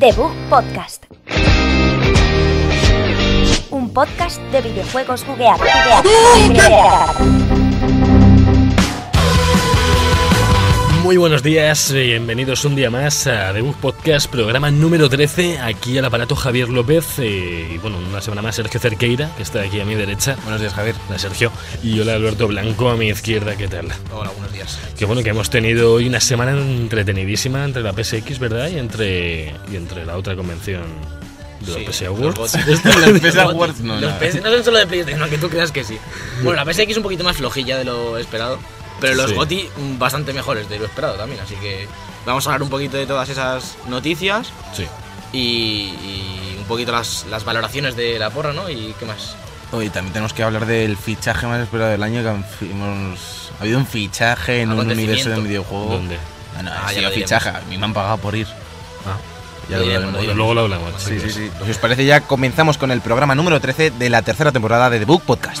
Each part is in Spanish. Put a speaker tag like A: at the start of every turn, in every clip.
A: The Book Podcast. Un podcast de videojuegos bugueados.
B: Muy buenos días, bienvenidos un día más a The Book Podcast, programa número 13, aquí al aparato Javier López eh, y bueno, una semana más Sergio Cerqueira, que está aquí a mi derecha.
C: Buenos días, Javier.
B: Hola Sergio. Y hola Alberto Blanco a mi izquierda, ¿qué tal?
C: Hola, buenos días.
B: Que bueno, que hemos tenido hoy una semana entretenidísima entre la PSX, ¿verdad? Y entre, y entre la otra convención de la
C: Sí,
B: PS
C: los
B: Awards.
C: bots.
B: Esta-
C: PS Awards no,
D: Los
C: nada.
D: PS no son solo de PlayStation, aunque tú creas que sí. Bueno, la PSX un poquito más flojilla de lo esperado, pero los
B: Sí.
D: GOTI mm, bastante mejores de lo esperado también, así que vamos a hablar un poquito de todas esas noticias
B: Sí.
D: y, y un poquito las, las valoraciones de la porra, ¿no? Y qué más.
C: Hoy Oh, también tenemos que hablar del fichaje más esperado del año que han fi- hemos... Ha habido un fichaje en un
D: Acontecimiento.
C: universo de un videojuego.
B: ¿Dónde?
C: Ah, no,
D: Ah,
C: ha
D: ya
C: sido
D: lo diremos.
C: fichaje. A mí me han pagado por ir.
B: Ah,
C: Ya
D: Lo diremos,
C: lo veremos.
D: lo
B: bueno,
D: diremos.
B: luego lo hablamos.
C: Sí, sí,
B: chicos.
C: sí. Si os parece, ya comenzamos con el programa número 13 de la tercera temporada de The Book Podcast.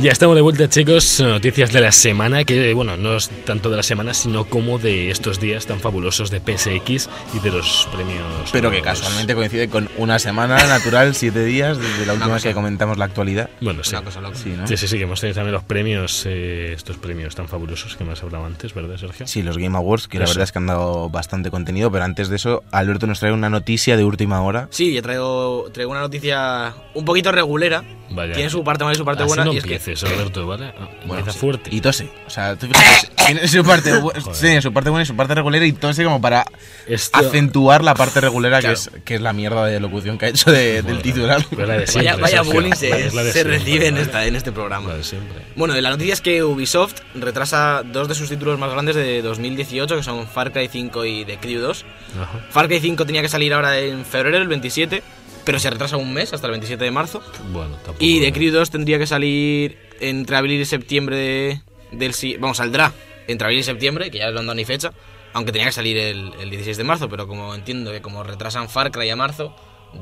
B: Ya estamos de vuelta, chicos. Noticias de la semana, que bueno, no es tanto de la semana, sino como de estos días tan fabulosos de PSX y de los premios.
C: Pero que
B: los-
C: casualmente coincide con una semana natural, siete días, desde la última vez que comentamos la actualidad.
B: Bueno, sí.
D: Una cosa loca.
C: Sí, ¿no?
B: Sí, sí, sí, que hemos tenido también los premios, eh, estos premios tan fabulosos que hemos hablado antes, ¿verdad, Sergio?
C: Sí, los Game Awards, que la
B: Eso.
C: verdad es que han dado bastante contenido, pero antes de eso, Alberto nos trae una noticia de última hora.
D: Sí, yo traigo, traigo una noticia un poquito regulera.
B: Vaya.
D: Tiene su parte mala y su parte
B: Así
D: buena.
B: no
D: y es que-
B: empieces, Alberto, ¿vale? Ah, empieza
C: sí.
B: fuerte.
C: Y tose. O sea, tú fíjate, tiene su parte, bu-
B: Joder.
C: tiene su parte buena y su parte regulera y tose como para
B: Esto-
C: acentuar la parte regulera
D: Claro.
C: que, es, que es la mierda de locución que ha hecho de- del
B: Bueno,
C: titular.
B: pero la de siempre,
D: vaya vaya
B: Sergio.
D: bullying se,
B: Es la de
D: se
B: siempre,
D: recibe en,
B: ¿vale?
D: esta, en este programa.
B: La de siempre.
D: Bueno, la noticia es que Ubisoft retrasa dos de sus títulos más grandes de 2018, que son Far Cry 5 y The Crew 2.
B: Ajá.
D: Far Cry 5 tenía que salir ahora en febrero, el 27, pero se retrasa un mes, hasta el 27 de marzo.
B: Bueno, tampoco.
D: Y The Crew 2 tendría que salir entre abril y septiembre de- del... si- Vamos, saldrá entre abril y septiembre, que ya lo han dado ni fecha, aunque tenía que salir el, el 16 de marzo, pero como entiendo que como retrasan Far Cry a marzo,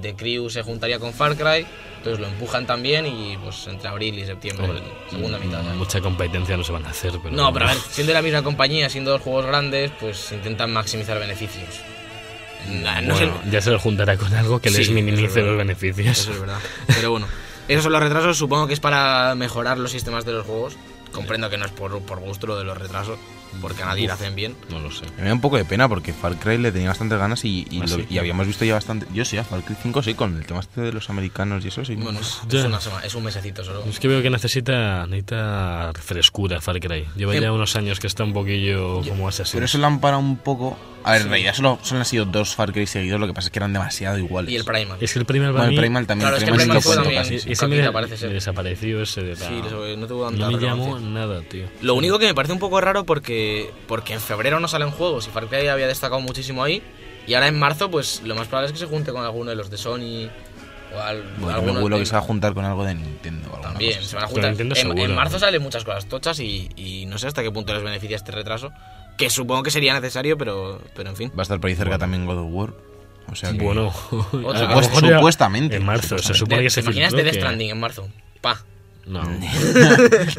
D: The Crew se juntaría con Far Cry, entonces lo empujan también y pues entre abril y septiembre,
B: Hombre,
D: segunda mitad. ¿no?
B: Mucha competencia no se van a hacer, pero.
D: No, pero a ver, siendo de la misma compañía, siendo dos juegos grandes, pues intentan maximizar beneficios. Nah, no sé-
B: Bueno, ya se lo juntará con algo que
D: Sí,
B: les
D: eso es
B: minimice
D: verdad.
B: los beneficios.
D: Eso es verdad. Pero bueno, esos son los retrasos, supongo que es para mejorar los sistemas de los juegos. Comprendo que no es por, por gusto lo de los retrasos, porque a nadie lo hacen bien.
B: No lo sé.
C: Me da un poco de pena porque Far Cry le tenía bastantes ganas y, y
B: ¿Ah,
C: lo-
B: sí?
C: y habíamos visto ya bastante. Yo sí, a Far Cry 5 sí, con el tema este de los americanos y eso sí.
D: Bueno, es,
B: Ya.
D: es una sema- es un mesecito solo.
B: Es que veo que necesita, necesita frescura Far Cry. Lleva
C: Eh,
B: ya unos años que está un poquillo como asesino.
C: pero eso lo han parado un poco. A ver, en realidad solo, solo han sido dos Far Cry seguidos, lo que pasa es que eran demasiado iguales.
D: Y el Primal.
B: Es que el primer
C: Bueno, el
B: Bami-
C: Primal también.
D: Claro, es que el
C: sí
D: Primal
C: lo
D: fue
C: cuento
D: también-
C: casi, sí.
B: Ese me
D: Capita parece ser.
B: desapareció ese de la-
D: Sí, lo- no tuvo tanta
B: No me llamó
D: relevancia.
B: nada, tío.
D: Lo único que me parece un poco raro porque, porque en febrero no salen juegos y Far Cry había destacado muchísimo ahí. Y ahora en marzo, pues lo más probable es que se junte con alguno de los de Sony o al,
C: Bueno,
D: alguno
C: me vuelo
D: de-
C: que se va a juntar con algo de Nintendo. o alguna
D: También,
C: cosa
D: se van a
B: Con
D: juntar.
B: Nintendo
D: en,
B: seguro,
D: en marzo
B: ¿no?
D: salen muchas cosas tochas y, y no sé hasta qué punto les beneficia este retraso. Que supongo que sería necesario, pero, pero en fin.
C: Va a estar por ahí cerca también God of War. O sea que-
B: Bueno,
D: Otra.
B: a lo mejor era
C: Supuestamente.
B: En marzo, se
C: Supuestamente.
B: supone
D: ¿Te
B: que se
D: imaginas
B: filtró
D: Death
B: que-
D: Stranding en marzo? Pa.
B: No.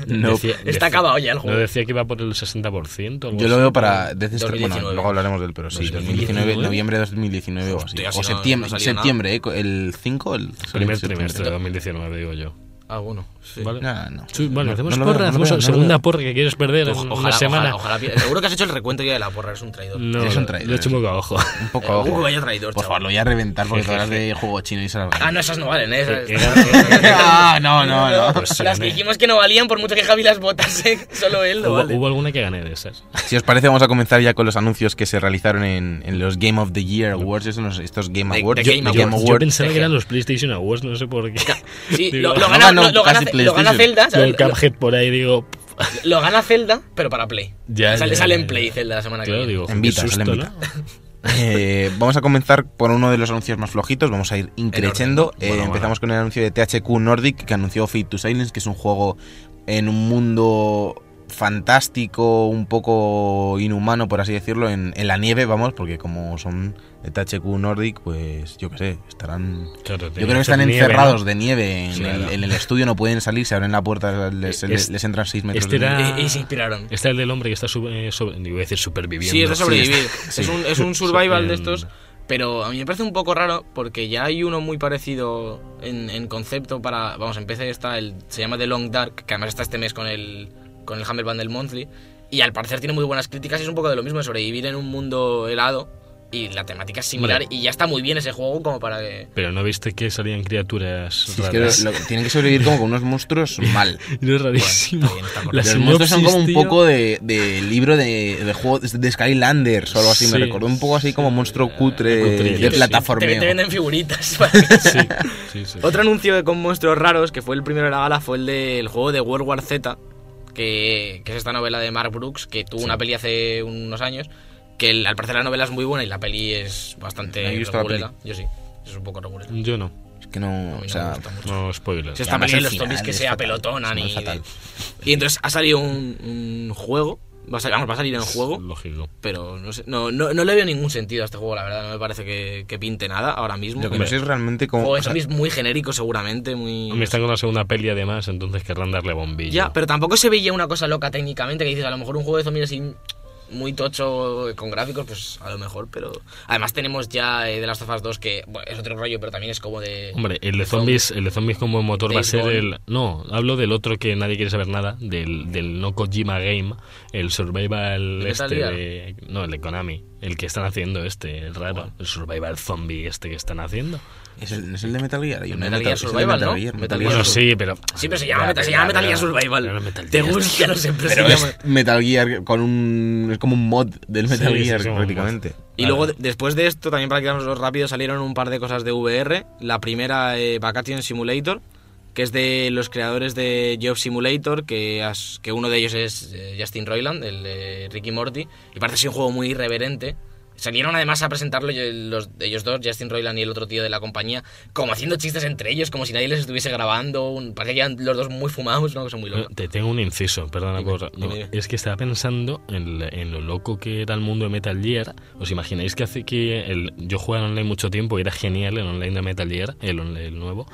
C: No.
B: Decía-
D: Está
B: decía-
D: acabado ya el juego.
B: No decía que iba por el 60%. algo
C: Yo lo
B: así.
C: veo para Death Stranding. Bueno,
D: 2019.
C: luego hablaremos del, pero sí,
B: 2019,
C: 2019, noviembre de 2019 o así.
D: Hostia, si
C: o
D: no-
C: septiembre,
D: no ha salido
C: septiembre, eh, el 5, el
B: Primer
C: septiembre.
B: trimestre de 2019, digo yo.
D: Ah, bueno. sí.
B: ¿Vale?
C: No, no.
B: Sí, vale,
C: No,
B: hacemos
C: no lo
B: porra,
C: veo, no lo
B: hacemos
C: veo, no lo
B: segunda
C: veo.
B: porra que quieres perder
D: O-
B: en
D: Ojalá,
B: una semana.
D: ojalá, ojalá pi- Seguro que has hecho el recuento ya de la porra, eres un traidor.
B: No,
C: Eres un traidor,
B: lo he hecho
C: eres.
B: boca abajo.
C: Un
D: Eh,
C: poco ojo.
D: un vaya traidor,
C: Por
D: chaval.
C: favor, lo voy a reventar porque todas las de juego chino y se las
D: Ah,
C: gano.
D: no, esas no valen, ¿eh? Esas-
B: Eh,
C: Ah, no, no, no.
B: Pues
D: las que
B: gané.
D: dijimos que no valían, por mucho que Javi las botase, solo él lo
B: Hubo,
D: vale.
B: hubo alguna que gané de esas.
C: Si os parece, vamos a comenzar ya con los anuncios que se realizaron en, en los Game of the Year Awards, esos, los- estos Game
D: De-
C: Awards.
D: de Game
C: Yo-
B: Yo,
D: Game
B: yo
C: Awards.
B: pensaba que
D: Eje.
B: eran los PlayStation Awards, no sé por qué.
D: Sí,
B: Digo,
D: lo, lo
C: no
D: gana,
C: ganó
D: lo, lo gana, lo gana
C: casi PlayStation.
D: Zelda,
B: Yo el
D: ¿sabes? Lo-
B: Cuphead por ahí digo.
D: Lo gana Zelda, pero para Play.
B: Ya,
D: sale,
B: ya,
D: sale
B: ya,
D: en
B: ya.
D: Play Zelda la semana que
B: Claro,
D: viene.
B: digo, qué
C: En Vita, sale en
B: susto,
C: Vita.
B: ¿no?
C: Eh, vamos a comenzar por uno de los anuncios más flojitos, vamos a ir increchendo.
B: En orden, ¿no? Bueno,
C: empezamos con el anuncio de THQ Nordic que anunció Fate to Silence, que es un juego en un mundo fantástico, un poco inhumano, por así decirlo, en, en la nieve, vamos, porque como son de THQ Nordic, pues yo qué sé, estarán...
B: Claro, tiene
C: Yo creo que
B: ser
C: están
B: nieve,
C: encerrados
B: ¿no?
C: de nieve en,
B: Sí,
C: el,
B: claro.
C: en el estudio, no pueden salir, se abren la puerta, les,
B: Eh,
C: les-
B: es-
C: les entran 6 metros
B: este
C: de
B: era-
C: nieve.
D: Y, y se inspiraron.
B: Está el del hombre que está sub- eh, sobre- iba a decir superviviendo.
D: Sí, es de sobrevivir.
C: sí.
D: Es, un, es un survival de
B: En-
D: estos. Pero a mí me parece un poco raro porque ya hay uno muy parecido en, en concepto para. Vamos, en PC está el. Se llama The Long Dark, que además está este mes con el. con el Humble Bundle Monthly. Y al parecer tiene muy buenas críticas y es un poco de lo mismo, de sobrevivir en un mundo helado. Y la temática es similar.
B: Hombre.
D: Y ya está muy bien ese juego como para que.
B: Pero no viste que salían criaturas
C: Sí, es que
B: raras.
C: lo- lo- tienen que sobrevivir como con unos monstruos mal.
B: No es rarísimo.
D: Bueno, está bien, está correcto.
B: La
C: Los monstruos son como un
B: sinopsis, tío,
C: poco de, de libro de, de juego de Skylanders o algo así.
B: Sí,
C: me recordó un poco así como
B: sí,
C: monstruo
B: eh,
C: cutre,
B: cutrillo,
C: de
B: sí.
D: Te, te
C: plataformeo.
D: venden figuritas.
B: Sí, sí, sí.
D: Otro anuncio de- con monstruos raros, que fue el primero de la gala, fue el del juego de World War Z, que, que es esta novela de Mark Brooks, que tuvo una peli hace unos años, que el- al parecer la novela es muy buena y la peli es bastante
C: ¿No habéis visto la
D: regulera. Yo sí, es un poco regular.
B: Yo no.
C: Es que no, o sea,
B: No spoilers.
D: Si
C: Sí,
D: esta peli
C: además
D: de
C: el
D: los
C: final
D: zombies que
C: es
D: se
C: fatal,
D: apelotonan
C: es
D: y,
C: fatal.
D: y entonces ha salido un, un juego, va a sal- vamos, va a salir en juego,
B: Lógico.
D: pero no, sé, no, no, no le veo ningún sentido a este juego, la verdad, no me parece que, que pinte nada ahora mismo.
C: lo que
D: Un
C: no sé es realmente como.
D: juego de
C: o sea,
D: zombies muy genérico seguramente, muy...
B: Me están con la segunda peli además, entonces querrán darle bombillo.
D: Ya, pero tampoco se veía una cosa loca técnicamente que dices, a lo mejor un juego de zombies así muy tocho con gráficos, pues a lo mejor, pero además tenemos ya eh, The Last of Us 2 que bueno, es otro rollo, pero también es como de
B: Hombre, el de zombies, el de zombies como motor va a
D: Days
B: ser
D: Gone.
B: el. No, hablo del otro que nadie quiere saber nada, del, del no Kojima Game, el Survival
D: ¿El Metal
B: este
D: Gear?
B: de. No, el de Konami, el que están haciendo este, el raro, el Survival Zombie este que están haciendo.
C: ¿Es el, es el de Metal Gear? Hay uno de
D: Metal Gear
C: es el de
D: Survival, ¿no?
C: Metal Gear, Metal
D: Metal
C: Gear
B: Bueno,
D: Gear
C: Sur-
D: Sur-
B: sí, pero.
D: Sí, pero se llama, Metal, se
B: ya,
D: llama Metal Gear
B: pero-
D: Survival.
B: pero Metal
D: Te
B: Gear.
D: gusta, no siempre
C: Pero
D: se
C: es
D: llama.
C: Metal Gear con un. Es como un mod del
B: Sí,
C: Metal
B: sí,
C: Gear
B: es como un mod.
C: prácticamente.
D: Y luego, de- después de esto, también para quedarnos rápido, salieron un par de cosas de VR. La primera, eh, Vacation Simulator, que es de los creadores de Job Simulator, que, has- que uno de ellos es eh, Justin Roiland, el de Ricky Morty, y parece ser un juego muy irreverente. Salieron además a presentarlo yo- los, ellos dos, Justin Roiland y el otro tío de la compañía, como haciendo chistes entre ellos, como si nadie les estuviese grabando. Un, parecía que eran los dos muy fumados, una cosa muy
B: Eh,
D: loca.
B: Te tengo un inciso, perdona
D: Dime,
B: por. no,
D: dime, dime.
B: Es que estaba pensando en, la- en lo loco que era el mundo de Metal Gear. ¿Os imagináis que hace que. El, yo jugaba en online mucho tiempo y era genial el online de Metal Gear, el, on- el nuevo.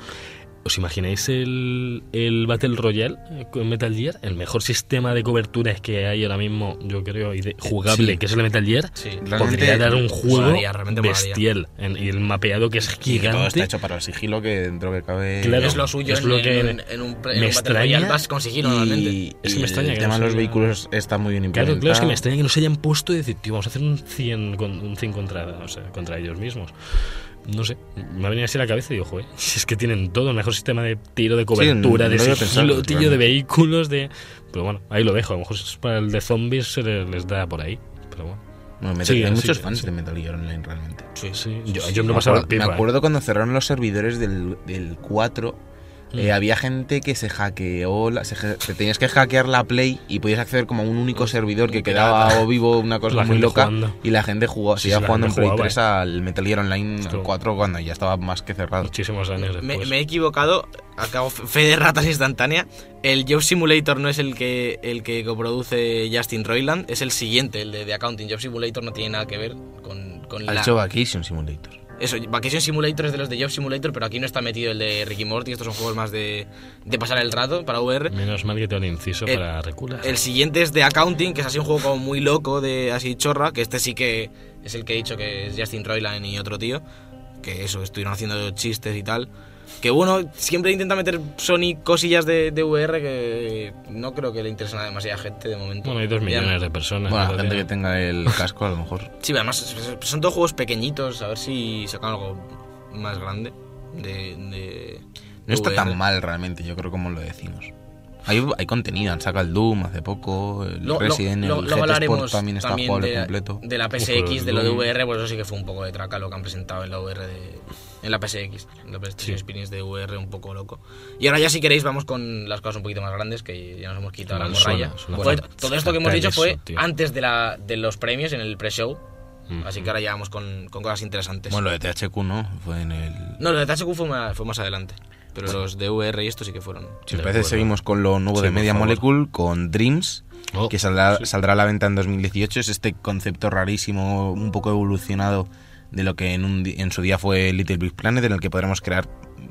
B: ¿Os imagináis el, el Battle Royale eh, con Metal Gear? El mejor sistema de coberturas que hay ahora mismo, yo creo, y de, jugable,
C: sí.
B: que es el de Metal Gear.
D: Eh, Sí.
B: Podría
C: Realmente.
B: dar un juego
D: molaría, realmente molaría.
B: bestial. En- y el mapeado que es
C: y que
B: gigante.
C: Todo está hecho para el sigilo que dentro que cabe.
B: Claro.
D: es lo suyo
B: Eh, Es
D: en,
B: lo
D: en
B: que
D: un- en un, pre- en
B: me
D: un Battle Royale
B: extraña
D: vas a conseguir normalmente.
C: Y,
B: Es que
C: y
B: me extraña
C: el
B: que
C: tema
B: no
C: de los
B: se haya-
C: vehículos está muy bien
B: Claro,
C: implementado.
B: claro, es que me extraña que no se hayan puesto y decir, tío, vamos a hacer un 100 con un 100 contra, o sea, contra ellos mismos. No sé, me ha venido así a la cabeza y digo, joder, si es que tienen todo, el mejor sistema de tiro, de cobertura,
C: no
B: de
C: lo había
B: sigilo,
C: pensado,
B: tío, de
C: realmente.
B: vehículos, de... Pero bueno, ahí lo dejo, a lo mejor es para el de zombies se le- les da por ahí, pero bueno.
C: No, Metal-
B: Sí,
C: hay
B: sí,
C: muchos
B: sí,
C: fans
B: sí.
C: de Metal Gear Online realmente.
B: Sí, yo, yo me
C: Me
B: lo pasaba
C: acuerdo-
B: pipa. ¿eh?
C: Me acuerdo cuando cerraron los servidores del, del 4. eh,
B: Mm.
C: había gente que se hackeó, la- se, ja- te tenías que hackear la Play y podías acceder como a un único servidor que quedaba o vivo, una cosa
B: La
C: muy
B: gente
C: loca.
B: jugando.
C: Y la gente jugó,
B: Sí,
C: seguía
B: sí, la
C: jugando en
B: gente
C: Play
B: jugaba,
C: 3
B: eh.
C: al Metal Gear Online al
B: Estuvo-
C: 4 cuando ya estaba más que cerrado.
B: Muchísimos años después.
D: Me, me he equivocado, acabo fe fe de ratas instantánea. El Job Simulator no es el que el que coproduce Justin Roiland, es el siguiente, el de, de Accounting. Job Simulator no tiene nada que ver con, con
C: Ha
D: la...
C: hecho Vacation Simulator.
D: Eso, Vacation Simulator es de los de Job Simulator, pero aquí no está metido el de Ricky Morty, estos son juegos más de, de pasar el rato para VR.
B: Menos mal que te un inciso
D: El-
B: para recular.
D: El siguiente es de Accounting, que es así un juego como muy loco, de así chorra, que este sí que es el que he dicho que es Justin Roiland y otro tío, que eso, estuvieron haciendo chistes y tal. Que bueno, siempre intenta meter Sony cosillas de, de VR que no creo que le interesen a demasiada gente de momento.
B: Bueno, hay dos
D: Ya-
B: millones de personas.
C: Bueno, la
B: que lo
C: gente que
B: tienen.
C: tenga el casco a lo mejor.
D: Sí, pero además son todos juegos pequeñitos, a ver si sacan algo más grande de... de- de
C: No está
D: VR.
C: tan mal realmente, yo creo, como lo decimos. Hay, hay contenido, han sacado el Doom hace poco, el
D: Lo- lo-
C: Resident,
D: lo- lo
C: el GT Sport
D: hablaremos
C: también está
D: también
C: jugable
D: de,
C: completo.
D: de la
B: Uf, pero
D: PSX, de lo
B: el
D: de
B: Doom.
D: VR, pues eso sí que fue un poco de traca lo que han presentado en la VR de, en la PSX, en la PlayStation Experience de VR un poco loco. Y ahora ya si queréis vamos con las cosas un poquito más grandes que ya nos hemos quitado la
B: Mal suena,
D: morralla.
B: suena
D: Fue-
B: fatal.
D: todo esto que hemos
B: Fatal
D: dicho fue
B: eso, tío.
D: antes de la de los premios en el pre-show,
B: Ujú.
D: así que ahora ya vamos con, con cosas interesantes.
C: Bueno, lo de THQ no, fue en el...
D: no, lo de THQ fue más, fue más adelante. Pero los de VR y esto sí que fueron.
C: Si
B: De
C: os parece,
B: acuerdo.
C: seguimos con lo nuevo
B: Sí,
C: de
B: por
C: Media
B: favor.
C: Molecule, con Dreams,
B: Oh,
C: que saldrá,
B: sí.
C: saldrá a la venta en 2018. Es este concepto rarísimo, un poco evolucionado de lo que en, un di- en su día fue Little Big Planet, en el que podremos crear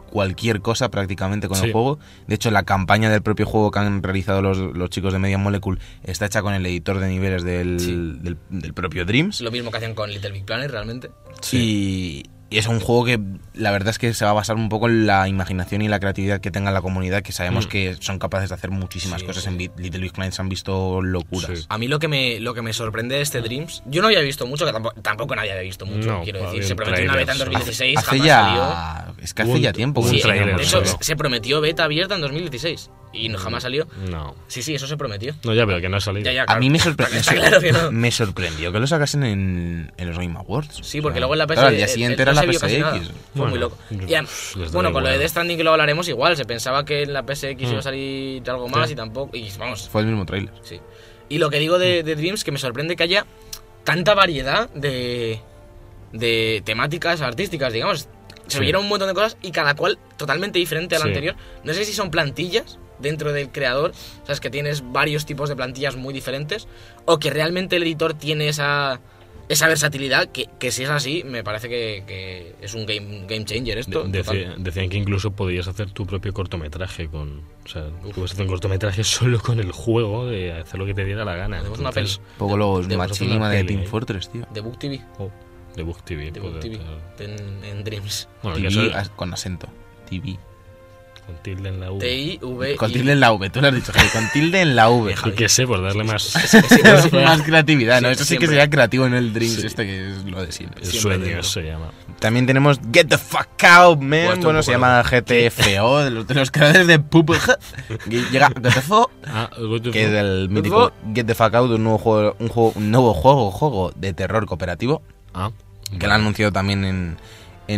C: cualquier cosa prácticamente con
B: Sí.
C: el juego. De hecho, la campaña del propio juego que han realizado los, los chicos de Media Molecule está hecha con el editor de niveles del,
D: Sí.
C: del- del propio Dreams.
D: Es lo mismo que hacían con Little Big Planet realmente.
C: Y y es un juego que la verdad es que se va a basar un poco en la imaginación y la creatividad que tenga la comunidad, que sabemos
B: Mm.
C: que son capaces de hacer muchísimas
D: Sí,
C: cosas.
D: sí.
C: En Bit- Little Big Planet se han visto locuras.
B: Sí.
D: A mí lo que me, lo que me sorprende de este Dreams, yo no había visto mucho, que tampoco, tampoco nadie había visto mucho,
B: No,
D: quiero
B: había
D: decir.
B: un
D: Se prometió una beta en
B: trailer, sí.
D: 2016,
C: Hace
D: jamás salió.
C: ya. Es que hace
B: Un-
C: ya tiempo.
B: un
C: que
D: Sí,
C: no
B: trailer,
C: sabemos
D: de
B: ¿no?
D: hecho,
C: eso.
B: salió.
D: se prometió beta abierta en 2016 y no- jamás salió.
B: No.
D: Sí, sí, eso se prometió.
B: No, ya, pero que no ha salido.
D: Ya, ya,
C: A
D: claro.
C: mí me, sorpre-
D: Está claro que no.
C: me sorprendió que lo sacasen en, en los Game Awards.
D: Sí,
C: O
D: porque
C: sea,
D: luego en la PS.
C: claro, al día
D: el-
C: siguiente
D: el-
C: era
D: eh, no
C: la
D: se vio casi nada.
C: PSX.
D: Fue muy
B: Bueno,
D: loco.
B: yo-
D: Ya,
B: les da
D: bueno, con lo de
B: igual.
D: Death Stranding que lo hablaremos igual. Se pensaba que en la PSX
B: ¿eh? Mm.
D: iba a salir algo más
B: Sí.
D: y tampoco. Y vamos,
C: Fue el mismo trailer.
D: sí. Y lo que digo
B: Mm.
D: de, de Dreams, que me sorprende que haya tanta variedad de, de temáticas artísticas, digamos. Se
B: Sí.
D: vieron un montón de cosas y cada cual totalmente diferente a la
B: Sí.
D: anterior. No sé si son plantillas dentro del creador, sabes que tienes varios tipos de plantillas muy diferentes, o que realmente el editor tiene esa, esa versatilidad, que, que si es así, me parece que, que es un game, game changer esto.
B: De-
D: total.
B: decía- decían que incluso podías hacer tu propio cortometraje con. O sea, puedes hacer un cortometraje solo con el juego de hacer lo que te diera la gana.
D: Hacemos una
B: Entonces,
C: Poco los
D: Debemos hacer
C: Machinima
B: una
C: de
B: peli,
C: Team
B: ¿eh?
C: Fortress, tío.
D: de Book TV.
B: oh, de Book TV.
D: de
B: puede
D: Book TV.
B: ser.
D: En, en Dreams.
B: Bueno, que
C: TV
B: eso,
C: as- con acento. TV.
B: con tilde en la U. pues,
D: t v
C: Con tilde en la V, tú lo has dicho, Javi, con tilde en la V.
B: Yo qué sé, por darle más
C: más creatividad, ¿no?
D: Siempre,
C: Eso sí
D: siempre.
C: que sería creativo en el Dreams,
B: Sí.
C: este que es lo de siempre.
B: sueños se llama.
C: También tenemos Get the Fuck Out, man.
D: esto es un
C: bueno, se
D: poco
C: llama GTFO, de los, de los creadores de PUBG. Que Llega Get the Fuck,
B: Ah, Good to
C: que es
B: Know.
C: el mítico Get the Fuck Out, un nuevo juego, un juego, un nuevo juego, juego de terror cooperativo,
B: Ah,
C: que lo han anunciado también en,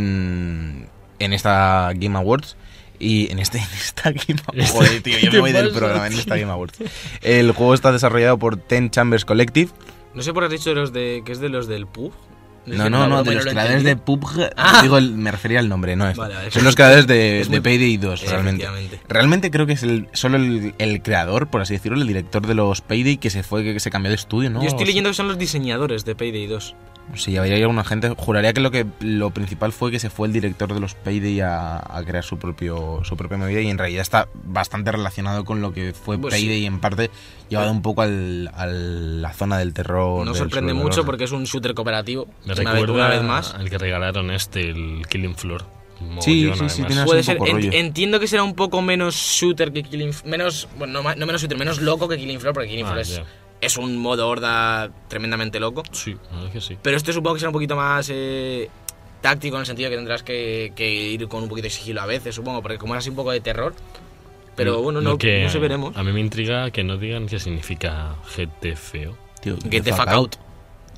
C: en, en esta Game Awards. Y en, este, en esta Game Awards. Joder, tío, yo me
B: ¿Qué
C: voy del
B: pasa,
C: programa en esta Game Awards. El juego está desarrollado por Ten Chambers Collective,
D: No sé por qué has dicho de los de, que es de los del PUB.
C: No, no, no, de los creadores de PUBG. Digo, el- me refería al nombre, no es.
D: Ah. Vale, vale.
C: Son los creadores de,
D: Es muy-
C: de Payday 2, realmente.
D: Efectivamente.
C: Realmente creo que es el, solo el, el creador, por así decirlo, el director de los Payday que se fue, que se cambió de estudio, ¿no?
D: Yo estoy leyendo que son los diseñadores de Payday 2.
C: Sí, había alguna gente. Juraría que lo que lo principal fue que se fue el director de los Payday a, a crear su propio su propia movida y en realidad está bastante relacionado con lo que fue
D: Pues sí.
C: Payday y en parte llevado un poco al, a la zona del terror.
D: No
C: del
D: sorprende
C: survival
D: mucho
C: horror.
D: porque es un shooter cooperativo.
B: me
D: una, vez,
B: recuerda
D: una vez más.
B: al que regalaron este, el Killing Floor. Mogollón,
C: Sí, sí, sí,
B: además.
C: tiene-
D: Puede
C: es un
D: ser,
C: poco
D: en-
C: rollo.
D: entiendo que será un poco menos shooter que Killing F- menos bueno, no, ma- no menos shooter, menos loco que Killing Floor, porque Killing
B: Ah,
D: Floor es,
B: ya.
D: es un modo horda tremendamente loco.
B: Sí, la verdad es que sí.
D: Pero este supongo que será un poquito más eh, táctico en el sentido que tendrás que, que ir con un poquito de sigilo a veces, supongo, porque como es así un poco de terror. Pero
B: Lo-
D: bueno,
B: lo
D: no,
B: que
D: no se veremos.
B: A mí me intriga que no digan qué significa GTFO.
C: Tío,
D: Get the fuck out.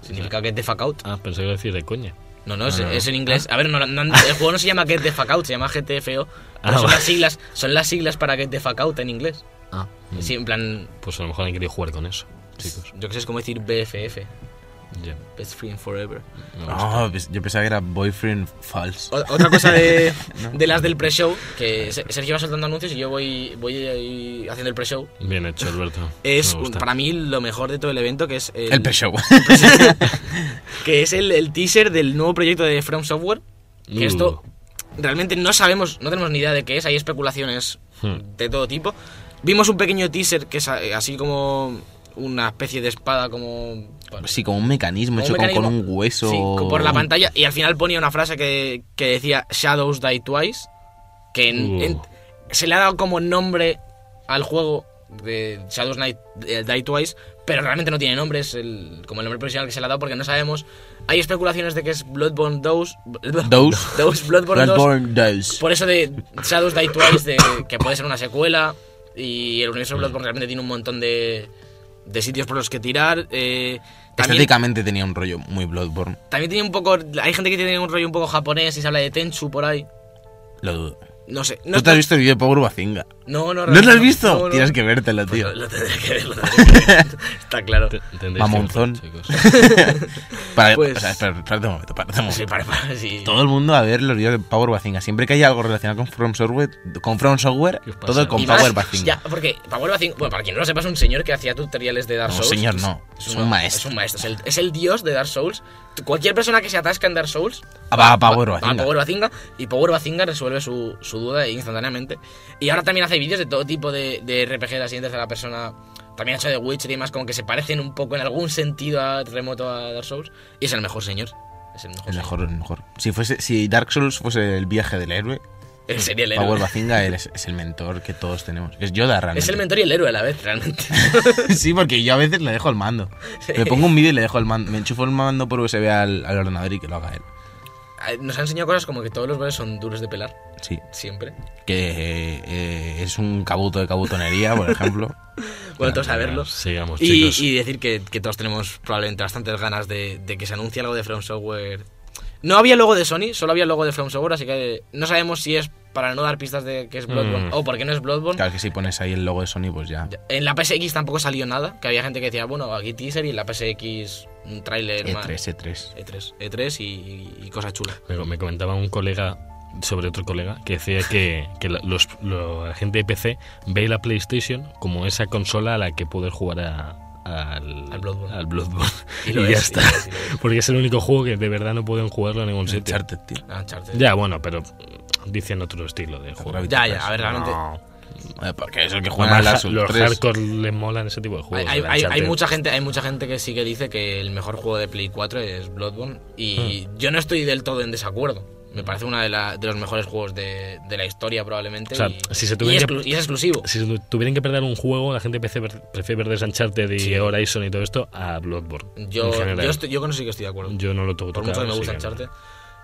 D: Significa get the fuck out.
B: Ah, pensé que iba a decir de coña.
D: No, no, es,
C: No, no.
D: es en inglés. A ver, no, no- el juego no se llama get the fuck out, se llama GTFO. pero
B: Ah,
D: son,
B: vale.
D: las siglas, son las siglas para get the fuck out en inglés.
B: Ah,
D: Sí, en plan,
B: Pues a lo mejor han querido jugar con eso, chicos.
D: yo que sé, es como decir BFF.
B: Ya.
D: Best Friend Forever.
B: me gusta.
C: No, pues yo pensaba que era Boyfriend False.
D: O- otra cosa de, de las del pre-show, que Se- Sergio va soltando anuncios y yo voy, voy ahí haciendo el pre-show.
B: Bien hecho, Alberto.
D: Es
B: Me
D: un-
B: gusta.
D: para mí lo mejor de todo el evento, que es el,
C: El pre-show.
D: que es el, el teaser del nuevo proyecto de From Software. Que
B: Uh.
D: esto realmente no sabemos, no tenemos ni idea de qué es, hay especulaciones
B: Hmm.
D: de todo tipo. Vimos un pequeño teaser que es a- así como una especie de espada, como. bueno,
C: Sí, como un mecanismo
D: como
C: hecho
D: un
C: con-
D: mecanismo-
C: con un hueso.
D: Sí, con- por la pantalla. Y al final ponía una frase que, que decía Shadows Die Twice. Que en-
B: Uh.
D: en- se le ha dado como nombre al juego de Shadows Night, eh, Die Twice. Pero realmente no tiene nombre, es el, como el nombre profesional que se le ha dado porque no sabemos. Hay especulaciones de que es Bloodborne 2.
C: Dose.
D: Dose, Bloodborne 2.
C: Bloodborne Dose.
D: Por eso de Shadows Die Twice, de, que puede ser una secuela. Y el universo de Bloodborne realmente tiene un montón de, de sitios por los que tirar. eh, también,
C: Estéticamente tenía un rollo muy Bloodborne.
D: también tiene un poco. Hay gente que tiene un rollo un poco japonés y se habla de Tenchu por ahí.
C: Lo dudo.
D: No sé. No,
C: ¿Tú te has visto el vídeo de Power Bazinga?
D: No, no,
C: ¿No lo has
D: realmente
C: visto?
D: No, no.
C: Tienes que vértelo, tío.
D: Lo, lo tendré que ver, lo tendré que ver. Está claro.
B: Te- tendréis
C: Mamonzón.
B: que- chicos.
C: Para,
D: Pues-
C: o sea, espera, espérate un momento, espérate un momento.
D: Sí, para, para, sí.
C: Todo el mundo a ver los vídeos de Power Bazinga. Siempre que haya algo relacionado con From Software, con From Software
B: ¿Qué os pasa?
C: todo con
D: Y más,
C: Power Bazinga.
D: Ya, porque Power Bazinga, bueno, para quien no lo sepa, es un señor que hacía tutoriales de Dark
C: No,
D: Souls.
C: señor, no. Es un maestro.
D: Es un maestro. Es el, es el dios de Dark Souls. Tú- Cualquier persona que se atasca en Dark Souls
C: Ah, va a Power
D: va
C: Bazinga.
D: a Power Bazinga y Power Bazinga resuelve su, su duda instantáneamente. Y ahora también hace vídeos de todo tipo de, de RPG de así en tercera persona. También ha hecho de Witcher y demás, como que se parecen un poco en algún sentido a- remoto a Dark Souls. Y es el mejor señor. Es el mejor.
C: El
D: señor.
C: mejor, el mejor. Si, fuese, si Dark Souls fuese el viaje del héroe,
D: Él sería el héroe.
C: Power Bazinga él es, es el mentor que todos tenemos. Es Yoda realmente.
D: es el mentor y el héroe a la vez, realmente.
C: sí, porque yo a veces le dejo el mando. Me pongo un vídeo y le dejo el mando. Me enchufo el mando por USB al, al ordenador y que lo haga él.
D: Ah, Nos ha enseñado cosas como que todos los goles son duros de pelar,
C: Sí.
D: siempre.
C: Que eh, eh, es un cabuto de cabutonería, por ejemplo.
D: Bueno, todos saberlo.
B: Sigamos,
D: Y,
B: chicos.
D: y decir que, que todos tenemos probablemente bastantes ganas de, de que se anuncie algo de From Software. No había logo de Sony, solo había logo de From Software, así que no sabemos si es para no dar pistas de que es Bloodborne
B: Mm.
D: o porque no es Bloodborne.
C: Claro que si pones ahí el logo de Sony, pues ya.
D: En la PSX tampoco salió nada, que había gente que decía, bueno, aquí teaser y en la PSX un
C: E
D: tráiler
B: E
D: más. E
C: E3, E3.
D: E3, E3 y, y cosas chulas.
B: Me, me comentaba un colega sobre otro colega que decía que, que la- los, lo- la gente de PC ve la PlayStation como esa consola a la que poder jugar a- al,
D: Al Bloodborne.
B: al Bloodborne.
D: Y
B: Y,
D: lo
B: ya
D: es, y
B: está.
D: lo es, y lo es.
B: Porque es el único juego que de verdad no pueden jugarlo en ningún sitio.
C: Uncharted, tío.
D: Uncharted.
B: Ya, bueno, pero dicen otro estilo de juego.
C: Gravity
D: ya, ya,
C: Rush.
D: a ver, realmente.
B: No.
C: Eh, Porque es el que juega
B: Además,
C: al Dark Souls
B: los
C: 3.
B: hardcore les molan ese tipo de juegos.
D: Hay,
B: el
D: hay- hay
B: Uncharted.
D: mucha gente, hay mucha gente que sí que dice que el mejor juego de Play 4 es Bloodborne y
B: Hmm.
D: yo no estoy del todo en desacuerdo. Me parece uno de, la- de los mejores juegos de, de la historia probablemente.
B: O sea,
D: y,
B: si se
D: y
B: tuviera
D: es
B: que-
D: exclu- y es exclusivo.
B: Si tu- tuvieran que perder un juego, la gente de PC per- prefiere perder Uncharted y Horizon y todo esto a Bloodborne.
D: Yo,
B: en general.
D: yo, estoy- yo con eso sí que estoy de acuerdo.
B: Yo no lo tengo
D: Por
B: tocado,
D: mucho que me
B: así
D: gusta
B: no.
D: Uncharted.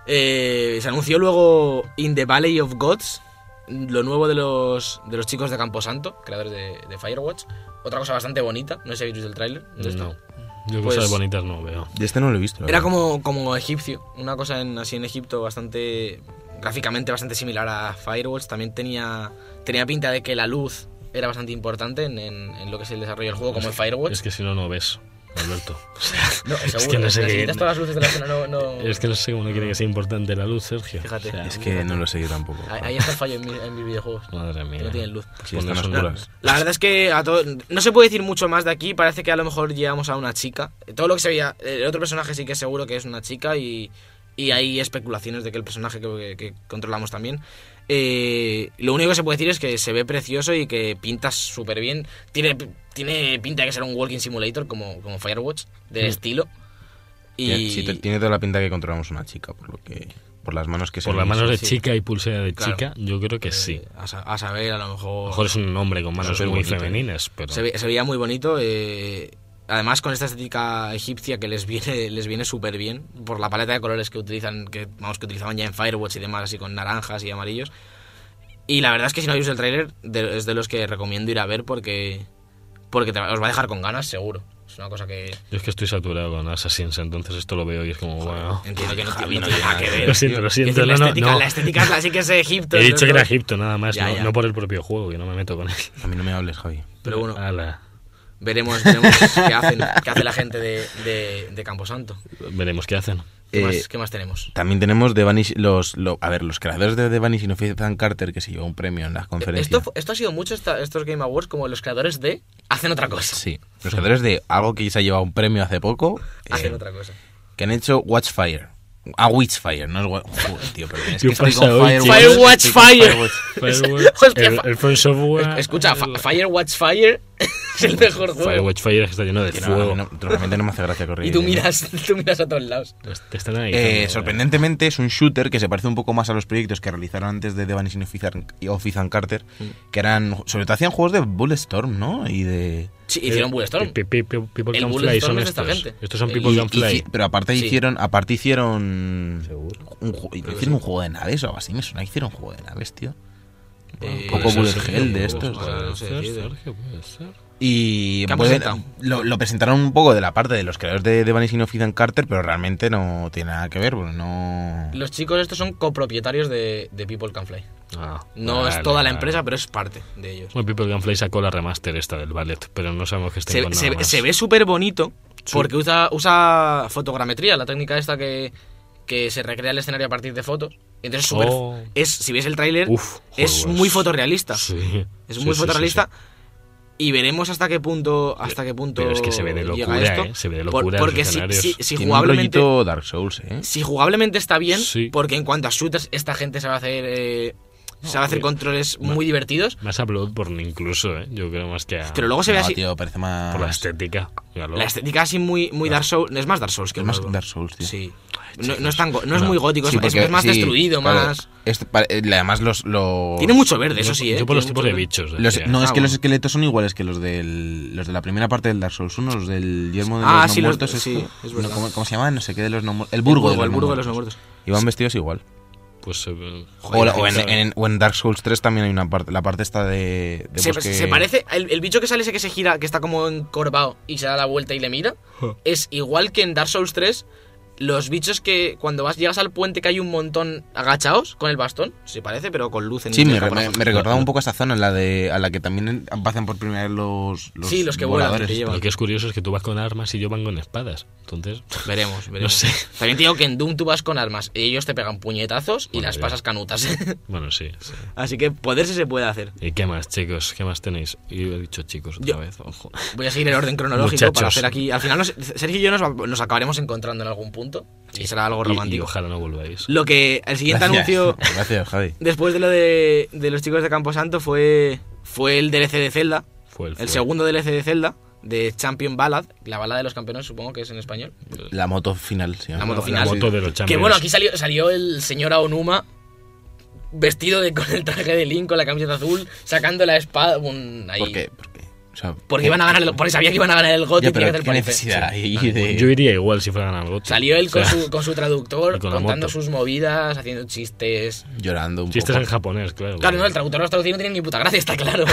D: Eh, se anunció luego In the Valley of Gods, lo nuevo de los, de los chicos de Camposanto, creadores de, de Firewatch. Otra cosa bastante bonita, no sé si habéis visto el tráiler. de esto.
B: No. Yo
D: Pues-
B: cosas bonitas no veo.
C: De este no lo he visto. la
D: Era
C: verdad.
D: como, como egipcio, una cosa en, así en Egipto bastante gráficamente bastante similar a Firewatch. También tenía, tenía pinta de que la luz era bastante importante en, en- en lo que es el desarrollo del juego, como en Firewatch.
B: Es que si no, no ves, Alberto.
D: no, seguro,
B: que no sé
D: si
B: qué-
D: quitas todas las luces de la zona, no. no-
B: es que no sé cómo no quiere que sea importante la luz, Sergio.
D: Fíjate.
C: Es que no lo sé yo tampoco.
D: Ahí ahí está el fallo en, mi- en mis videojuegos.
B: Madre
D: que
B: mía.
D: No tienen luz.
C: Sí,
B: Pones
C: están
B: un-
C: oscuras.
D: La verdad es que a todo- no se puede decir mucho más de aquí. Parece que a lo mejor llegamos a una chica. Todo lo que se veía. El otro personaje sí que es seguro que es una chica. Y, y hay especulaciones de que el personaje que, que controlamos también. eh, lo único que se puede decir es que se ve precioso y que pinta súper bien. Tiene, tiene pinta de que será un walking simulator como, como Firewatch, del estilo. Y
C: Tiene- sí, te- tiene toda la pinta que controlamos una chica, por lo que por las manos que se
B: Por las
C: ven,
B: manos de
D: sí.
B: chica y pulsera de
D: Claro.
B: chica, yo creo que sí.
D: eh, a, sa- a saber, a lo
B: A
D: mejor.
B: lo mejor es un hombre con manos
C: Súper
B: muy
C: bonito.
B: femeninas, pero.
D: Se, ve- se veía muy bonito. eh, además, con esta estética egipcia que les viene, les viene súper bien. Por la paleta de colores que utilizan, que vamos, que utilizaban ya en Firewatch y demás, así con naranjas y amarillos. Y la verdad es que si no habéis visto el tráiler, de- es de los que recomiendo ir a ver porque. Porque te va- os va a dejar con ganas, seguro. Es una cosa que.
B: Yo es que estoy saturado con Assassins, entonces esto lo veo y es como, bueno.
D: Entiendo que no,
C: Javi,
D: tiene- no
C: no
D: tiene
C: tiene
D: nada
C: nada
D: que
C: que
D: ver.
B: Lo siento, lo
D: Quiero decir,
B: siento,
D: la,
B: no, no,
D: estética,
B: no.
D: la estética es la- sí que es de Egipto.
B: He
D: es
B: dicho que
D: verdad.
B: era Egipto, nada más,
D: Ya,
B: no,
D: ya.
B: no por el propio juego, yo no me meto con él.
C: A mí no me hables, Javi.
D: Pero bueno,
B: Ala.
D: veremos, veremos qué, hacen, qué hace la gente de, de, de Camposanto.
B: Veremos qué hacen.
D: ¿Qué,
C: Eh,
D: más, qué más tenemos?
C: También tenemos The Vanish, los, lo- a ver, los creadores de The Vanishing of Ethan Carter que se llevó un premio en las conferencias.
D: ¿E-, Esto, fu- esto ha sido mucho esta- estos Game Awards, como los creadores de hacen otra cosa.
C: Sí, los creadores de algo que se ha llevado un premio hace poco,
D: Hacen
C: eh,
D: otra cosa.
C: que han hecho Watchfire. A Witchfire, no es wa- Joder, tío, perdón, es
B: ¿Qué
C: que estoy
B: pasa
C: con
B: hoy,
C: Firewatch,
B: tío?
D: Firewatch
C: estoy con
D: Fire.
C: Firewatch.
B: Firewatch,
D: Hostia,
B: el,
D: fa-
B: el From Software.
D: Es- Escucha,
B: el-
D: Fa- Firewatch Fire es el mejor juego.
B: Firewatch Fire está lleno de
C: Que no,
B: fuego.
C: no, no, realmente no me hace gracia correr.
D: Y tú miras, tú miras a todos lados.
B: Pues Te están ahí.
C: Eh, sorprendentemente es un shooter que se parece un poco más a los proyectos que realizaron antes de The Vanishing of Ethan- of Ethan Carter,
D: Mm.
C: que eran, sobre todo hacían juegos de Bulletstorm, ¿no? Y de...
D: Sí,
C: Eh,
D: hicieron Bulletstorm.
B: Pe- pe- pe- People
D: El
B: Can Fly
D: Bulletstorm
B: son
D: es esta
B: estos.
D: gente. Eh,
B: Estos son
D: Y-
B: People Can
C: Y- y-
B: Fly.
C: pero aparte
D: Sí.
C: hicieron, aparte hicieron
B: Seguro.
C: un, ju- hicieron un juego de naves o algo así, me suena que hicieron un juego de naves, tío.
B: Ah,
D: Eh,
C: poco
D: eso
C: bullet
D: sí,
C: hell de
D: pues,
C: estos.
D: pues, no sé
B: Puede ser,
D: decirte.
B: Sergio, puede ser.
C: Y
D: ¿Qué han
C: pueden-
D: presentado?
C: lo, lo presentaron un poco de la parte de los creadores de, de Vanishing of Ethan Carter, pero realmente no tiene nada que ver, porque no...
D: Los chicos estos son copropietarios de, de People Can Fly.
B: Ah,
D: No
B: vale,
D: es toda la
B: vale.
D: empresa, pero es parte de ellos.
B: Bueno, People Can Fly sacó la remaster esta del ballet, pero no sabemos que esté
D: Se,
B: con
D: se-
B: nada más.
D: se ve súper bonito porque usa, usa fotogrametría, la técnica esta que, que se recrea el escenario a partir de fotos. Entonces, es súper-
B: Oh.
D: es, si ves el tráiler,
B: Uf,
D: es
B: joder,
D: muy
B: es-
D: fotorrealista.
B: Sí.
D: Es
B: Sí,
D: muy
B: sí,
D: fotorrealista.
B: sí,
D: Y veremos hasta qué punto hasta qué punto
B: pero es que se ve de
D: llega
B: locura,
D: esto.
B: ¿eh? Se ve de
D: Por-
B: locura
D: porque
B: esos
D: si,
B: escenarios.
D: si- si
C: tiene un
D: jugablemente
C: rollito Dark Souls, ¿eh?
D: si jugablemente está bien,
B: Sí.
D: porque en cuanto a shooters, esta gente sabe hacer, eh, sabe hacer
B: bien.
D: controles
B: Ma-
D: muy divertidos.
B: sí. Más a Bloodborne incluso, ¿eh? Yo creo más que a...
D: Pero luego se ve
C: No,
D: así.
C: tío, parece más...
B: Por la estética. míralo.
D: La estética así muy, muy Dark Souls. Es más Dark Souls que
C: es más
D: Bloodborne.
C: Dark Souls, tío.
D: Sí. No, no es, tan, go- no es
B: No.
D: muy gótico, es-
C: Sí,
D: es,
C: porque-
D: es más
C: sí,
D: destruido,
C: claro.
D: más.
C: Esto pare- eh, además los, los-
D: Tiene mucho verde,
B: Yo-
D: eso sí, ¿eh?
B: Yo por los
D: Tiene
B: tipos
D: mucho
B: de
D: verde.
B: bichos.
C: los-
B: decía.
C: no, es
D: Ah,
C: que
D: bueno.
C: los esqueletos son iguales que los del, los de la primera parte del Dark Souls 1, los del yermo de
D: Ah,
C: los
D: sí,
C: no
D: los-
C: muertos.
D: sí,
C: esto.
D: es verdad.
C: No, ¿cómo, cómo se llama? No sé qué de los no muertos. El burgo,
D: el burgo de los no
C: muertos.
D: muertos.
C: Y van vestidos igual.
B: Pues... eh,
C: O, la- o en,
D: sí.
C: en- o en Dark Souls 3 también hay una parte, la parte esta de... de pues
D: Se,
C: bosque-
D: pues, se parece. El, el bicho que sale ese que se gira, que está como encorvado y se da la vuelta y le mira, es igual que en Dark Souls 3. Los bichos que cuando vas llegas al puente que hay un montón agachados con el bastón, se parece, pero con luz en
C: Sí, me,
D: en la
C: me-
D: coraza.
C: me recordaba un poco a esa zona, la de, a la que también pasan por primera vez los, los
D: Sí, los que vuelan, que llevan.
B: Lo que es curioso es que tú vas con armas y yo van con espadas. Entonces...
D: Veremos, veremos.
B: sé.
D: También te digo que en Doom tú vas con armas y ellos te pegan puñetazos y
B: Bueno,
D: las
B: ya.
D: pasas canutas.
B: Bueno, sí, sí.
D: Así que poderse se puede hacer.
B: ¿Y qué más, chicos? ¿Qué más tenéis? Yo he dicho chicos otra
D: Yo-
B: vez, ojo.
D: Voy a seguir el orden cronológico para
B: Muchachos.
D: hacer aquí. Al final, nos- Sergio y yo nos, va- nos acabaremos encontrando en algún punto y será algo
B: Y- Y,
D: romántico.
B: ojalá no volváis.
D: Lo que. El siguiente
C: Gracias.
D: este anuncio
C: Gracias, Javi.
D: después de lo de, de los chicos de Camposanto fue. Fue el DLC de Zelda.
B: Fue el,
D: El
B: fue.
D: segundo DLC de Zelda de Champion Ballad. La balada de los campeones, supongo que es en español.
C: La moto final, sí.
D: La moto
B: La
D: final.
B: moto de los champions.
D: Que bueno, aquí salió, salió el señor Aonuma vestido de, con el traje de Link, con la camiseta azul, sacando la espada. un- ahí.
C: ¿Por qué? ¿Por qué? O sea,
D: Porque iban a ganar el- porque sabía que iban a ganar el GOT
C: Ya,
D: y tenía que
C: pero
D: hacer
C: ¿qué
D: parecer.
C: necesidad hay de-
B: Yo iría igual si fuera algo.
D: Salió él con,
B: o sea,
D: su, con su traductor,
B: y con la
D: contando
B: moto.
D: sus movidas, haciendo chistes.
C: llorando un
B: Chistes
C: poco.
B: en japonés, claro.
D: Claro, no, el traductor los traducidos no tiene ni puta gracia, está claro.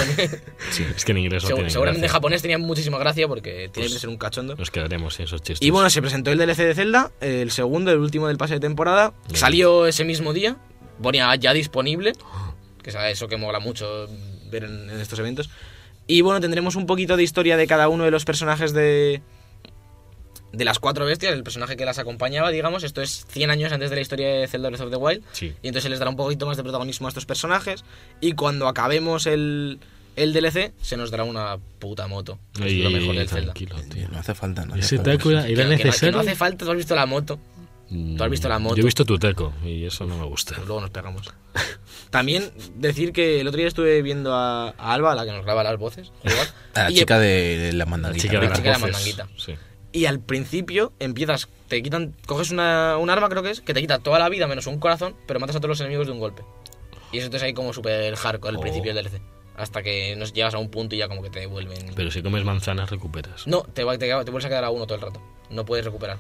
B: Sí, es que en inglés no
D: Segu-
B: tienen
D: seguramente
B: gracia.
D: en
B: Pues
D: japonés tenían muchísima gracia porque tiene que ser un cachondo.
B: Nos quedaremos sin esos chistes.
D: Y bueno, se presentó el DLC de Zelda, el segundo, el último del pase de temporada.
B: Bien.
D: Salió ese mismo día, ponía ya disponible, que es eso que mola mucho ver en, en estos eventos. Y bueno, tendremos un poquito de historia de cada uno de los personajes de, de las cuatro bestias, el personaje que las acompañaba, digamos. Esto es 100 años antes de la historia de Zelda Breath of the Wild.
B: Sí.
D: Y entonces se les dará un poquito más de protagonismo a estos personajes. Y cuando acabemos el, el DLC, se nos dará una puta moto. que
B: Ey,
D: es lo
B: ey,
D: mejor
B: ey,
D: del Zelda.
B: tranquilo, tío.
C: Tío, Eh, No hace falta, no hace
B: Ese
C: falta
B: taco
C: eso.
B: era,
D: Que- que
B: era
D: no- que
B: necesario.
D: no hace falta, tú has visto la moto.
B: Mm,
D: tú has visto la moto. Pues
B: Yo he visto tu teco y eso no me gusta.
D: Luego nos pegamos. También decir que el otro día estuve viendo a, a Alba, la que nos graba las voces, jugar,
C: A la
D: y,
C: chica de, de la mandarina.
B: Chica de
D: la
B: las
D: chica de la
B: voces.
D: mandanguita.
B: Sí.
D: y al principio empiezas, te quitan, coges una, un arma creo que es, que te quita toda la vida menos un corazón, pero matas a todos los enemigos de un golpe. Y eso te es ahí como súper hardcore el
B: Oh.
D: principio del DLC. Hasta que nos llegas a un punto y ya como que te devuelven.
B: Pero si comes manzanas recuperas.
D: No, te, va- te, te vuelves a quedar a uno todo el rato. No puedes recuperar.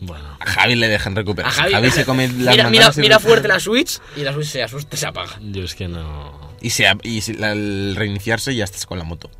B: Bueno.
C: A Javi le dejan recuperar.
D: A Javi-
C: se come las
D: mira, mira,
C: manzanas y-
D: mira fuerte la Switch y la Switch se asusta y se apaga.
B: Yo es que no.
C: Y, se, y se- la- al reiniciarse ya estás con la moto.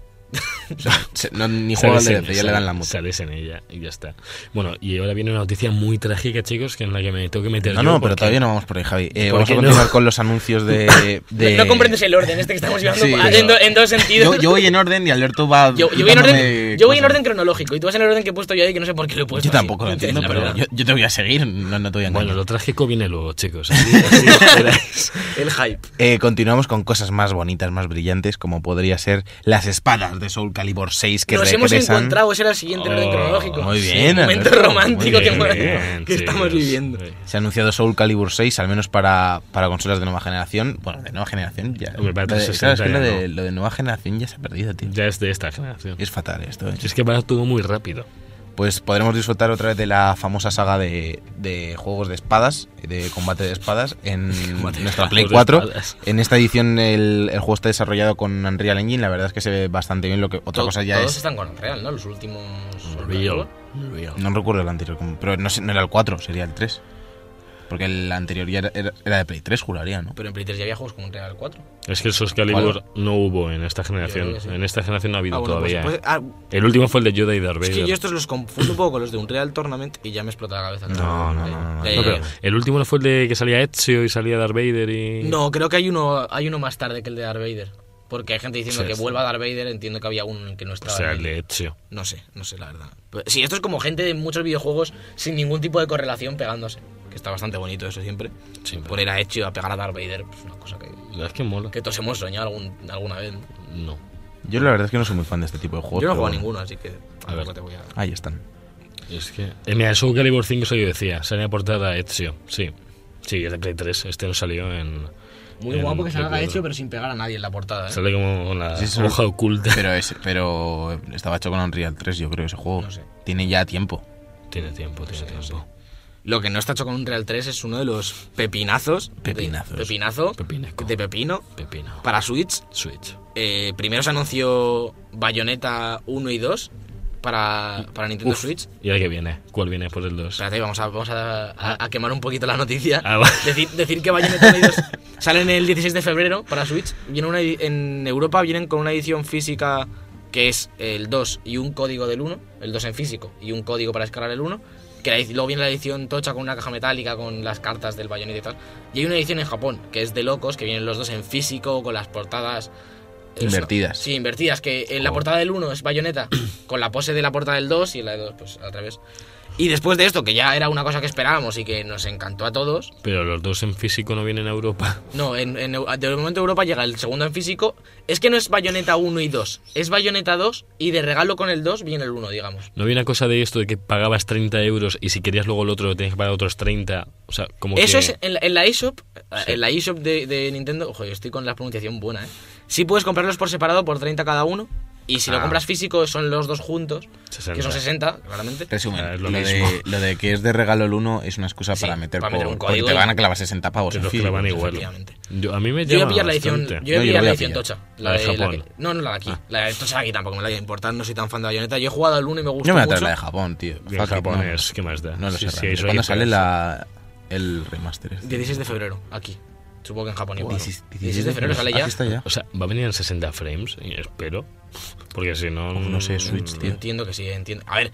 C: O sea, se- no, ni juega al
B: Sales en-
C: DLC, ya le dan la moto.
B: Sales en ella y ya está. Bueno, y ahora viene una noticia muy trágica, chicos, que en la que me tengo que meter.
C: No,
B: yo
C: no, pero
B: porque-
C: todavía no vamos por ahí, Javi. Eh,
B: ¿Por
C: vamos a
B: qué no?
C: continuar con los anuncios de. de-
D: No, no comprendes el orden este que estamos llevando
C: Sí,
D: ah,
C: pero-
D: en, do- en dos
C: Yo,
D: sentidos.
C: yo voy en orden y Alberto va.
D: Yo, yo voy en
C: quitándome
D: orden, yo voy en orden
C: cosas.
D: Pues, cronológico y tú vas en el orden que he puesto yo ahí que no sé por qué lo he puesto.
C: Yo
D: así.
C: tampoco lo entiendo,
D: La
C: pero
D: verdad.
C: yo, yo te voy a seguir, no, no te voy a engañar.
B: Bueno, lo trágico viene luego, chicos. Así- así os esperáis.
D: El hype.
C: Eh, continuamos con cosas más bonitas, más brillantes, como podría ser las espadas de Soul Calibur 6 que
D: Nos hemos
C: regresan.
D: encontrado, ese era el siguiente orden
B: Oh,
D: cronológico.
C: muy
D: Sí,
C: bien,
D: momento
C: Alberto,
D: romántico
C: muy
D: que,
C: bien,
D: hemos-
B: bien,
D: que estamos
B: chicos.
D: viviendo.
B: Sí.
C: Se ha anunciado Soul Calibur 6, al menos para, para consolas de nueva generación. Bueno, de nueva generación ya.
B: Hombre, para
C: Lo de-
B: 360
C: claro, es que lo
B: ya
C: de, lo de nueva generación ya se ha perdido, tío.
B: Ya es de esta generación.
C: Es fatal esto. ¿eh?
B: Si es que va todo muy rápido.
C: Pues podremos disfrutar otra vez de la famosa saga de, de juegos de espadas, de combate de espadas, en nuestra Play
B: de
C: 4.
B: espadas.
C: En esta edición el, el juego está desarrollado con Unreal Engine, la verdad es que se ve bastante bien. Lo que otra
D: To-
C: cosa ya
D: Todos
C: es.
D: están con Real, ¿no? Los últimos.
B: Real. Real.
C: No recuerdo el anterior, como- pero no, sé- no era el 4, sería el 3. Porque el anterior ya era, era- era de Play 3, juraría, ¿no?
D: Pero en Play 3 ya había juegos como un Real 4.
B: Es que el Soul Calibur no hubo en esta generación.
D: Yo creo que sí.
B: En esta generación no ha habido
D: Ah, bueno, pues-
B: todavía.
D: pues-
B: ¿eh?
D: ah,
B: El último fue el de Yoda y Darth
D: es
B: Vader.
D: que yo estos los confundo un poco con los de un Real Tournament y ya me explota la cabeza.
C: No, no, no, no, no.
D: Ya, ya,
B: No,
D: ya.
B: pero el último no fue el de que salía Ezio y salía Darth Vader y...
D: No, creo que hay uno, hay uno más tarde que el de Darth Vader. Porque hay gente diciendo
B: Sí,
D: que
B: sí.
D: vuelva Darth Vader, entiendo que había uno en el que no
B: O
D: estaba.
B: sea,
D: Darth
B: el
D: Vader.
B: de Ezio.
D: No sé, no sé, la verdad. Pero sí, esto es como gente de muchos videojuegos sin ningún tipo de correlación pegándose. Que está bastante bonito eso siempre.
B: Siempre.
D: Poner a Hecho a pegar a Darth Vader, pues una cosa que,
B: La verdad es que mola.
D: que todos hemos soñado algún, alguna vez. ¿no?
B: No.
C: Yo la verdad es que no soy muy fan de este tipo de juegos.
D: Yo no he jugado
C: pero
D: a
C: bueno.
D: ninguno, así que
B: A ver.
D: tampoco te voy a...
C: Ahí están.
B: Es que... Eh, mira, el Soul Calibur 5 eso yo decía. Salía portada Ezio. Sí. Sí, es de Play 3. Este no salió en...
D: Muy
B: en
D: guapo que se
B: Play
D: haga
B: 4.
D: Hecho, pero sin pegar a nadie en la portada. ¿eh?
B: Sale como con la
C: Sí, sí.
B: hoja oculta.
C: Pero, es, pero estaba hecho con Unreal 3, yo creo, ese juego.
D: No sé.
C: Tiene ya tiempo.
B: Tiene tiempo, tiene tiempo.
D: Lo que no está hecho con un Real 3 es uno de los pepinazos. de-
C: Pepinazos.
D: pepinazo.
B: Pepinesco.
D: De pepino.
B: Pepino.
D: Para Switch.
B: Switch.
D: Eh, primero se anunció Bayonetta 1 y 2 para, para Nintendo Switch.
B: ¿Y ahora qué viene? ¿Cuál viene por el 2?
D: Espérate, vamos a, vamos a, a- a quemar un poquito la noticia.
B: Ah, va.
D: Decir, decir que Bayonetta 1 y 2 salen el 16 de febrero para Switch. Viene una, edi- en Europa vienen con una edición física que es el 2 y un código del 1, el 2 en físico y un código para escalar el 1. Que la edi- luego viene la edición tocha con una caja metálica con las cartas del Bayonetta y tal. Y hay una edición en Japón que es de locos, que vienen los dos en físico con las portadas es-
C: Invertidas.
D: sí, invertidas. Que en la
B: Oh.
D: portada del 1 es bayoneta, con la pose de la portada del 2 y la del 2, pues al revés. Y después de esto, que ya era una cosa que esperábamos y que nos encantó a todos.
B: Pero los dos en físico no vienen a Europa.
D: No, en, en Eu- de momento Europa llega el segundo en físico. Es que no es bayoneta 1 y 2, es bayoneta 2 y de regalo con el 2 viene el 1, digamos.
B: ¿No había una cosa de esto de que pagabas 30 euros y si querías luego el otro tenías que pagar otros 30? O sea, como
D: Eso
B: que...
D: es en la, en la eShop, en la eShop de, de Nintendo. Ojo, yo estoy con la pronunciación buena, ¿eh? Sí puedes comprarlos por separado por 30 cada uno. Y si lo
B: Ah.
D: compras físico son los dos juntos, que
B: 60.
D: son 60, claramente.
C: Resumen,
B: Ah, es
C: lo,
B: lo
C: de,
B: mismo.
C: lo de que es de regalo el 1 es una excusa
D: Sí,
C: para meter,
D: para meter
C: por-
D: un
C: porque
D: código
C: te
D: y-
C: van a clavar 60 pavos
B: Te
C: en
B: los
C: físico.
B: clavan igual.
D: efectivamente.
B: Yo, a mí me
D: Yo voy a
B: llama
D: pillar la edición,
B: bastante.
D: yo voy a
C: No, yo
D: pillar
C: voy
D: la
C: a
D: edición
C: pillar.
D: tocha.
B: La de
D: que-
B: Japón.
D: no, no la de aquí.
C: Ah.
D: La de tocha de aquí tampoco me la voy a importar, no soy tan fan de Bayonetta. Yo he jugado al 1 y me gusta
C: Yo me voy a
D: mucho.
C: traer la de Japón, tío.
B: Y en
C: Fuck it,
B: japonés, ¿qué más da?
C: No, no lo
B: Sí,
C: sé.
B: sí,
C: realmente.
B: eso hay
C: ¿Cuándo
B: que
C: sale
B: pegarse.
C: la, el remaster? este?
D: 16 de febrero, aquí. Supongo que en Japón igual. ¿no?
C: 16
D: 16 de febrero sale
C: Ah,
D: ya.
C: que está ya.
B: O sea, va a venir en 60 frames, Y espero. Porque si no...
C: Pues
B: mm,
C: no sé, Switch, tío.
D: Entiendo que sí, entiendo. A ver,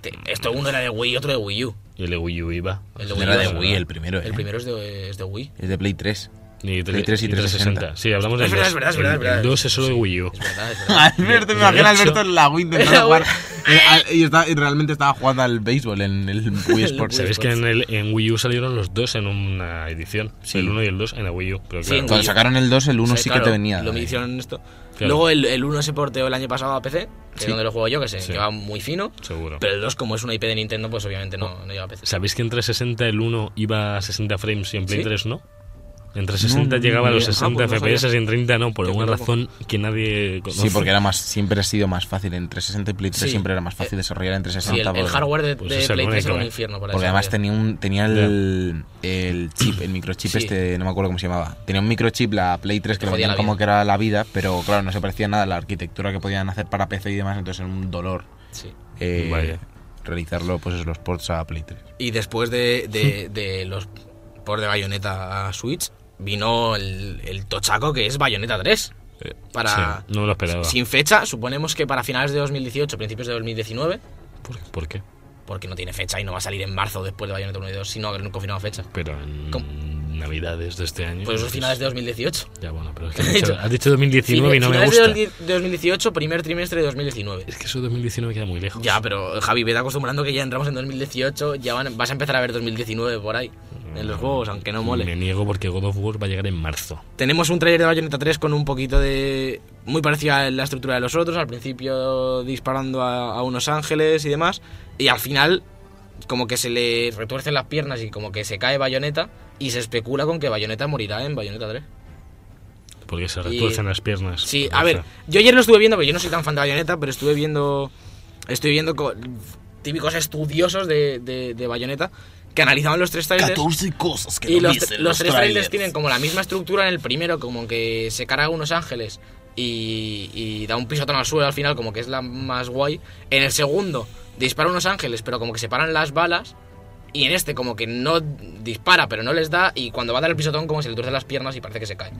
D: te- esto uno era de Wii y otro de Wii U.
B: Y el de Wii U iba.
D: El de
C: No
D: Wii
C: era
D: U
C: de
D: es
C: Wii
D: verdad.
C: el primero,
D: El
C: eh.
D: primero es de, es de Wii.
C: Es de Play 3.
B: Y
C: Play 3 y 360.
B: Sí, hablamos de
D: Es verdad, es verdad, es verdad, es verdad.
B: El 2 es solo de Wii U.
D: Es verdad, es verdad.
C: Alberto, me
B: Yo-
C: imagino a
B: yo-
C: Alberto en la Wii
D: Era
C: intentando jugar.
D: Wii.
C: eh, al- Y, estaba- y realmente estaba jugando al béisbol en el Wii Sports.
B: Sabéis que en, el, en Wii U salieron los dos en una edición.
C: Sí.
B: El 1 y el 2 en la Wii U. Pero
D: Sí,
B: claro,
D: en
C: Cuando
D: Wii U.
C: sacaron el 2, el 1
D: O sea,
C: sí que
D: claro,
C: te venía.
D: Lo me
C: eh.
D: hicieron esto.
B: Claro.
D: Luego el, el 1 se porteó el año pasado a PC, que
C: Sí.
D: es donde lo juego yo, que, se,
B: Sí.
D: que va muy fino.
B: seguro.
D: Pero el 2, como es una IP de Nintendo, pues obviamente
C: Oh.
D: no, no lleva a PC.
B: ¿Sabéis que en 360 el 1 iba a 60 frames y en Play
D: ¿Sí?
B: 3 no? En 360
C: No,
B: llegaba a los
C: ni idea.
B: 60
D: Ah, pues no
B: FPS y
D: sabía.
B: en 30 no, por
D: Qué
B: alguna
D: loco.
B: razón que nadie conoce.
C: Sí, porque era más, siempre ha sido más fácil. Entre 60 y Play 3
D: Sí. Eh,
C: siempre era más fácil desarrollar entre
D: Sí,
C: 60.
D: el, el
C: porque-
D: hardware de,
B: Pues
D: de
B: es el
D: Play 3 era
B: único,
D: un
B: eh.
D: infierno para
C: Porque además
D: desarrollar.
C: tenía, un, tenía el, el chip, el microchip
D: Sí.
C: este, no me acuerdo cómo se llamaba. Tenía un microchip, la Play 3, que
D: Te
C: lo
D: jodía
C: vendían
D: la
C: como
D: vida.
C: que era la vida, pero claro, no se parecía nada a la arquitectura que podían hacer para PC y demás, entonces era un dolor
D: Sí.
C: eh,
B: Vaya.
C: realizarlo, pues eso, los ports a Play 3.
D: Y después de, de, de los por de Bayonetta a Switch, vino el, el tochaco que es Bayonetta 3.
B: Eh,
D: Para-
B: sí, no me lo esperaba.
D: Sin fecha, suponemos que para finales de 2018, principios de 2019,
B: ¿Por, por qué?
D: porque no tiene fecha y no va a salir en marzo después de Bayonetta 1 y 2, sino que no han confirmado fecha.
B: Pero en
D: ¿Cómo?
B: Navidades de este año.
D: Pues eso es finales de 2018.
B: Ya bueno, pero es que has dicho, has dicho 2019 y no me
D: finales
B: gusta.
D: de 2018, primer trimestre de 2019.
B: Es que eso 2019 queda muy lejos.
D: Ya, pero Javi, vete acostumbrando que ya entramos en 2018, ya van- vas a empezar a ver 2019 por ahí, en los juegos, aunque no mole.
B: Me niego porque God of War va a llegar en marzo.
D: Tenemos un trailer de Bayonetta 3 con un poquito de. muy parecido a la estructura de los otros. Al principio disparando a, a unos ángeles y demás. Y al final, como que se le retuercen las piernas y como que se cae Bayonetta. Y se especula con que Bayonetta morirá en Bayonetta 3.
B: Porque se retuercen las piernas.
D: Sí,
B: Pero,
D: a ver,
B: o sea,
D: yo ayer lo estuve viendo, pero yo no soy tan fan de Bayonetta, pero estuve viendo. Estoy viendo co- típicos estudiosos de, de, de Bayonetta que analizaban los tres trailers.
C: cosas que
D: Y los, los tres trailers tienen como la misma estructura en el primero, como que se carga unos ángeles y, y da un pisotón al suelo al final, como que es la más guay. En el segundo dispara unos ángeles, pero como que separan las balas Y en este como que no dispara, pero no les da. Y cuando va a dar el pisotón como se le tuerce las piernas y parece que se cae.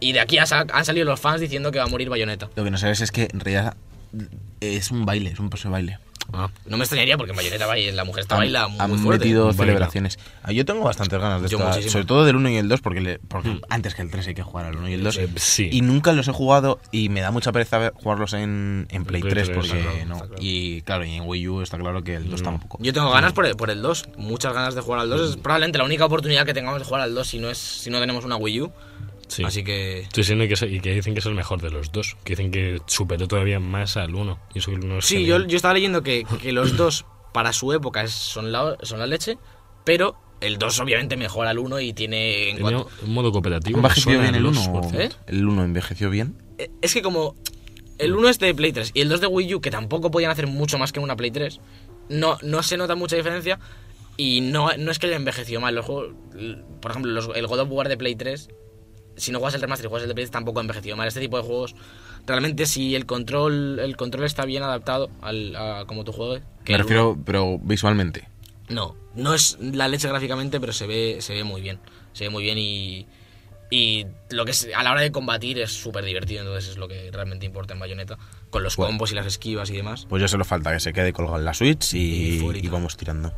D: Y de aquí ha sa- han salido los fans diciendo que va a morir Bayonetta.
C: Lo que no sabes es que en realidad mm, es un baile, es un paso de baile.
B: Ah,
D: No me extrañaría porque en Bayonetta baila- la mujer está
C: Han-
D: baila muy,
C: han
D: muy fuerte.
C: metido
B: Baila.
C: celebraciones. Ah, Yo tengo bastantes ganas de
D: Yo
C: esta,
D: muchísimo. Mm.
C: sobre todo del 1 y el 2, porque, le- porque antes que el 3 hay que jugar al 1 y el 2.
B: Eh, sí.
C: Y nunca los he jugado y me da mucha pereza ver- jugarlos en, en Play
B: Play
C: 3
B: 3,
C: porque
B: está claro,
C: no.
B: está claro.
C: Y claro, y en Wii U está claro que el 2
B: No.
C: tampoco.
D: Yo tengo ganas por el, por el 2, muchas ganas de jugar al 2. Es probablemente la única oportunidad que tengamos de jugar al 2 si no, es, si no tenemos una Wii U.
B: sí.
D: Así que...
B: Estoy diciendo que, es- y que dicen que es el mejor de los dos. Que dicen que superó todavía más al uno. Y eso que el uno es
D: Sí, yo,
B: Pues genial.
D: yo estaba leyendo que, que los dos, para su época, es- son la, son la leche, pero el 2 obviamente mejora al 1 y tiene... en
B: Tenía
D: cuanto-
B: un modo cooperativo.
C: ¿Envejeció
B: suena
C: bien el
B: los
C: 1?
B: por-
D: ¿Eh?
C: ¿El 1 envejeció bien?
D: Eh, Es que como el 1 es de Play 3 y el 2 de Wii U, que tampoco podían hacer mucho más que una Play 3, no, no se nota mucha diferencia y no, no es que haya envejecido mal. Los juegos, l- por ejemplo, los- el God of War de Play 3, si no juegas el remaster y juegas el de Play 3, tampoco ha envejecido mal. Este tipo de juegos, realmente si el control, el control está bien adaptado al, a como tú juegues... que
C: Me
D: el
C: refiero, pero visualmente.
D: no, no es la leche gráficamente, pero se ve, se ve muy bien. Se ve muy bien y, y lo que es, a la hora de combatir es súper divertido, entonces es lo que realmente importa en Bayonetta, con los
C: Bueno.
D: combos y las esquivas y demás.
C: Pues ya solo falta que se quede colgado en la Switch
D: Y
C: y,
D: fuera.
C: y vamos tirando.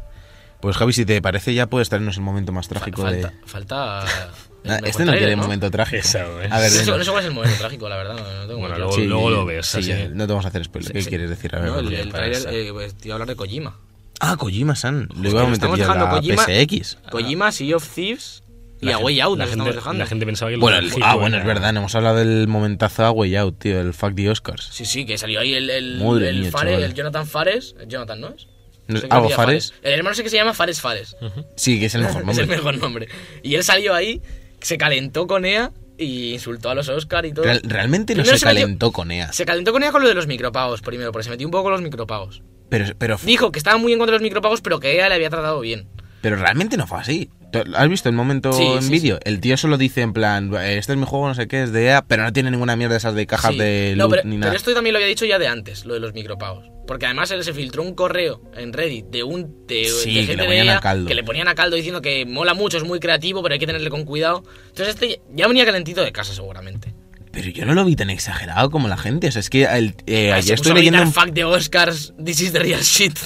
C: Pues Javi, si te parece, ya puedes traernos el momento más
D: Fa-
C: trágico de.
D: falta, falta...
C: Nah,
D: el
C: este no
D: trailer,
C: quiere momento trágico.
B: Eso es.
C: A ver,
D: No sé,
C: venga.
D: no sé cuál eh. es el momento trágico, la verdad. No, no tengo muy
B: Bueno,
D: claro.
B: luego- lo ves,
C: sí,
B: así
C: ya,
B: que-
C: no te vamos a hacer spoiler. ¿Qué
D: Sí, sí.
C: quieres decir? A ver,
D: No, el,
C: porque
D: el
C: para
D: trailer,
C: esa-
D: eh, pues, te iba a hablar de Kojima.
C: Ah, Kojima-san. Lo
D: es
C: iba a
D: que
C: meter
D: estamos
C: yo a la
D: dejando Kojima-
C: PSX.
D: Kojima, Sea of Thieves y
B: Ah. La
D: a Way
B: gente-
D: Out
B: la
D: nos
B: gente-
D: estamos dejando.
B: La gente pensaba que el
C: Bueno, el-
B: Halo
C: ah, bueno,
B: era-
C: es verdad. No hemos hablado del momentazo a Way Out, tío. El fuck the Oscars.
D: Sí, sí, que salió ahí el, el,
C: Madre
D: el
C: mía,
D: Fares,
C: chaval.
D: el Jonathan Fares. el Jonathan, ¿no es?
C: No,
D: sé qué
C: algo
D: apellido
C: Fares.
D: El hermano sé que se llama Fares Fares.
C: Sí, que es el mejor
D: es el
C: nombre.
D: mejor nombre. Y él salió ahí, se calentó con EA y insultó a los Oscar y todo.
C: Real- realmente no
D: Primero se
C: se
D: metió-
C: calentó con E EA.
D: Se calentó con EA con lo de los micropagos primero, porque se metió un poco con los micropagos.
C: Pero, pero,
D: Dijo que estaba muy en contra de los micropagos, pero que EA le había tratado bien.
C: pero realmente no fue así. ¿Tú ¿Has visto el momento
D: Sí,
C: en
D: sí,
C: vídeo? El tío solo dice en plan, este es mi juego, no sé qué, es de EA, pero no tiene ninguna mierda esas de cajas
D: Sí.
C: de
D: No,
C: loot
D: pero,
C: ni
D: pero
C: nada.
D: esto también lo había dicho ya de antes, lo de los micropagos. Porque además él se filtró un correo en Reddit de un de,
C: Sí,
D: de
C: que
D: gente
C: le
D: de
C: ponían a
D: EA
C: caldo.
D: que le ponían a caldo diciendo que mola mucho, es muy creativo, pero hay que tenerle con cuidado. Entonces este ya venía calentito de casa seguramente.
C: Pero yo no lo vi tan exagerado como la gente. O sea, es que el- eh,
D: Ah, se
C: ayer
D: puso
C: estoy
D: a
C: leyendo.
D: gritar,
C: un-
D: "Fuck de Oscars, this is the real shit.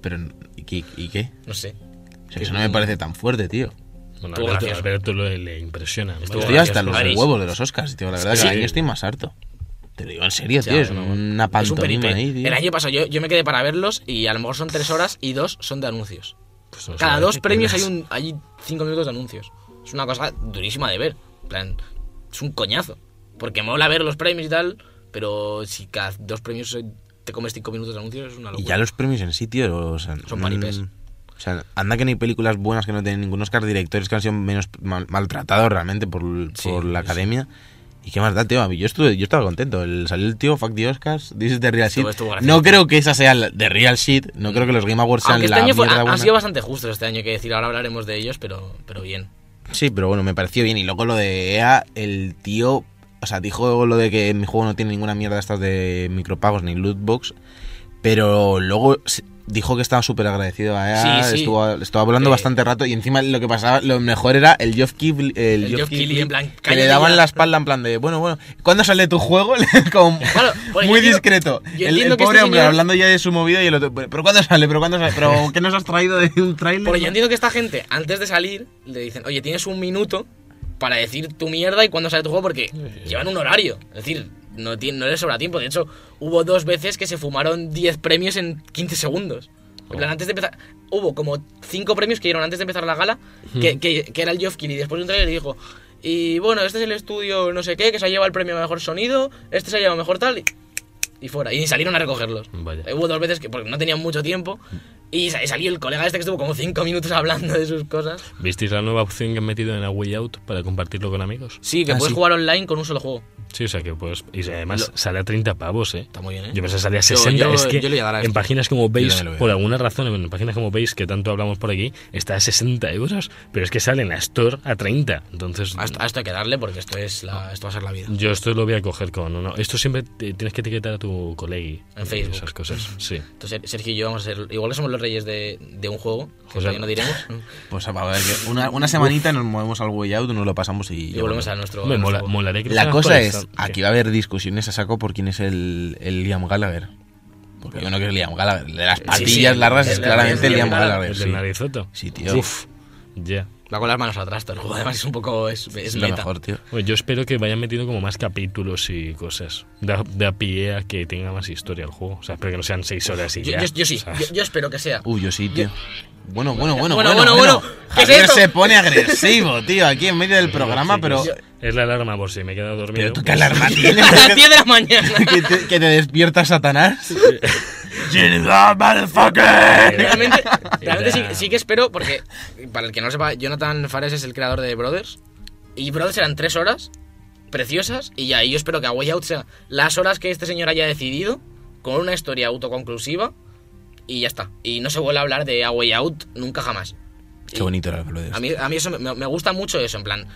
C: Pero, ¿y qué? ¿Y qué?
D: No sé.
C: O sea, eso no me parece tan fuerte, tío.
B: Bueno, Alberto,
D: Estuvo gracioso.
B: Alberto le, le impresiona.
D: Estuvo
B: Vaya,
C: Estoy hasta
D: gracioso,
C: los
D: París.
C: huevos de los Oscars, tío. La verdad,
D: Sí.
C: cada año estoy más harto. Te lo digo en serio,
D: Ya,
C: tío. Es
D: bueno,
C: una
D: Es un
C: pantomima
D: peripé.
C: ahí, tío.
D: El año pasado yo, yo me quedé para verlos y a lo mejor son tres horas y dos son de anuncios.
B: pues no
D: Cada
B: sé,
D: dos
B: ¿qué
D: premios hay
B: crees?
D: un hay cinco minutos de anuncios. Es una cosa durísima de ver. En plan, es un coñazo. Porque mola ver los premios y tal, pero si cada dos premios eh, te comes cinco minutos de anuncios es una
C: Y
D: locura.
C: ya los premios en sí, tío. o sea,
D: Son
C: mm,
D: paripés.
C: O sea, anda que no hay películas buenas que no tienen ningún Oscar, directores que han sido menos mal- maltratados realmente por,
D: Sí,
C: por la
D: sí.
C: academia. ¿Y qué más da, tío? A mí- Yo, estuve, yo estaba contento. El, salió el tío, fuck the Oscars, this is the real
D: Estuvo-
C: shit.
D: estuvo gracioso.
C: no creo que esa sea la de real shit. No creo que los Game Awards sean
D: Aunque este
C: la
D: año fue-
C: mierda
D: ha- han
C: buena.
D: sido bastante justos este año, hay que decir, ahora hablaremos de ellos, pero, pero bien.
C: Sí, pero bueno, me pareció bien. Y luego lo de EA, el tío, o sea, dijo lo de que mi juego no tiene ninguna mierda estas de micropagos ni lootbox, pero luego se- dijo que estaba súper agradecido a EA,
D: Sí, sí.
C: Estuvo, estuvo hablando
D: Eh,
C: bastante rato y encima lo que pasaba, lo mejor era el Geoff Keighley, el
D: El
C: Geoff
D: Geoff Keighley,
C: Keighley,
D: en plan,
C: que le
D: "Cállate ya".
C: daban la espalda en plan de, bueno, bueno, ¿cuándo sale tu juego? Como
D: Claro, bueno, yo
C: muy
D: digo-
C: discreto.
D: yo
C: El,
D: entiendo
C: el
D: que este
C: pobre hombre
D: señor-
C: hablando ya de su movida y el otro, pero ¿cuándo sale? ¿Pero cuándo sale? ¿Pero qué nos has traído de un tráiler?
D: Porque yo entiendo que esta gente, antes de salir, le dicen, oye, tienes un minuto para decir tu mierda y cuándo sale tu juego, porque llevan un horario. Es decir, no, ti- no les sobra tiempo. De hecho, hubo dos veces que se fumaron 10 premios en 15 segundos. En plan, antes de empezar, hubo como 5 premios que dieron antes de empezar la gala, que, que- que era el Geoff Keighley. Después de un trailer dijo, y bueno, este es el estudio no sé qué, que se ha llevado el premio a mejor sonido, este se ha llevado mejor tal, y, y fuera. Y salieron a recogerlos.
B: Vaya.
D: Eh, Hubo dos veces que porque no tenían mucho tiempo y sa- salió el colega este que estuvo como cinco minutos hablando de sus cosas.
B: ¿Visteis la nueva opción que han metido en A Way Out para compartirlo con amigos?
D: Sí, que
C: Ah,
D: puedes
C: sí.
D: jugar online con un solo juego.
B: Sí, o sea que pues. Y además
D: Lo-
B: sale a 30 pavos, ¿eh?
D: Está muy bien, ¿eh?
B: Yo pensé que salía a
D: Yo-
B: 60.
D: yo-
B: es que
D: yo le llegará
B: en
D: esto.
B: páginas como veis,
C: también lo veo.
B: por alguna razón, en páginas como veis que tanto hablamos por aquí, está a 60 euros, pero es que sale en la Store a 30. Entonces,
D: A esto, a esto hay que darle porque esto, es la, esto va a ser la vida.
B: yo esto lo voy a coger con uno. Esto siempre te- tienes que etiquetar a tu colegui.
D: En
B: y
D: Facebook.
B: Esas cosas, sí.
D: Entonces, Sergio y yo vamos a ser. Igual que somos los reyes de, de un juego, que
B: José-
D: todavía no diremos.
C: Pues a ver, que una, una semanita nos movemos al way out, nos lo pasamos y.
D: y volvemos a nuestro.
B: Me
D: a
B: mola,
D: nuestro-
B: molaré que
C: La
B: tengas
C: cosa
B: por
C: es,
B: esta-
C: aquí
B: ¿Qué?
C: va a haber discusiones a saco por quién es el, el Liam Gallagher. Porque hay uno que es Liam Gallagher. El De las patillas
D: sí,
C: largas
D: el
C: es
D: de-
C: claramente
D: el de-
C: Liam
D: el de-
C: Gallagher.
B: El del
C: sí.
B: narizoto.
C: Sí, tío.
B: Uf, ya.
D: Va con las manos atrás, todo el juego. Además, es un poco. Es, es
C: Es lo
D: meta.
C: mejor, tío.
B: Bueno, Pues yo espero que vayan metiendo como más capítulos y cosas. Da, da pie a que tenga más historia el juego. O sea, espero que no sean seis horas y
D: Yo,
B: ya.
D: yo- yo sí,
B: O sea,
D: yo, yo espero que sea.
C: Uy, yo sí, tío. Bueno, bueno,
D: Bueno,
C: bueno, bueno,
D: bueno,
C: bueno.
D: bueno. ¿Qué es
C: Javier
D: esto?
C: se pone agresivo, tío, aquí en medio del programa, pero...
B: chicos, Es la alarma por si me he quedado dormido.
C: Pero tú qué
B: pues,
C: alarma tienes.
D: A las 10 de la mañana.
C: que, te, que te despierta Satanás. Jesus, motherfucker.
D: Realmente, realmente sí,
B: Era-
D: sí que espero, porque para el que no lo sepa, Jonathan Fares es el creador de Brothers. Y Brothers eran tres horas preciosas. Y ya, y yo espero que a Way Out sea las horas que este señor haya decidido, con una historia autoconclusiva. Y ya está. Y no se vuelve a hablar de A Way Out nunca jamás.
C: Qué bonito era el Brothers.
D: A mí, a mí eso me, me gusta mucho eso, en plan.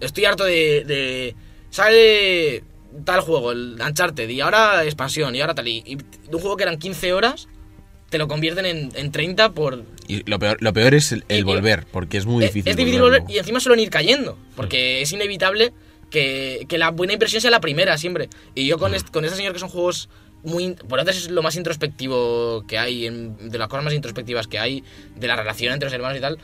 D: Estoy harto de. de- sale tal juego, el Uncharted, y ahora expansión, y ahora tal. Y, y un juego que eran 15 horas, te lo convierten en, en 30 por.
C: Y lo peor, lo peor es el, el
D: Y- y-
C: volver, porque es muy
D: es,
C: difícil.
D: Eh, es difícil
C: volverlo.
D: volver, y encima suelen ir cayendo, porque es inevitable que, que la buena impresión sea la primera siempre. Y yo con, est- con este señor que son juegos muy. in- Por otras es lo más introspectivo que hay, en- de las cosas más introspectivas que hay, de la relación entre los hermanos y tal.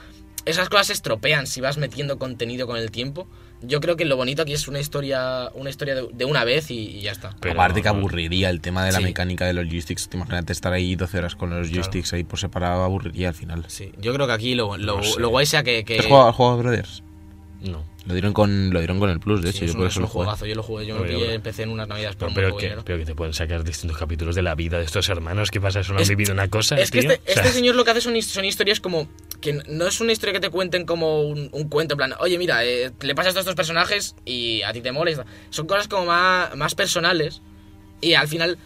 D: Esas cosas se estropean si vas metiendo contenido con el tiempo. Yo creo que lo bonito aquí es una historia, una historia de, de una vez y, y ya está.
B: Pero-
C: Aparte que aburriría el tema de la
D: Sí.
C: mecánica de los joysticks. Te imagínate estar ahí 12 horas con los joysticks ahí por separado, aburriría al final.
D: Sí, yo creo que aquí lo, lo,
B: No sé.
D: lo guay sea que. que-
C: ¿Te ¿Has jugado al juego Brothers?
B: No.
C: Lo dieron con, lo dieron con el Plus, de
D: sí,
C: hecho,
D: es
C: yo
D: un-
C: por
D: es
C: eso
D: un
C: lo jugué.
D: juegazo, yo lo jugué, yo
B: Muy
D: me
B: bien,
D: pillé,
B: bueno.
D: empecé en unas navidades por
B: Pero,
D: muy
B: pero
D: poco
B: que,
D: dinero.
B: pero que te pueden sacar distintos capítulos de la vida de estos hermanos. ¿Qué pasa? ¿Eso no han
D: Es-
B: vivido una cosa?
D: Es que
B: tío?
D: este,
B: O sea,
D: este señor lo que hace son, his- son historias como. que no es una historia que te cuenten como un, un cuento, en plan, oye, mira, eh, le pasa esto a estos personajes y a ti te mola. y tal". Son cosas como más, más personales y al final,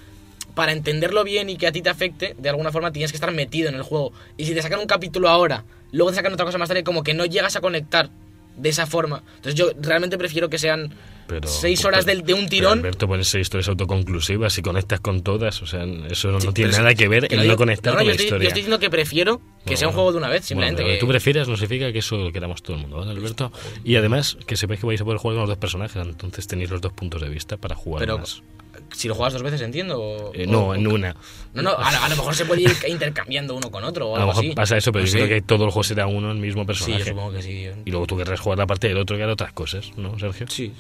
D: para entenderlo bien y que a ti te afecte, de alguna forma tienes que estar metido en el juego. Y si te sacan un capítulo ahora, luego te sacan otra cosa más tarde, como que no llegas a conectar de esa forma. Entonces yo realmente prefiero que sean
B: pero-
D: seis horas
B: pero-
D: del- de un
B: pero
D: tirón.
B: Alberto, pones seis historias autoconclusivas y conectas con todas. O sea, eso no
D: Sí,
B: tiene
D: pero
B: nada
D: es-
B: que ver
D: que
B: en
D: lo
B: no
D: digo-
B: conectar
D: no, no,
B: con
D: yo
B: la
D: estoy-
B: historia.
D: Yo estoy diciendo que prefiero que
B: Bueno,
D: sea un
B: bueno.
D: juego de una vez, simplemente.
B: Bueno, lo que
D: que-
B: tú prefieras no significa que eso lo queramos todo el mundo, ¿vale, Alberto? Y además, que sepáis que vais a poder jugar con los dos personajes, entonces tenéis los dos puntos de vista para jugar
D: Pero
B: más.
D: si lo juegas dos veces, entiendo. o-
B: Eh,
D: o-
B: no,
D: o-
B: en una.
D: No, no, a, a lo mejor se puede ir intercambiando uno con otro o
B: a lo
D: algo
B: mejor
D: así.
B: pasa eso, pero
D: No
B: yo
D: sé.
B: creo que todo el juego será uno, el mismo
D: Sí, yo
B: personaje.
D: supongo que sí.
B: y luego tú querrás jugar la parte del otro que hará otras cosas, ¿no, Sergio?
D: Sí.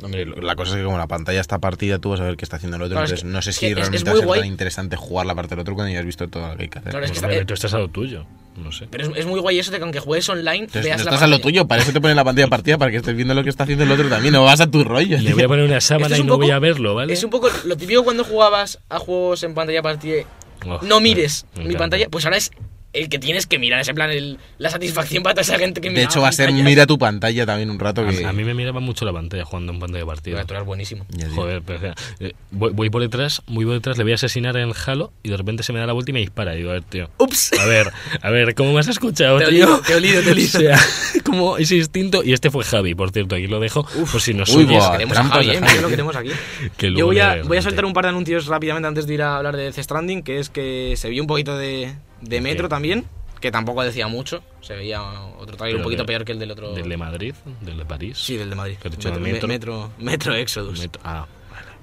C: Hombre, lo- la cosa es que como la pantalla está partida, tú vas a ver qué está haciendo el otro.
D: Claro, es
C: entonces,
D: que-
C: no sé
D: es
C: si
D: que es- es
C: realmente va
D: muy
C: a ser
D: guay.
C: tan interesante jugar la parte del otro cuando ya has visto todo lo que hay que hacer.
D: Claro, es
B: Bueno,
D: que está-
B: pero
D: eh,
B: tú estás a lo tuyo, no sé.
D: pero es, es muy guay eso de que aunque juegues online,
C: entonces,
D: veas
C: no
D: la
C: estás a lo
D: pantalla.
C: tuyo, para eso te ponen la pantalla partida, para que estés viendo lo que está haciendo el otro también. No vas a tu rollo.
B: Le voy a
C: tío.
B: poner una sábana
D: Esto es
B: y
D: un
B: no voy
D: poco-
B: a verlo, ¿vale?
D: Es un poco lo típico cuando jugabas a juegos en pantalla partida.
B: Oh,
D: no mires
B: me- me
D: mi
B: encanta.
D: pantalla, pues ahora es el que tienes que mirar. Es en plan el- la satisfacción para toda esa gente que mira.
C: De hecho, va a ser
D: pantallas.
C: mira tu pantalla también un rato. Que...
B: A, a mí me miraba mucho la pantalla jugando en pantalla
D: Tío,
B: partida.
D: tú eres buenísimo.
C: Ya, tío.
B: Joder, pero o sea, eh, voy, voy por detrás, muy por detrás, le voy a asesinar en el Halo y de repente se me da la vuelta y me dispara. Y digo, a ver, tío.
D: Ups.
B: A ver, a ver, ¿cómo me has escuchado,
D: Te he
B: tío?
D: olido, te he olido, te he olido.
B: O sea, como ese instinto. Y este fue Javi, por cierto, aquí lo dejo. por si nos
C: Uy,
B: oyes,
C: buah,
D: Queremos a
C: trampas
D: Javi,
C: de
D: ¿eh?
C: Javi,
D: Mira lo
C: tío.
D: queremos aquí.
B: que luego
D: Yo voy
B: me
D: a,
B: adelante.
D: voy a soltar un par de anuncios rápidamente antes de ir a hablar de Death Stranding, que es que se vio un poquito de, de Metro
B: Bien.
D: también, que tampoco decía mucho. Se veía otro trailer un
B: Pero
D: poquito
B: de-
D: peor que el del otro.
B: Del de Madrid, del de París.
D: Sí, del de Madrid.
B: Pero hecho de
D: Metro,
B: Metro.
D: me- metro, Metro Exodus.
B: Met- Ah,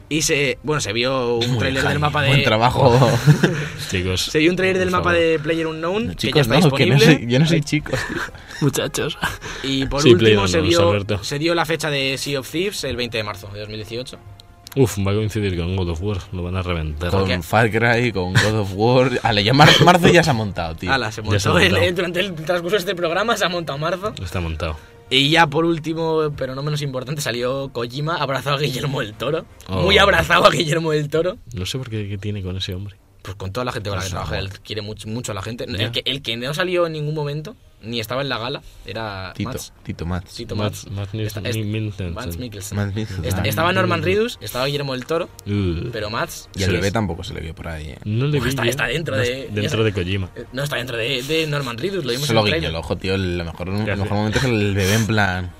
D: Y se. Bueno, se vio un
C: Muy
D: trailer
C: Javi,
D: del mapa de.
C: Buen trabajo.
B: chicos.
D: Se vio un trailer
B: por
D: del mapa
B: favor.
D: de Player Unknown,
C: No,
D: que ya
C: chicos,
D: está
C: no, que
D: disponible.
C: no soy, yo no soy chico. tío.
B: Muchachos.
D: Y por
B: Sí,
D: último
B: Player
D: se
B: Unknown,
D: vio,
B: Alberto.
D: se dio la fecha de Sea of Thieves el 20 de marzo de 2018.
B: Uf, va a coincidir con God of War, lo van a reventar.
C: Con
D: qué?
C: Far Cry, con God of War. Ale, ya Mar- marzo ya se ha montado, tío.
D: Ala, se
B: Ya se ha
D: montó. el-
B: montado.
D: el- durante el transcurso de este programa se ha montado marzo.
B: Está montado.
D: Y ya por último, pero no menos importante, salió Kojima abrazado a Guillermo del Toro.
B: Oh.
D: Muy abrazado a Guillermo del Toro.
B: No sé por qué, qué tiene con ese hombre.
D: Pues con toda la gente con la que
C: Pues,
D: trabaja,
C: amor.
D: él quiere mucho, mucho a la gente.
B: Ya.
D: El que, el que no salió en ningún momento, ni estaba en la gala, era
C: Tito,
D: Mats.
C: Tito Mats.
D: Tito
B: Mats-
D: Mats.
B: Mats Nils-
D: Esta- es-
B: Mikkelsen.
D: Mats Mikkelsen.
C: Mats Mikkelsen.
D: Esta-
C: Ah,
D: estaba Norman
B: Mikkelsen.
D: Reedus, estaba Guillermo del Toro,
B: Uh,
D: pero Mats
C: Y el
B: Sí.
C: bebé tampoco se le vio por ahí. eh.
B: no le vi
D: está-
B: yo.
D: está dentro
B: No,
D: de-
B: dentro de Kojima.
D: eh, no está dentro de, de Norman Reedus, lo vimos
C: Solo
D: en el
C: guiño
D: trailer.
C: el ojo, tío. El mejor, el
B: hace?
C: mejor momento es el bebé en plan.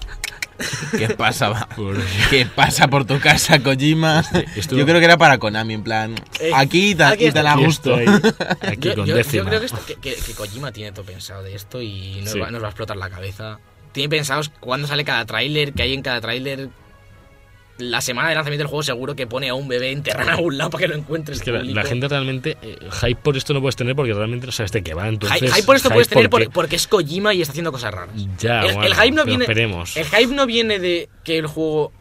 C: ¿Qué pasa, va?
B: Por-
C: ¿Qué pasa por tu casa, Kojima?
B: estuvo-
C: Yo creo que era para Konami, en plan.
D: Eh,
C: Aquí y tan,
D: aquí
C: y tan
D: está.
C: a
B: Aquí
C: gusto.
B: estoy, Aquí
D: Yo,
B: con
D: yo- yo
B: décima.
D: creo que, esto- que- que- que Kojima tiene todo pensado de esto y nos,
B: Sí.
D: va, nos va a explotar la cabeza. Tiene pensados cuándo sale cada tráiler, qué hay en cada tráiler. La semana de lanzamiento del juego seguro que pone a un bebé enterrado en algún lado para que lo encuentre el
B: Es que la,
D: público.
B: la gente realmente. eh, hype por esto no puedes tener porque realmente no sabes de qué va. Entonces,
D: Hype, hype por esto puedes tener por-
B: porque-
D: porque... es Kojima y está haciendo cosas raras.
B: Ya,
D: el, el
B: bueno,
D: hype no
B: pero
D: viene,
B: esperemos.
D: el hype no viene de que el juego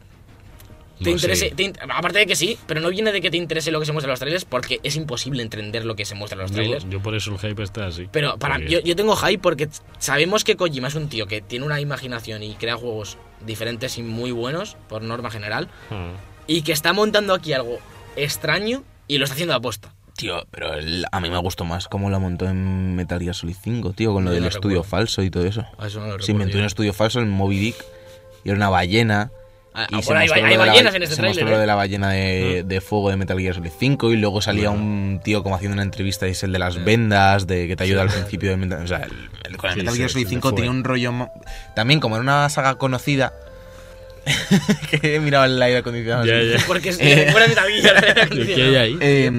D: te
B: Bueno,
D: interese.
B: sí.
D: te in- aparte de que sí, pero no viene de que te interese lo que se muestra en los trailers porque es imposible entender lo que se muestra en los
B: Yo,
D: trailers.
B: yo por eso el hype está así.
D: Pero para
B: Porque-
D: yo, yo tengo hype porque sabemos que Kojima es un tío que tiene una imaginación y crea juegos diferentes y muy buenos, por norma general,
B: Ah.
D: y que está montando aquí algo extraño y lo está haciendo a posta.
C: Tío, pero el- a mí me gustó más cómo la montó en Metal Gear Solid 5, tío, con lo
D: Yo
C: del
D: no
C: estudio
D: recuerdo.
C: falso y todo eso.
D: A Ah, eso no lo
C: Se inventó un
D: recuerdo yo.
C: estudio falso, el Moby Dick, y era una ballena.
D: Ah,
C: Y
D: ah,
C: se
D: bueno, hay,
C: mostró lo
D: hay
C: de la
D: ballenas
C: ba-
D: en este
C: se mostró
D: tráiler.
C: lo
D: ¿eh?
C: de la ballena de, de fuego de Metal Gear Solid 5 y luego salía un tío como haciendo una entrevista y es el de las vendas de que te ayuda al principio de Metal, o sea, el- el- con el
B: Sí,
C: Metal
B: sí,
C: Gear
B: sí,
C: Solid
B: me
C: 5
B: fue.
C: tiene un rollo ma- también como era una saga conocida que he mirado el aire acondicionado.
B: Ya,
C: así.
B: ya.
D: Porque es
C: Eh.
D: fuera de la vida.
B: ¿Qué hay ahí?
C: Eh,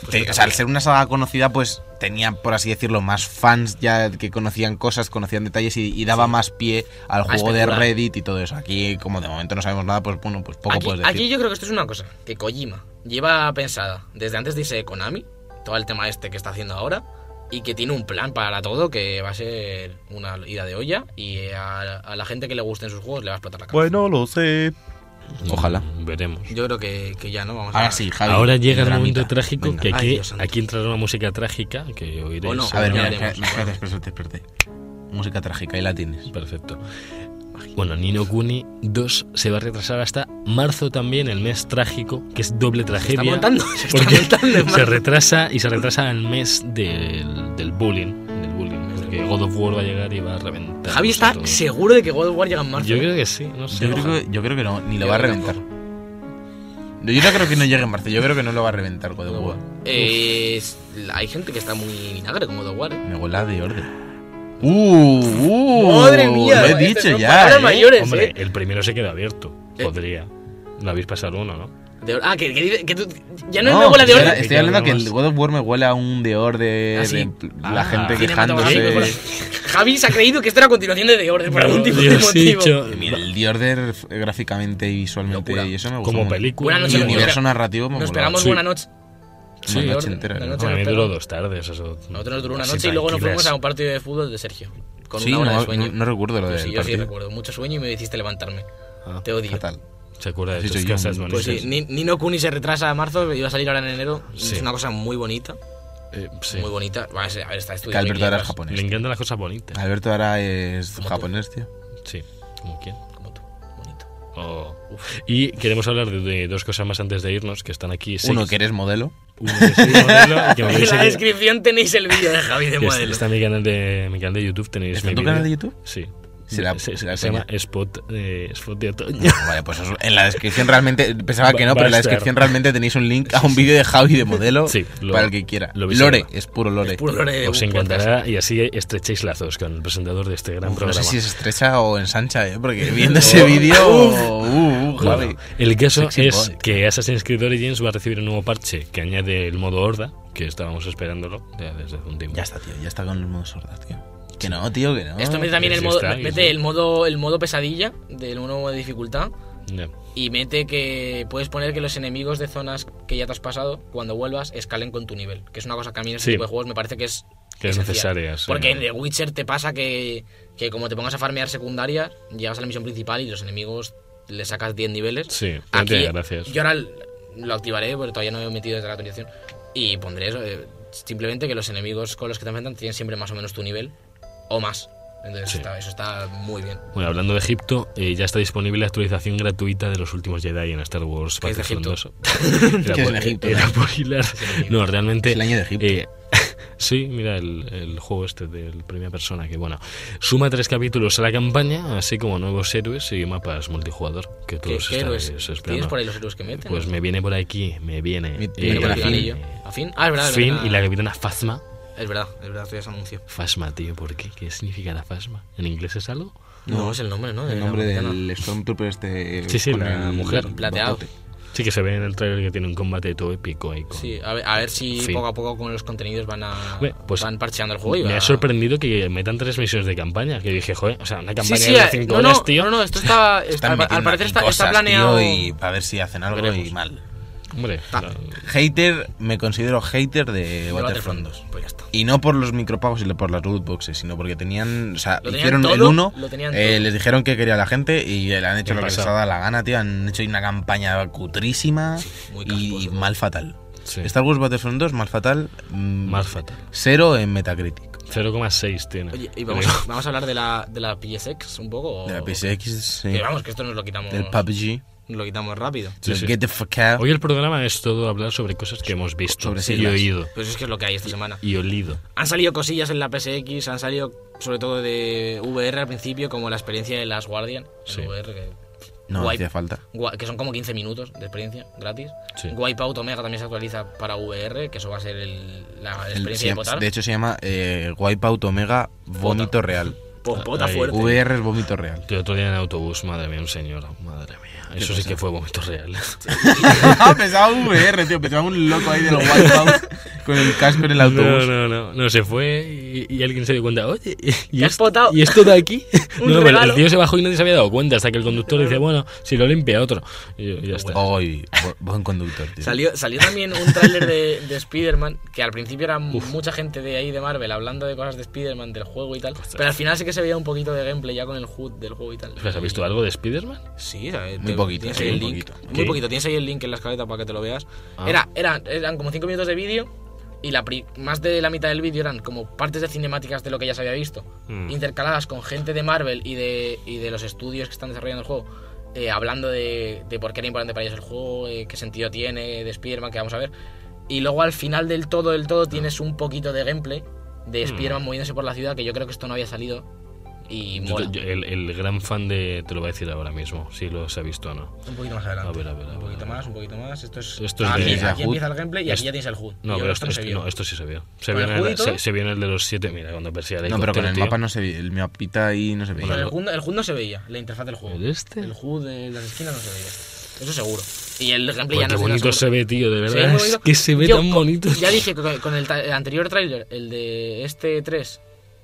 D: Pues
C: te- o sea, al ser una saga conocida, pues tenía, por así decirlo, más fans ya que conocían cosas, conocían detalles y, y daba más pie al juego de
D: especular.
C: Reddit y todo eso. Aquí, como de momento no sabemos nada, pues bueno, pues poco
D: aquí,
C: puedes decir.
D: aquí yo creo que esto es una cosa que Kojima lleva pensada desde antes de irse de Konami, todo el tema este que está haciendo ahora, y que tiene un plan para todo que va a ser una ida de olla y a, a la gente que le gusten sus juegos le va a explotar la cabeza.
E: Bueno, lo sé.
C: Ojalá.
B: Mm, Veremos.
D: Yo creo que, que ya no vamos a
C: Ahora Ah, sí, Javi.
B: Ahora llega el
C: dramita.
B: momento trágico
C: Venga.
B: que
D: Ay,
B: aquí,
D: Dios santo.
B: aquí entrará una música trágica que oiréis.
D: O no.
C: A ver,
D: Ya
C: mira,
D: veremos.
C: espérate, espérate, espérate, espérate. Música trágica, ahí la tienes.
B: Perfecto. Bueno, Nino Kuni 2 se va a retrasar hasta marzo también, el mes trágico, que es doble
D: Se está
B: tragedia.
D: montando, se está
B: porque
D: montando.
B: se
D: hermano.
B: retrasa y se retrasa el mes del, del bullying, del bullying, porque God of War va a llegar y va a reventar.
D: Javi
B: no sé,
D: está
B: todo.
D: seguro de que God of War llega en marzo. ¿eh?
B: Yo creo que sí, no sé.
C: Yo creo, que, yo creo que no, ni lo
D: Yo
C: va a
D: creo
C: reventar. No, Yo no creo que no llegue en marzo, yo creo que no lo va a reventar God of War.
D: Eh, es- hay gente que está muy vinagre con God of War. ¿eh?
C: Me huele a de orden. ¡Uh! ¡Uh!
D: Madre mía,
C: Lo he
D: estas
C: dicho
D: son
C: ya.
D: palabras
C: ¿eh?
D: mayores,
B: Hombre,
D: ¿eh?
B: el primero se queda abierto,
D: Eh.
B: podría. Lo habéis pasado uno, ¿no?
D: De- ah, que, que dice- que tú- ya no, es me huele a de
C: estoy-
D: olla.
B: orden.
C: Estoy hablando que el
B: Más.
C: God of War me huele a un de orden de,
D: Ah, sí.
C: de la
B: Ah,
C: gente
D: Cinematográfico,
C: quejándose.
D: por- Javi se ha creído que esto era continuación de The Order por algún tipo de
B: Yo os he
D: motivo.
B: dicho,
C: Mira, El The Order eh, gráficamente y visualmente,
D: Locura.
C: y eso me gusta.
B: como
C: mucho.
B: película.
D: Buena
C: Y
D: noche,
C: el
D: Nos
C: universo
D: espera-
C: narrativo me
D: Nos
C: molaba.
D: pegamos
B: Sí.
D: buena noche.
C: Sí,
D: The
C: noche
D: Order,
C: entera,
D: la
C: ¿no?
D: noche
B: Bueno, a
D: nos
B: mí
D: pegó.
B: duró dos tardes. Eso,
D: Nosotros nos duró una
B: así
D: noche y luego nos
B: tranquilas.
D: fuimos a un partido de fútbol de Sergio. Con
C: Sí,
D: una hora
C: no,
D: de sueño.
C: no- no recuerdo lo
D: Yo
C: del
D: sí, yo sí
C: partido.
D: recuerdo. Mucho sueño y me hiciste levantarme.
B: Ah,
D: Te odio.
C: Fatal.
B: ¿Se acuerda de
C: Sí,
B: tus
C: soy yo,
B: casas,
C: muy-
D: Pues sí,
B: bonitas?
D: Ni- Nino Kuni se retrasa a marzo, iba a salir ahora en enero.
B: Sí.
D: Es una cosa muy bonita,
B: Eh, sí.
D: muy bonita. Va a ser- a ver, está
C: Que
D: estudiando.
C: Alberto ahora es
D: idiomas,
B: Le
C: japonés.
B: encantan las cosas
D: Ah.
B: bonitas.
C: Alberto ahora es
D: Como tú.
C: japonés, tío.
B: Sí, como quién.
D: Como tú, bonito.
B: Oh. Y queremos hablar de, de dos cosas más antes de irnos que están aquí.
C: Uno
B: Seis-
C: que eres modelo.
B: uno que soy modelo, que me
D: En
B: podéis
D: la
B: seguir-
D: descripción tenéis el vídeo de Javi de
B: que es-
D: modelo.
B: Está en mi canal de, mi canal de YouTube. Tenéis mi
C: ¿Está en tu
B: vídeo.
C: canal de YouTube?
B: Sí.
C: Será-
B: se, se-
C: será
B: se
C: coña.
B: llama Spot, eh, Spot de Otoño.
C: Vale, pues eso- en la descripción realmente, pensaba que
B: Va-
C: no, pero
B: va
C: en la
B: a estar.
C: descripción realmente tenéis un link a un vídeo de Javi de modelo
B: Sí, lo-
C: para el que quiera.
B: lo veis
C: lore,
B: ahora.
C: es puro lore.
D: Es puro lore de
B: Os
D: un
B: encantará y así estrechéis lazos con el presentador de este gran
C: Uf, no
B: programa.
C: sé si es estrecha o ensancha, ¿eh? porque viendo ese vídeo. uh, uh,
B: Bueno,
C: Javi.
B: el caso
C: Sexy
B: es
C: boy.
B: que Assassin's Creed Origins va a recibir un nuevo parche que añade el modo horda, que estábamos esperándolo ya desde hace un tiempo.
C: Ya está, tío, ya está con los modos sordas, tío. Que no, tío, que no.
D: Esto mete también
B: pues
D: el
B: ya
D: modo,
B: está,
D: me-
B: y
D: mete
B: sí.
D: el modo, el modo pesadilla del modo de dificultad
B: Ya.
D: y mete que puedes poner que los enemigos de zonas que ya te has pasado cuando vuelvas escalen con tu nivel, que es una cosa que a mí en este
B: Sí.
D: tipo de juegos me parece que es
B: Que es
D: esencial.
B: necesaria, sí.
D: Porque en The Witcher te pasa que, que como te pongas a farmear secundarias, llegas a la misión principal y los enemigos le sacas 10 niveles.
B: Sí, no tiene gracias.
D: Yo ahora l- lo activaré porque todavía no he metido desde la actualización y pondré eso, eh, simplemente que los enemigos con los que te enfrentan tienen siempre más o menos tu nivel o más. Entonces
B: Sí.
D: está- eso está muy bien.
B: Bueno, hablando de Egipto, eh, ya está disponible la actualización gratuita de los últimos Jedi en Star Wars
D: ¿Qué es de
B: Battlefront
D: Egipto?
B: 2.
C: ¿Qué es
B: por-
C: de Egipto?
B: era por hilar. No, realmente.
C: Es el año de Egipto.
B: eh, sí, mira el, el juego este de primera persona que, bueno, suma tres capítulos a la campaña, así como nuevos héroes y mapas multijugador. Que
D: ¿Qué,
B: todos
D: qué
B: están
D: héroes?
B: es-
D: ¿Tienes
B: esperando.
D: por ahí los héroes que meten?
B: Pues me viene por aquí, me viene.
C: Me-
D: ¿Tiene
C: eh,
D: por aquí el
C: Finn.
D: anillo? ¿A fin? Ah, es verdad. es
B: Finn
D: verdad.
B: y la capitana Phasma.
D: Es verdad, es verdad, todavía se anunció.
B: Phasma, tío, ¿por qué? ¿Qué significa la Phasma? ¿En inglés es algo?
D: No,
C: No,
D: es el nombre, ¿eh? ¿no? De
C: El
D: la
C: nombre
D: capitana.
C: del Stormtrooper este.
B: Sí, sí,
C: con
B: la
C: el
B: mujer.
D: Plateado.
C: batote.
B: Sí que se ve en el trailer que tiene un combate todo épico ahí con-
D: Sí, a ver, a ver si
B: Finn.
D: poco a poco con los contenidos van a
B: Hombre, pues
D: van parcheando el juego. y
B: Me
D: va-
B: ha sorprendido que metan tres misiones de campaña. Que dije, joder, o sea, una
D: Sí,
B: campaña
D: sí,
B: de
D: eh,
B: cinco
D: no, no,
B: horas, tío.
D: no, no, esto está, está-
C: Están
D: al,
C: metiendo
D: parecer
C: aquí
D: está, está
C: cosas,
D: planeado.
C: tío, y a ver si hacen algo
D: Veremos.
C: y mal.
B: Hombre,
D: Ah.
B: la-
C: Hater, me considero hater de
D: y
C: Battlefront 2.
D: 2, pues ya está.
C: Y no por los micropagos y por las loot boxes, sino porque tenían. O sea,
D: Lo tenían
C: hicieron
D: todo,
C: el 1,
D: lo tenían todo.
C: les dijeron que quería la gente y le han hecho
B: Y
C: lo que les
B: pasado.
C: ha dado la gana, tío. Han hecho ahí una campaña cutrísima
D: muy
C: y,
D: casposo.
C: mal fatal.
B: sí,
C: Star Wars Battlefront 2, mal fatal. mm,
B: más fatal.
C: Cero en Metacritic.
B: 0,6 tiene.
D: Oye, y vamos,
B: Pero-
D: vamos a hablar de la, de la PSX un poco. o-
C: De la PSX, sí,
D: Oh. Que vamos, que esto nos lo quitamos.
C: del PUBG.
D: nos lo quitamos rápido.
B: Sí,
C: del
B: sí.
C: Get the fuck out.
B: Hoy el programa es todo hablar sobre cosas que hemos visto
C: Sobre
B: y
C: siglas.
B: oído.
D: Pues es que es lo que hay esta semana.
B: Y olido.
D: Han salido cosillas en la PSX, han salido sobre todo de VR al principio, como la experiencia de las Guardian. en
B: Sí.
D: VR, que,
C: no
D: guay.
C: hacía falta.
D: gua- que son como 15 minutos de experiencia gratis.
B: Sí.
D: Wipeout Omega también se actualiza para VR, que eso va a ser el- la
C: El-
D: experiencia
C: se-
D: de botar.
C: de hecho, se llama eh, Wipeout Omega Vómito Real.
D: Pues bota
B: Ahí.
D: fuerte.
C: VR es Vómito Real.
B: El otro día en el autobús, madre mía, un señor, madre mía. Eso sí que fue vómito real.
C: Ah, pensaba un VR, tío. Pensaba un loco ahí de los Wipeout con el casco en el
B: No,
C: autobús.
B: no, no, no, se fue y, y alguien se dio cuenta, oye, ¿y,
D: ¿Te has
B: esto,
D: botado
B: ¿y esto de aquí?
D: un
B: no, pero el
D: regalo?
B: tío se bajó y nadie se había dado cuenta, hasta que el conductor dice, bueno, si lo limpia otro. Y, y ya está.
C: Ay, bu- buen conductor, tío.
D: Salió, salió también un tráiler de, de Spider-Man, que al principio era mucha gente de ahí de Marvel hablando de cosas de Spider-Man, del juego y tal. Pero al final sí que se veía un poquito de gameplay ya con el HUD del juego y tal.
B: Espera, ¿Has visto algo de Spider-Man?
D: Sí, ¿sabes?
C: Muy
D: Te-
C: poquito,
D: Tienes
C: sí,
D: ahí el
C: muy
D: link.
C: poquito.
D: Muy
B: Ok.
D: poquito, tienes ahí el link en la escaleta para que te lo veas.
B: Ah.
D: Era, era, eran como 5 minutos de vídeo y la pri- más de la mitad del vídeo eran como partes de cinemáticas de lo que ya se había visto,
B: Mm.
D: intercaladas con gente de Marvel y de, y de los estudios que están desarrollando el juego, eh, hablando de, de por qué era importante para ellos el juego, eh, qué sentido tiene, de Spider-Man, que vamos a ver. Y luego al final del todo, del todo, tienes un poquito de gameplay de Spider-Man moviéndose por la ciudad, que yo creo que esto no había salido. Y
B: Yo-
D: mola.
B: yo- el, el gran fan de, te lo voy a decir ahora mismo, si lo has visto o no.
D: Un poquito más adelante.
B: A ver, a ver, a
D: Un
B: ver,
D: poquito
B: a ver.
D: más, un poquito más. Esto es.
B: Esto es
D: aquí
B: de-
D: aquí
C: Hood.
D: empieza el gameplay y aquí
B: Es-
D: ya tienes el HUD.
B: No,
D: Yo
B: pero
D: esto
B: esto,
D: no se
B: esto-
D: vio.
B: no, esto sí se vio. Se
D: ¿Con
B: vio,
D: el
B: en el,
D: juguito?
B: se, se vio en el de los siete, mira, cuando persigue
C: No, pero con el mapa no se veía. El mapita ahí no se
D: Pero el,
C: veía.
D: HUD, el HUD no se veía, la interfaz del juego.
B: ¿El este?
D: El HUD de las esquinas no se veía. Eso seguro. Y el gameplay
B: Pues Qué
D: ya no
B: bonito se ve, tío, de
D: Se
B: verdad.
D: ve muy
B: es
D: bonito.
B: que se ve
D: Yo,
B: tan bonito.
D: Ya dije que con- con el, tra- el anterior tráiler, el de este 3.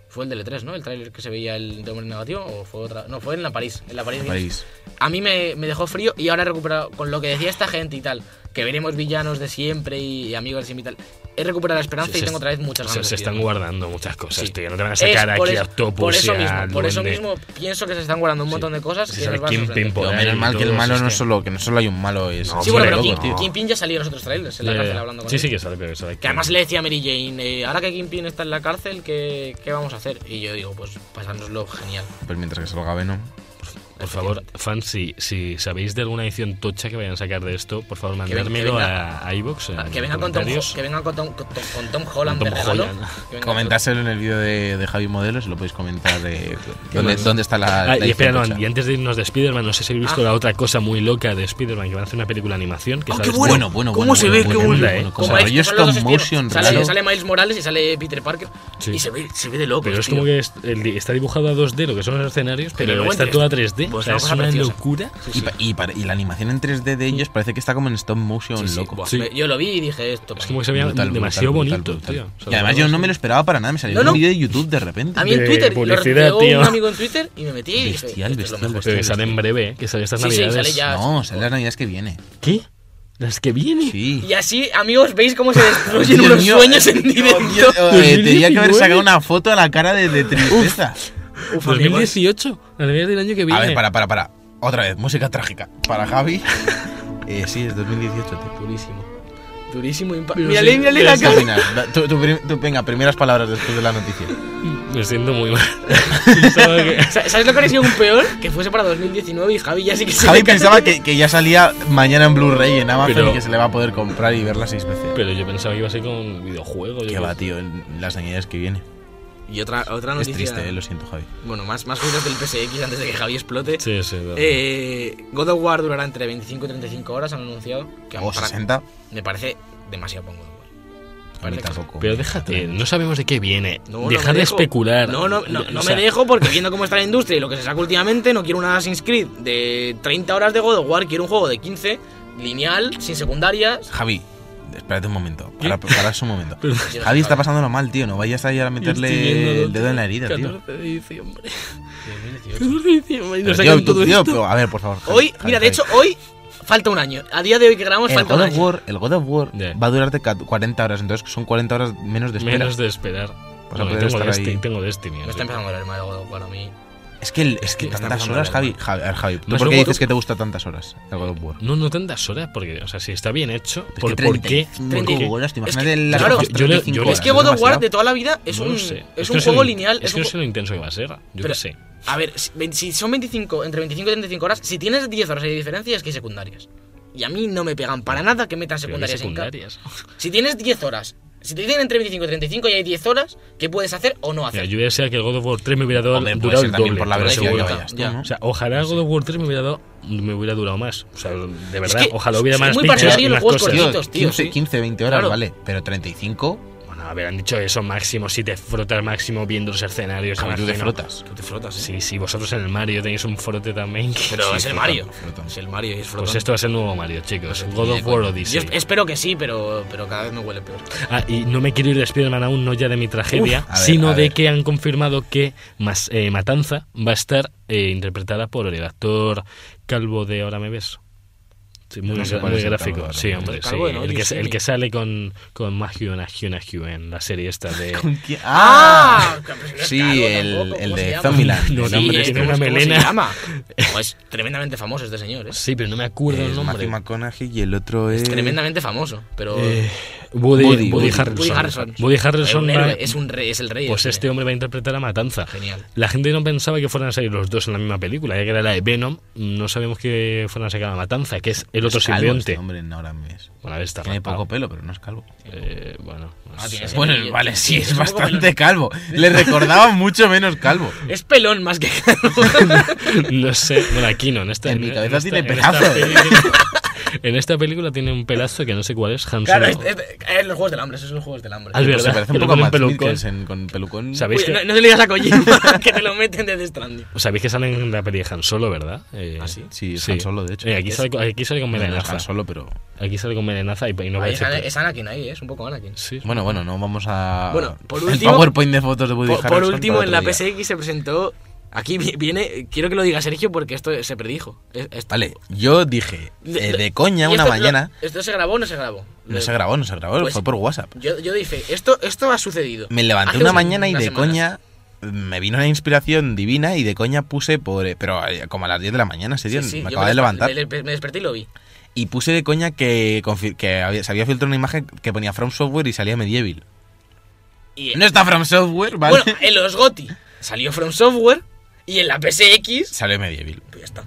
D: Fue el del E3, ¿no? El tráiler que se veía el de hombre negativo o fue otra. No, fue en la París. En la París. Games.
C: País.
D: A mí me, me dejó frío y ahora he recuperado, con lo que decía esta gente y tal, que veremos villanos de siempre y, y amigos y tal, he recuperado la esperanza y
B: Se-
D: tengo otra vez muchas
B: se,
D: ganas.
B: se
D: de
B: están
D: Spider-Man.
B: guardando muchas cosas,
D: Sí.
B: tío. No te van a
D: Es
B: sacar
D: por
B: aquí
D: es-
B: a Topus
D: Por eso
B: y
D: mismo,
B: al
D: por eso
B: Duende.
D: mismo pienso que se están guardando un montón de cosas
B: Se
D: que
B: sabe
D: nos van a
B: quién
D: sorprender.
B: pimpo-
C: Pero menos mal que el
B: Todo
C: malo no
B: existe.
C: solo, que no solo hay un malo, es.
B: No,
D: Sí, bueno, pero
B: Hombre,
D: Kim,
B: loco,
D: Kim-
B: no.
D: Kingpin ya salió en los otros trailers, en la
B: Ya,
D: cárcel
B: ya.
D: hablando con
B: Sí,
D: él.
B: sí que sale, pero sale
D: Que además le decía a Mary Jane, eh, ahora que Kingpin está en la cárcel, ¿qué, ¿qué vamos a hacer? Y yo digo, pues pasárnoslo genial.
C: Pues mientras que salga Venom.
B: Por favor, fans, si, si sabéis de alguna edición tocha que vayan a sacar de esto, por favor,
D: venga-
B: mandármelo
D: que
B: a, a iVoox. en
D: Que venga con Tom,
B: comentarios.
D: que venga con Tom, con Tom- con Tom Holland
B: Con
D: de
B: Tom
D: regalo.
B: Holland.
D: Que venga-
C: Comentárselo en el vídeo de, de Javi Modelos, lo podéis comentar de dónde, dónde está la.
B: Ah,
C: la
B: y espera, no,
C: edición
B: y antes de irnos de Spider-Man, no sé si habéis visto
D: Ah.
B: la otra cosa muy loca de Spider-Man, que van a hacer una película de animación. Que
D: Ah,
B: sabes-
D: qué
C: tocha. Bueno, bueno,
D: ¿Cómo
C: bueno,
D: se ve? Qué
C: bueno,
B: bueno,
C: bueno,
B: eh?
C: como
D: Como es-
C: rollo
D: son los dos
C: stop motion,
D: Spider-Man. sale,
C: raro.
D: sale Miles Morales y sale Peter Parker.
B: Sí.
D: Y se ve, se ve de loco.
B: Pero es como que es- el- está dibujado a 2D, lo que son los escenarios, pero,
D: luego
B: está
D: en
B: toda
D: 3D.
B: 3D.
D: Pues
B: o sea,
D: una
B: es
D: cosa
B: una
D: preciosa.
B: locura.
C: Y, pa- y pare- y la animación en 3D de ellos parece que está como en stop motion, loco.
B: Sí.
D: Yo lo vi y dije esto.
B: Es
D: pa'
B: como que
D: mí.
B: se veía
C: Brutal,
B: demasiado
C: brutal,
B: bonito,
C: brutal, brutal.
B: tío. O sea,
C: Y además yo no me lo esperaba para nada, me salió
D: No,
C: un
D: no.
C: vídeo de YouTube de repente.
D: A mí en
B: de
D: Twitter lo
B: publicidad,
D: retuiteó
B: tío.
D: un amigo en Twitter y me metí y dije,
C: Bestial,
D: "Esto es lo
C: bestial,
D: mejor".
B: Pero Pues que sale en breve, ¿eh? que sale estas
D: Sí, sí,
B: navidades.
D: sale ya.
C: No, sale las navidades que viene.
B: ¿Qué? ¿Las que vienen?
C: Sí.
D: Y así, amigos, veis cómo se destruyen
C: Dios
D: unos
C: mío,
D: sueños en
C: no,
D: directo.
C: Dios, eh, tenía que haber
B: 2019.
C: sacado una foto a la cara de, de tristeza.
D: Uf, amigos.
B: 2018, las navidades del año que viene.
C: A ver, para, para, para. Otra vez, música trágica. Para Javi. Eh, sí, es 2018, tío.
D: Purísimo. Durísimo impacto.
B: Pero
D: Mírale,
B: sí,
D: mírale
B: pero
D: la
B: sí.
D: cara.
C: Terminar. Tu- tu prim- tu- venga, primeras palabras después de la noticia.
B: Me siento muy mal. Pensaba que-
D: Sa- ¿Sabes lo que ha sido un peor? Que fuese para 2019 y Javi ya sí que se
C: Javi
D: le cae-
C: pensaba que, que ya salía mañana en Blu-ray en Amazon
B: Pero-
C: y que se le va a poder comprar y verla seis veces.
B: Pero yo pensaba que iba a ser con videojuego. yo
C: Que
B: qué
C: va,
B: sé.
C: tío, en las navidades que viene.
D: Y otra, otra
C: Es
D: noticia.
C: triste, eh, lo siento, Javi.
D: Bueno, más, más cosas del PSX antes de que Javi explote.
B: Sí, sí. claro.
D: Eh, God of War durará entre 25 y 35 horas, han anunciado. Que
C: O
D: para-
C: 60,
D: Me parece demasiado para un God of War.
C: a
D: Parece
C: mí
D: que-
C: tampoco.
B: Pero
C: Eh,
B: déjate, no sabemos de qué viene.
D: No, no
B: Dejar
D: me
B: de
D: dejo.
B: especular.
D: No, no, no,
B: O
D: no
B: sea,
D: me dejo porque viendo cómo está la industria y lo que se saca últimamente, no quiero un Assassin's Creed de 30 horas de God of War, quiero un juego de 15, lineal, sin secundarias.
C: Javi, espérate un momento. Para, paras un momento.
B: Pero-
C: Javi está pasándolo mal, tío. No vayas ahí a
B: yo estoy viendo
C: meterle el dedo en la herida, tío.
B: 14 de diciembre. 14 de diciembre. y
C: Pero,
B: nos
C: tío,
B: sacan
C: tú-
B: todo
C: tío,
B: esto.
C: pero- a ver, por favor. Javi,
D: Hoy,
C: Javi,
D: mira, de
C: Javi.
D: hecho, hoy falta un año. A día de hoy que grabamos
C: el
D: falta un
C: God, of
D: año.
C: War, el God of War
B: Ya.
C: va a durarte ca- 40 horas, entonces son 40 horas menos de espera.
B: Menos de esperar.
C: Pues a
B: Bueno,
C: poder
B: tengo,
C: estar
B: Desti-
C: ahí.
B: tengo Destiny.
D: Me
B: así
D: está empezando
B: que-
D: a doler mal el God of War a mí.
C: Es que, el- es que
D: Está
C: tantas
D: pasando
C: horas,
D: de
C: Javi.
D: verdad.
C: Javi, a ver, Javi, ¿tú
B: Más
C: por qué
B: luego-
C: dices que te gusta tantas horas el God of War?
B: No, no tantas horas, porque, o sea, si está bien hecho,
C: Es
B: ¿por,
C: que
B: ¿por qué?
C: 35
B: ¿Por qué?
C: horas, te
D: Es
C: imaginas
D: que-
C: de las
D: claro,
C: horas
B: yo le-
C: 35
B: yo le-
C: horas,
D: Es que God of War
C: demasiado.
D: de toda la vida es
B: No
D: un,
B: lo sé.
D: es
B: que
D: un
B: no sé
D: juego
B: lo-
D: lineal.
B: Es
D: es
B: que
D: un
B: no sé lo intenso que va a ser. Yo
D: Pero-
B: qué sé.
D: A ver, si- ve- si son 25, entre 25 y 35 horas, si tienes 10 horas de diferencia es que hay secundarias. Y a mí no me pegan para nada que
B: Pero
D: metan
B: hay
D: secundarias,
B: secundarias.
D: en cada. Si tienes 10 horas, si te dicen entre 25 y 35 y hay 10 horas, ¿qué puedes hacer o no
B: Mira,
D: hacer?
B: yo ya sea que el God of War 3 me hubiera dado,
C: Hombre, puede
B: durado
C: ser
B: el
C: también
B: doble.
C: por la
B: te lo
C: velocidad que
B: aseguro.
C: vayas tú,
D: Ya.
C: ¿no?
B: O sea, ojalá God of War 3 me hubiera dado me hubiera durado más. O sea, de verdad,
D: que
B: ojalá
D: es-
B: hubiera
D: es
B: más
D: muy
B: bichos
D: partidario
B: y
D: los
B: más
D: juegos
B: cosas.
C: Tío,
D: cortitos, tío,
C: 15,
D: sí.
C: 15, 20 horas,
D: Claro.
C: vale. Pero 35,
B: Bueno, habrán dicho eso máximo, si te frotas máximo viendo los escenarios.
C: Javi, tú te
B: imagino.
C: frotas.
D: Tú te frotas,
B: Sí, ¿eh? sí, vosotros en el Mario tenéis un frote también. que-
D: Pero es el
C: frotando,
D: Mario.
C: frotando.
D: Es el Mario y es
B: Pues
D: frotando.
B: esto va a ser el nuevo Mario, chicos.
C: Pues
B: God of War
D: Yo
B: Odyssey.
D: es- espero que sí, pero, pero cada vez me huele peor.
B: Ah, y no me quiero ir de Spider-Man aún, no ya de mi tragedia,
C: Uf, a ver,
B: sino
C: a
B: de
C: ver.
B: que han confirmado que Mas- eh, Matanza va a estar eh, interpretada por el actor calvo de Ahora me ves. Sí, muy
C: No sé
B: gra-
C: cuál
B: muy
C: es el
B: gráfico,
C: calvo de Ahora
B: sí,
C: me
B: hombre.
D: ves. Calvo
B: sí,
D: de
B: el, que,
D: Odyssey.
B: el que sale con, con Mahyu Nahyu en la serie esta de...
C: ¿Con quién? ¡Ah!
D: Pero si no es
C: Sí,
D: calvo
C: el-
D: tampoco,
C: el
D: ¿cómo
C: de
D: se llama?
B: No,
C: Zombieland.
D: Sí,
B: no, hombre,
D: eh,
C: este.
B: tiene
D: ¿cómo-
B: una
D: cómo se
B: melena.
D: llama? Pues tremendamente famoso este señor, ¿eh?
B: Sí, pero no me acuerdo el
C: Es
B: nombre.
C: Matthew McConaughey y el otro
D: Este
C: es.
D: Tremendamente famoso, pero...
B: Eh, Woody,
C: Woody,
B: Woody,
C: Woody
B: Harrelson.
D: Woody Harrelson.
B: Woody
D: Es
B: Harrelson
D: un
B: va-
D: héroe, es, un rey, es el rey.
B: Pues
D: del
B: este
D: cine.
B: hombre va a interpretar a Matanza.
D: Genial.
B: La gente no pensaba que fueran a salir los dos en la misma película, ya que era la de Venom, no sabíamos que fueran a sacar a Matanza, que es el otro
C: Es calvo este
B: simbionte.
C: hombre, no, ahora me ves.
B: Bueno, a ver, está
C: Tiene
B: rapado.
C: poco pelo, pero no es calvo.
B: Eh, bueno, no
D: Ah,
B: sé.
D: tiene
C: Bueno,
D: Sí,
C: vale, sí,
D: es
C: es
D: un poco
C: bastante calvo. Le recordaba mucho menos calvo.
D: Es pelón más que.
B: No sé. Bueno, aquí no, en esta.
C: En mi cabeza
B: esta-
C: tiene
B: en esta
C: pelazo.
B: película- En esta película tiene un pelazo que no sé cuál es, Han
D: claro, es,
C: este-
B: Solo.
D: es- es los juegos del hambre, esos son los juegos del hambre.
B: Al ver-
C: Pues se
B: verdad,
C: parece
B: que
C: un
B: le
C: poco a
B: ponen
C: Matt
B: pelucón.
C: Mikkelsen con pelucón.
B: ¿Sabéis
D: Uy,
B: que,
D: no, no se le digas a Kojima que te lo meten de Stranding.
B: sabéis que salen en la peli de Han Solo, ¿verdad? Eh,
D: ¿Ah, sí?
C: Sí, es Han Solo, de hecho.
B: Eh, aquí,
C: Es-
B: sale, con- aquí sale con
C: Bueno, no es Han
B: melenaza.
C: Solo, pero.
B: Aquí sale con melenaza y, y no
D: Ahí
B: parece.
D: es, Ana- es Anakin ahí, ¿eh? es un poco Anakin.
B: Sí.
C: Bueno, bueno, no vamos a.
D: Bueno, por
C: El
D: último-
C: PowerPoint de fotos de Woody
D: Por, por
C: Harrelson
D: último,
C: para
D: en
C: otro
D: la
C: día.
D: PSX se presentó. Aquí vi- viene. Quiero que lo diga Sergio porque esto se predijo. Es- esto-
C: Vale, yo dije,
D: De-
C: eh,
D: de-
C: de coña,
D: y
C: una
D: esto-
C: mañana.
D: lo- ¿Esto se grabó o no se grabó?
C: No se grabó, no se grabó,
D: Pues-
C: fue por WhatsApp.
D: Yo, yo dije, esto, esto ha sucedido.
C: Me levanté
D: Hace
C: una
D: un-
C: mañana y
D: unas
C: de
D: semanas.
C: coña me vino una inspiración divina y de coña puse por. eh, Pero eh, como a las 10 de la mañana, ese
D: Sí,
C: día
D: sí, yo
C: me acababa de levantar.
D: Me, me desperté y lo vi.
C: Y puse de coña que, confi- que había- se había filtrado una imagen que ponía From Software y salía Medieval.
D: Y-
C: No está From Software, ¿vale?
D: Bueno, eh, en los GOTI salió From Software y en la PSX.
C: Salió Medieval.
D: Pues ya está.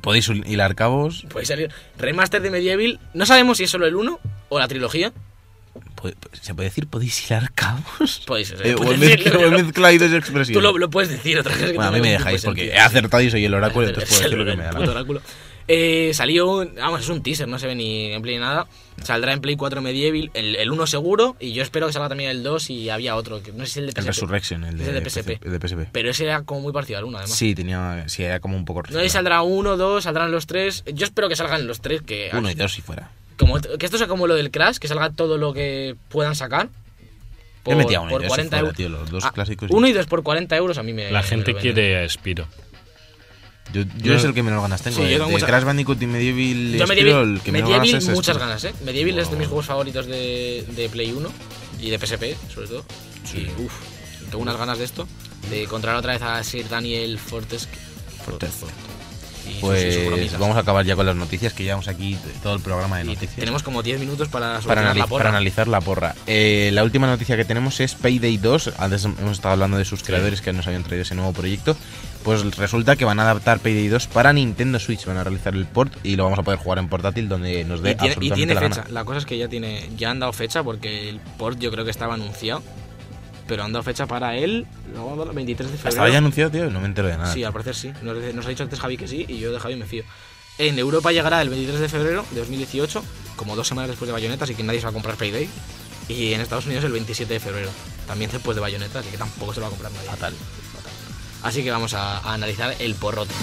C: Podéis ul- hilar cabos.
D: Puede salir remaster de Medieval. No sabemos si es solo el 1 o la trilogía.
C: po- ¿Se puede decir podéis hilar cabos?
D: Podéis, eh,
C: Eh, o
D: podéis
C: he mezcla-
D: decirlo,
C: o he
D: ¿no?
C: mezclado ahí dos expresiones.
D: Tú lo, lo puedes decir otra vez. que
C: Bueno, a mí
D: tengo
C: me
D: ningún
C: dejáis
D: tipo de
C: porque
D: sentido.
C: he acertado y soy el oráculo, entonces puedo
D: Es
C: decir
D: el-
C: lo que me da
D: el
C: la
D: puto
C: gana.
D: oráculo. Eh, salió, un- vamos, es un teaser, no se ve ni gameplay ni nada. Saldrá en Play 4 Medieval, el, el 1 seguro, y yo espero que salga también el 2 y había otro, que no sé si el de
C: El
D: PSP.
C: Resurrection, el
D: Es
C: de,
D: el de
C: PC,
D: PSP.
C: el de PSP.
D: Pero ese era como muy parcial al 1, además.
C: Sí, tenía, sí, era como un poco...
D: No sé si saldrá 1, 2, saldrán los 3. Yo espero que salgan los 3, que
C: Uno y dos si fuera.
D: como que esto sea como lo del Crash, que salga todo lo que puedan sacar.
C: Yo metía uno y
D: por
C: dos si
D: 40
C: fuera,
D: euros.
C: tío, los dos
D: Ah,
C: clásicos y-
D: Uno y dos por 40 euros a mí me.
C: eh,
B: La
D: me
B: gente
D: lo venden.
B: quiere a Spiro.
C: Yo, yo
B: Yo-
C: es el que menos ganas tengo. eh.
D: Sí, yo
C: de-
D: tengo
C: de
D: muchas-
C: Crash Bandicoot y Medieval
D: Yo
C: Spiro, el
D: Medieval,
C: que menos
D: Medieval
C: ganas es este.
D: muchas
C: Spiro.
D: ganas, ¿eh? Medieval es de
C: Bueno,
D: mis
C: bueno.
D: juegos favoritos de, de Play 1 y de PSP, sobre todo.
C: Sí.
D: Y, uf, tengo unas ganas de esto. De encontrar otra vez a Sir Daniel Fortes.
C: Fortez.
D: y sus- y sus
C: Pues
D: bromitas.
C: vamos a acabar ya con las noticias, que llevamos aquí todo el programa de
D: Y te-
C: noticias.
D: tenemos como 10 minutos para
C: para,
D: solucionar
C: anali-
D: la porra.
C: para analizar la porra. Eh, la última noticia que tenemos es Payday 2. Antes hemos estado hablando de sus creadores que nos habían traído ese nuevo proyecto. Pues resulta que van a adaptar Payday 2 para Nintendo Switch. Van a realizar el port y lo vamos a poder jugar en portátil donde nos dé
D: y tiene, y
C: absolutamente
D: tiene
C: la
D: fecha.
C: gana.
D: La cosa es que ya tiene ya han dado fecha porque el port yo creo que estaba anunciado. Pero han dado fecha para él 23 de febrero.
C: Estaba ya anunciado, tío, no me entero de nada.
D: Sí, al parecer sí. Nos, dice- nos ha dicho antes Javi que sí y yo de Javi me fío. En Europa llegará el 23 de febrero de 2018, como dos semanas después de Bayonetta, así que nadie se va a comprar Payday. Y en Estados Unidos el 27 de febrero, también después de Bayonetta, así que tampoco se lo va a comprar nadie.
C: Fatal.
D: Así que vamos a, a analizar el porrote.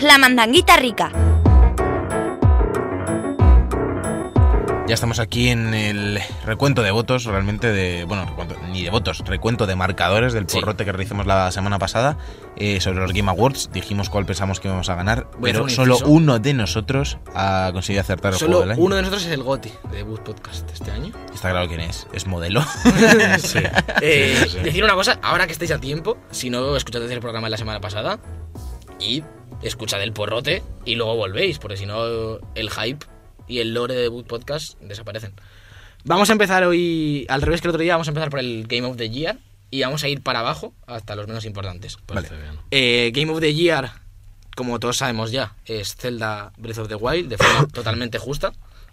A: La mandanguita rica.
C: Ya estamos aquí en el recuento de votos, realmente de. Bueno, recuento- ni de votos, recuento de marcadores del
D: Sí.
C: porrote que realizamos la semana pasada eh, sobre los Game Awards. Dijimos cuál pensamos que íbamos a ganar,
D: Voy a hacer
C: pero
D: un
C: solo
D: inciso.
C: uno de nosotros ha conseguido acertar el
D: Solo
C: juego del año.
D: uno de nosotros es el Goti de Boot Podcast este año.
C: Está claro quién es, es modelo.
B: Sí.
D: Eh,
B: Sí, sí, sí.
D: Decir una cosa, ahora que estáis a tiempo, si no escuchasteis el programa de la semana pasada, y escuchad el porrote y luego volvéis, porque si no el hype y el lore de Boot Podcast desaparecen. Vamos a empezar hoy, al revés que el otro día, vamos a empezar por el Game of the Year y vamos a ir para abajo hasta los menos importantes. Pues
B: Parece
C: Vale.
B: bien.
D: Eh, Game of the Year, como todos sabemos ya, es Zelda Breath of the Wild, de forma totalmente justa.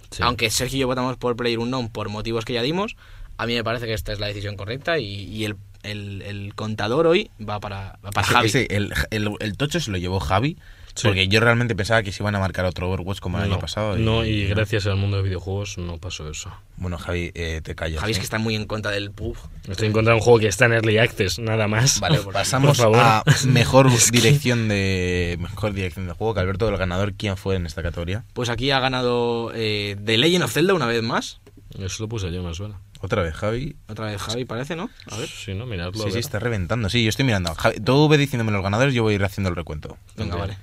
B: Sí.
D: Aunque Sergio y yo votamos por Player Unknown por motivos que ya dimos, a mí me parece que esta es la decisión correcta y, y el, el- el contador hoy va para, va para
C: Ese-
D: Javi.
C: ese- el, el- el tocho se lo llevó Javi,
B: Sí.
C: porque yo realmente pensaba que se iban a marcar otro Overwatch como el
B: no,
C: año pasado.
B: no, y gracias al mundo de videojuegos no pasó eso.
C: Bueno, Javi, eh, te callas.
D: Javi es
C: ¿eh?
D: que está muy en contra del pub.
B: Estoy encontrando un juego que está en Early Access, nada más.
C: Vale,
B: Por
C: pasamos
B: favor.
C: a mejor dirección de mejor dirección de juego. Que Alberto, el ganador, ¿quién fue en esta categoría?
D: Pues aquí ha ganado eh, The Legend of Zelda una vez más.
B: Eso lo puse yo, me suena.
C: Otra vez, Javi.
D: Otra vez Javi parece, ¿no? A ver.
B: Sí, ¿no? Miradlo. a
C: Sí, sí,
B: ver.
C: está reventando. Sí, yo estoy mirando. Javi, tú ve diciéndome los ganadores, yo voy a ir haciendo el recuento.
D: Venga, vale.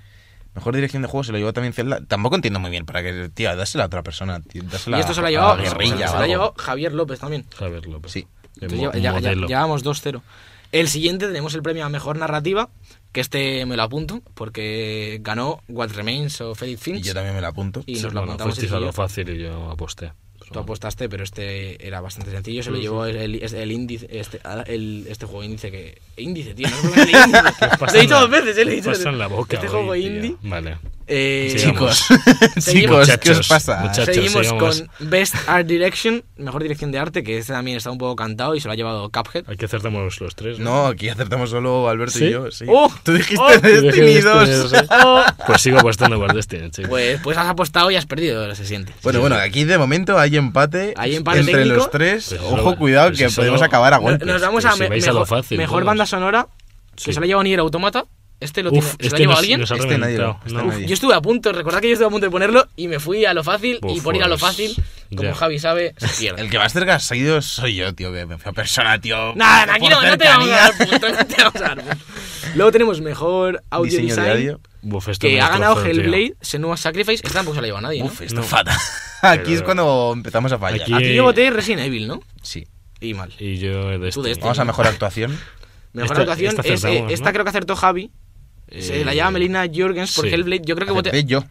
C: Mejor dirección de juego se lo llevó también Zelda. Tampoco entiendo muy bien para que, tío, dásela a otra persona. tío, dásela
D: y esto se lo ha
C: a
D: llevado,
C: la
D: se lo-
C: guerrilla
D: se lo
C: o
D: ha
C: algo.
D: llevado Javier López también.
B: Javier López.
C: Sí.
B: De
D: Entonces
B: mo-
D: ya- ya- ya-
B: modelo.
D: llevamos 2-0. El siguiente tenemos el premio a mejor narrativa, que este me lo apunto, porque ganó What Remains of Edith
C: Y
D: Finch.
C: yo también me la apunto.
D: Y nos lo
B: Bueno,
D: apuntamos
B: fuisteis
D: Sergio
B: a
D: y
B: lo
D: yo.
B: fácil y yo aposté.
D: Tú apostaste, pero este era bastante sencillo. Se lo
B: Sí,
D: llevó el, el- el índice, este, ah, el- este juego índice que. Índice, tío. No me índice.
B: pasa
D: Lo he dicho
B: en la-
D: dos veces, eh, lo he dicho.
B: Pasa en la boca.
D: Este
B: hoy,
D: juego
B: tío.
D: indie.
B: Vale.
D: Eh,
B: Sí, vamos.
C: Chicos,
D: Seguimos.
C: chicos, ¿qué os
B: Muchachos,
C: pasa?
B: muchachos.
D: Seguimos
B: sigamos.
D: con Best Art Direction, mejor dirección de arte, que este también está un poco cantado y se lo ha llevado Cuphead.
B: Hay que acertamos los tres.
C: No, aquí acertamos solo Alberto y
B: ¿Sí?
C: yo. sí.
D: ¡Oh!
C: Tú dijiste
D: ¡Oh!
B: Yo dejé
C: Destiny 2.
B: Destiny dos, ¿eh? Pues sigo apostando por este, Destiny, chicos.
D: Pues, pues has apostado y has perdido, se siente.
C: Bueno, bueno, aquí de momento hay empate,
D: Hay empate
C: entre
D: técnico.
C: los tres.
B: Pues eso,
C: Ojo,
B: bueno,
C: cuidado,
B: pues
C: que
B: eso-
C: podemos acabar a
D: No-
C: golpes.
D: Nos vamos
B: pero
D: a,
B: si
D: me-
B: vais a
D: mejor,
B: lo fácil,
D: mejor
B: todos.
D: banda sonora,
B: Sí.
D: que se la lleva Nier Automata. Este lo
B: Uf,
D: tiene, ¿se lo
B: este
D: ha llevado
B: nos,
D: alguien?
B: nos ha
C: Este nadie lo-
B: reventado.
C: este
B: No.
C: nadie.
D: Yo estuve a punto, recordad que yo estuve a punto de ponerlo y me fui a lo fácil y
B: Uf,
D: por ir a lo
B: pues,
D: fácil, como
B: ya.
D: Javi sabe, se pierde.
C: El que más cerca ha seguido soy yo, tío, que me fui a persona, tío.
D: Nada,
C: por
D: tranquilo, no te vamos a
C: cercanía.
D: dar punto, no te vamos a dar punto. Luego tenemos mejor audio
C: Diseño de
D: design,
C: audio.
B: Buf, esto
D: que
B: me
D: ha
B: destrozó,
D: ganado
B: tío.
D: Hellblade, Senua Sacrifice, esta tampoco se la lleva nadie, ¿no?
C: Uf, esto
B: No.
C: es fatal. Aquí es
B: Pero-
C: cuando empezamos a fallar. Ah,
B: Aquí-
D: Aquí yo voté Resident Evil, ¿no?
C: Sí.
D: Y mal.
B: Y yo este. he Destiny.
D: Destiny.
C: Vamos a mejor actuación.
D: Mejor
B: Esta-
D: actuación
B: esta
D: es, eh,
B: acertamos, ¿no?
D: esta creo que acertó Javi. Se
B: Eh,
D: la lleva Melina Jurgens por
B: sí.
D: Hellblade. Yo creo que voté.
C: Acerté yo.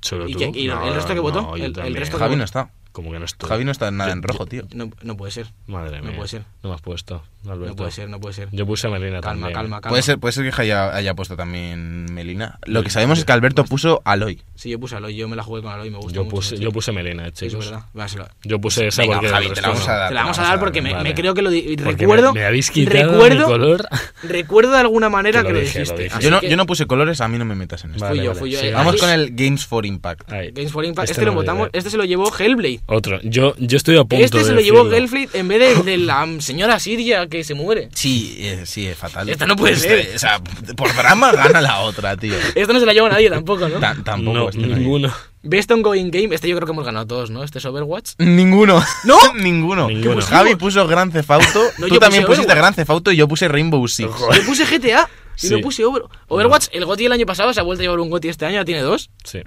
B: Solo
D: ¿Y
B: tú.
D: qué- y el resto que votó?
B: yo
D: El- el
B: también.
D: resto que
C: Javi no está.
B: Como que no estoy.
C: Javi no está nada
B: Yo-
C: en rojo, tío.
D: No, no puede ser.
B: Madre
D: No
B: mía.
D: puede ser.
B: No me has puesto, Alberto.
D: No puede ser, no puede ser.
B: Yo puse a Melina
D: Calma,
B: también.
D: calma, calma.
C: Puede ser, puede ser que haya, haya puesto también Melina. Lo que
B: Melina,
C: sabemos es que Alberto puso Aloy.
D: Sí, yo puse Aloy, yo me la jugué con Aloy, me gusta
B: Yo
D: mucho.
B: puse, yo puse Melina,
D: Sí, es
B: chicos.
D: verdad. Va, se la,
B: Yo puse esa
C: Venga,
B: porque el
C: Javi, te la
B: resto
C: vamos
B: no.
C: a dar.
D: se la vamos a dar porque me,
B: vale.
D: me creo que lo di- y
B: Porque
D: recuerdo.
B: me, me habéis quitado
D: recuerdo,
B: mi color.
D: recuerdo de alguna manera
B: Que
D: que
B: lo
D: lo,
B: dije, lo
D: dijiste.
B: dije.
D: Así
C: Yo no,
D: Ah, que
C: yo no puse colores, a mí no me metas en esto.
B: Vale,
D: yo,
B: vale,
D: fui yo.
B: sí,
C: Vamos
B: ahí.
C: con el Games for Impact.
B: Ahí.
D: Games for Impact, este,
B: no
D: lo
B: me
D: votamos,
B: vale.
D: este se lo llevó Hellblade.
B: Otro. Yo, yo estoy a punto
D: Este
B: de
D: se lo llevó
B: decirlo.
D: Hellblade en vez de, de la mm, señora Siria que se muere.
C: Sí, eh, sí, es fatal.
D: Esta no puede
C: Esta-
D: ser.
C: O sea, por drama gana la otra, tío.
D: Esta no se la lleva nadie tampoco, ¿no?
C: Ta- tampoco
B: No,
C: este no hay.
B: ninguno.
D: Best Ongoing Game, este yo creo que hemos ganado todos, ¿no? Este es Overwatch.
C: Ninguno. ¿No?
B: Ninguno.
C: ninguno.
B: ¿Qué pusimos?
C: Javi puso Gran Theft Auto.
D: No,
C: Tú
D: yo
C: también
D: puse
C: pusiste
D: Overwatch.
C: Gran Theft Auto y yo puse Rainbow Six.
D: Yo puse GTA y
B: Sí.
D: no puse Over- Overwatch. El GOTI el año pasado se ha vuelto a llevar un GOTI este año, ya tiene dos.
B: Sí.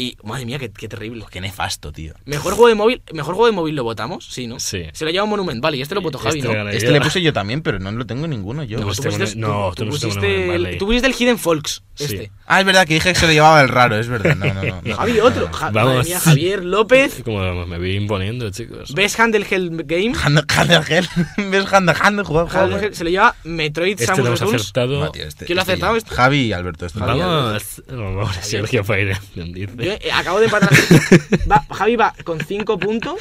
D: Y madre mía, qué, qué terrible.
C: Qué nefasto, tío.
D: Mejor juego de móvil, mejor juego de móvil lo votamos, sí, ¿no?
B: Sí.
D: Se lo lleva un Monument Valley, este lo votó Javi,
B: Este
D: ¿no?
B: gana
C: Este
B: yo.
C: le puse yo también, pero no lo tengo ninguno yo.
B: No,
D: Tú
B: Este
D: pusiste-
B: Monument- no,
D: tú-
B: tú
D: tú
B: pusiste
D: pusiste
B: Monument
D: el-
B: Valley.
D: tú pusiste el Hidden Folks,
B: Sí.
D: este.
C: Ah, es verdad que dije que se lo llevaba el raro, es verdad. No, no, no. no.
D: Javi, otro. Ja- madre
B: Vamos.
D: mía, Javier López.
B: Como me vi imponiendo, chicos.
D: Best Handle Hell Game.
C: Handel, Handel, Handel. ¿Ves Handel, Handel? Juega, juega.
D: Handheld- Se lo lleva Metroid
B: Este lo
D: Samus
B: hemos
D: Returns.
B: acertado.
C: Va, tío, este-
D: ¿Quién lo ha
C: este
D: acertado
C: ya.
D: esto?
C: Javi y Alberto. Esto
D: Javi,
B: Vamos, vamos, Sergio Fire Emblem,
D: Yo
B: dice.
D: eh, acabo de empatar. Va- Javi va con 5 puntos.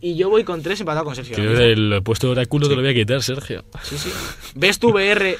D: Y yo voy con 3 empatado con Sergio.
B: Creo que el puesto de oráculo te lo voy a quitar, Sergio.
D: Sí, sí. Best VR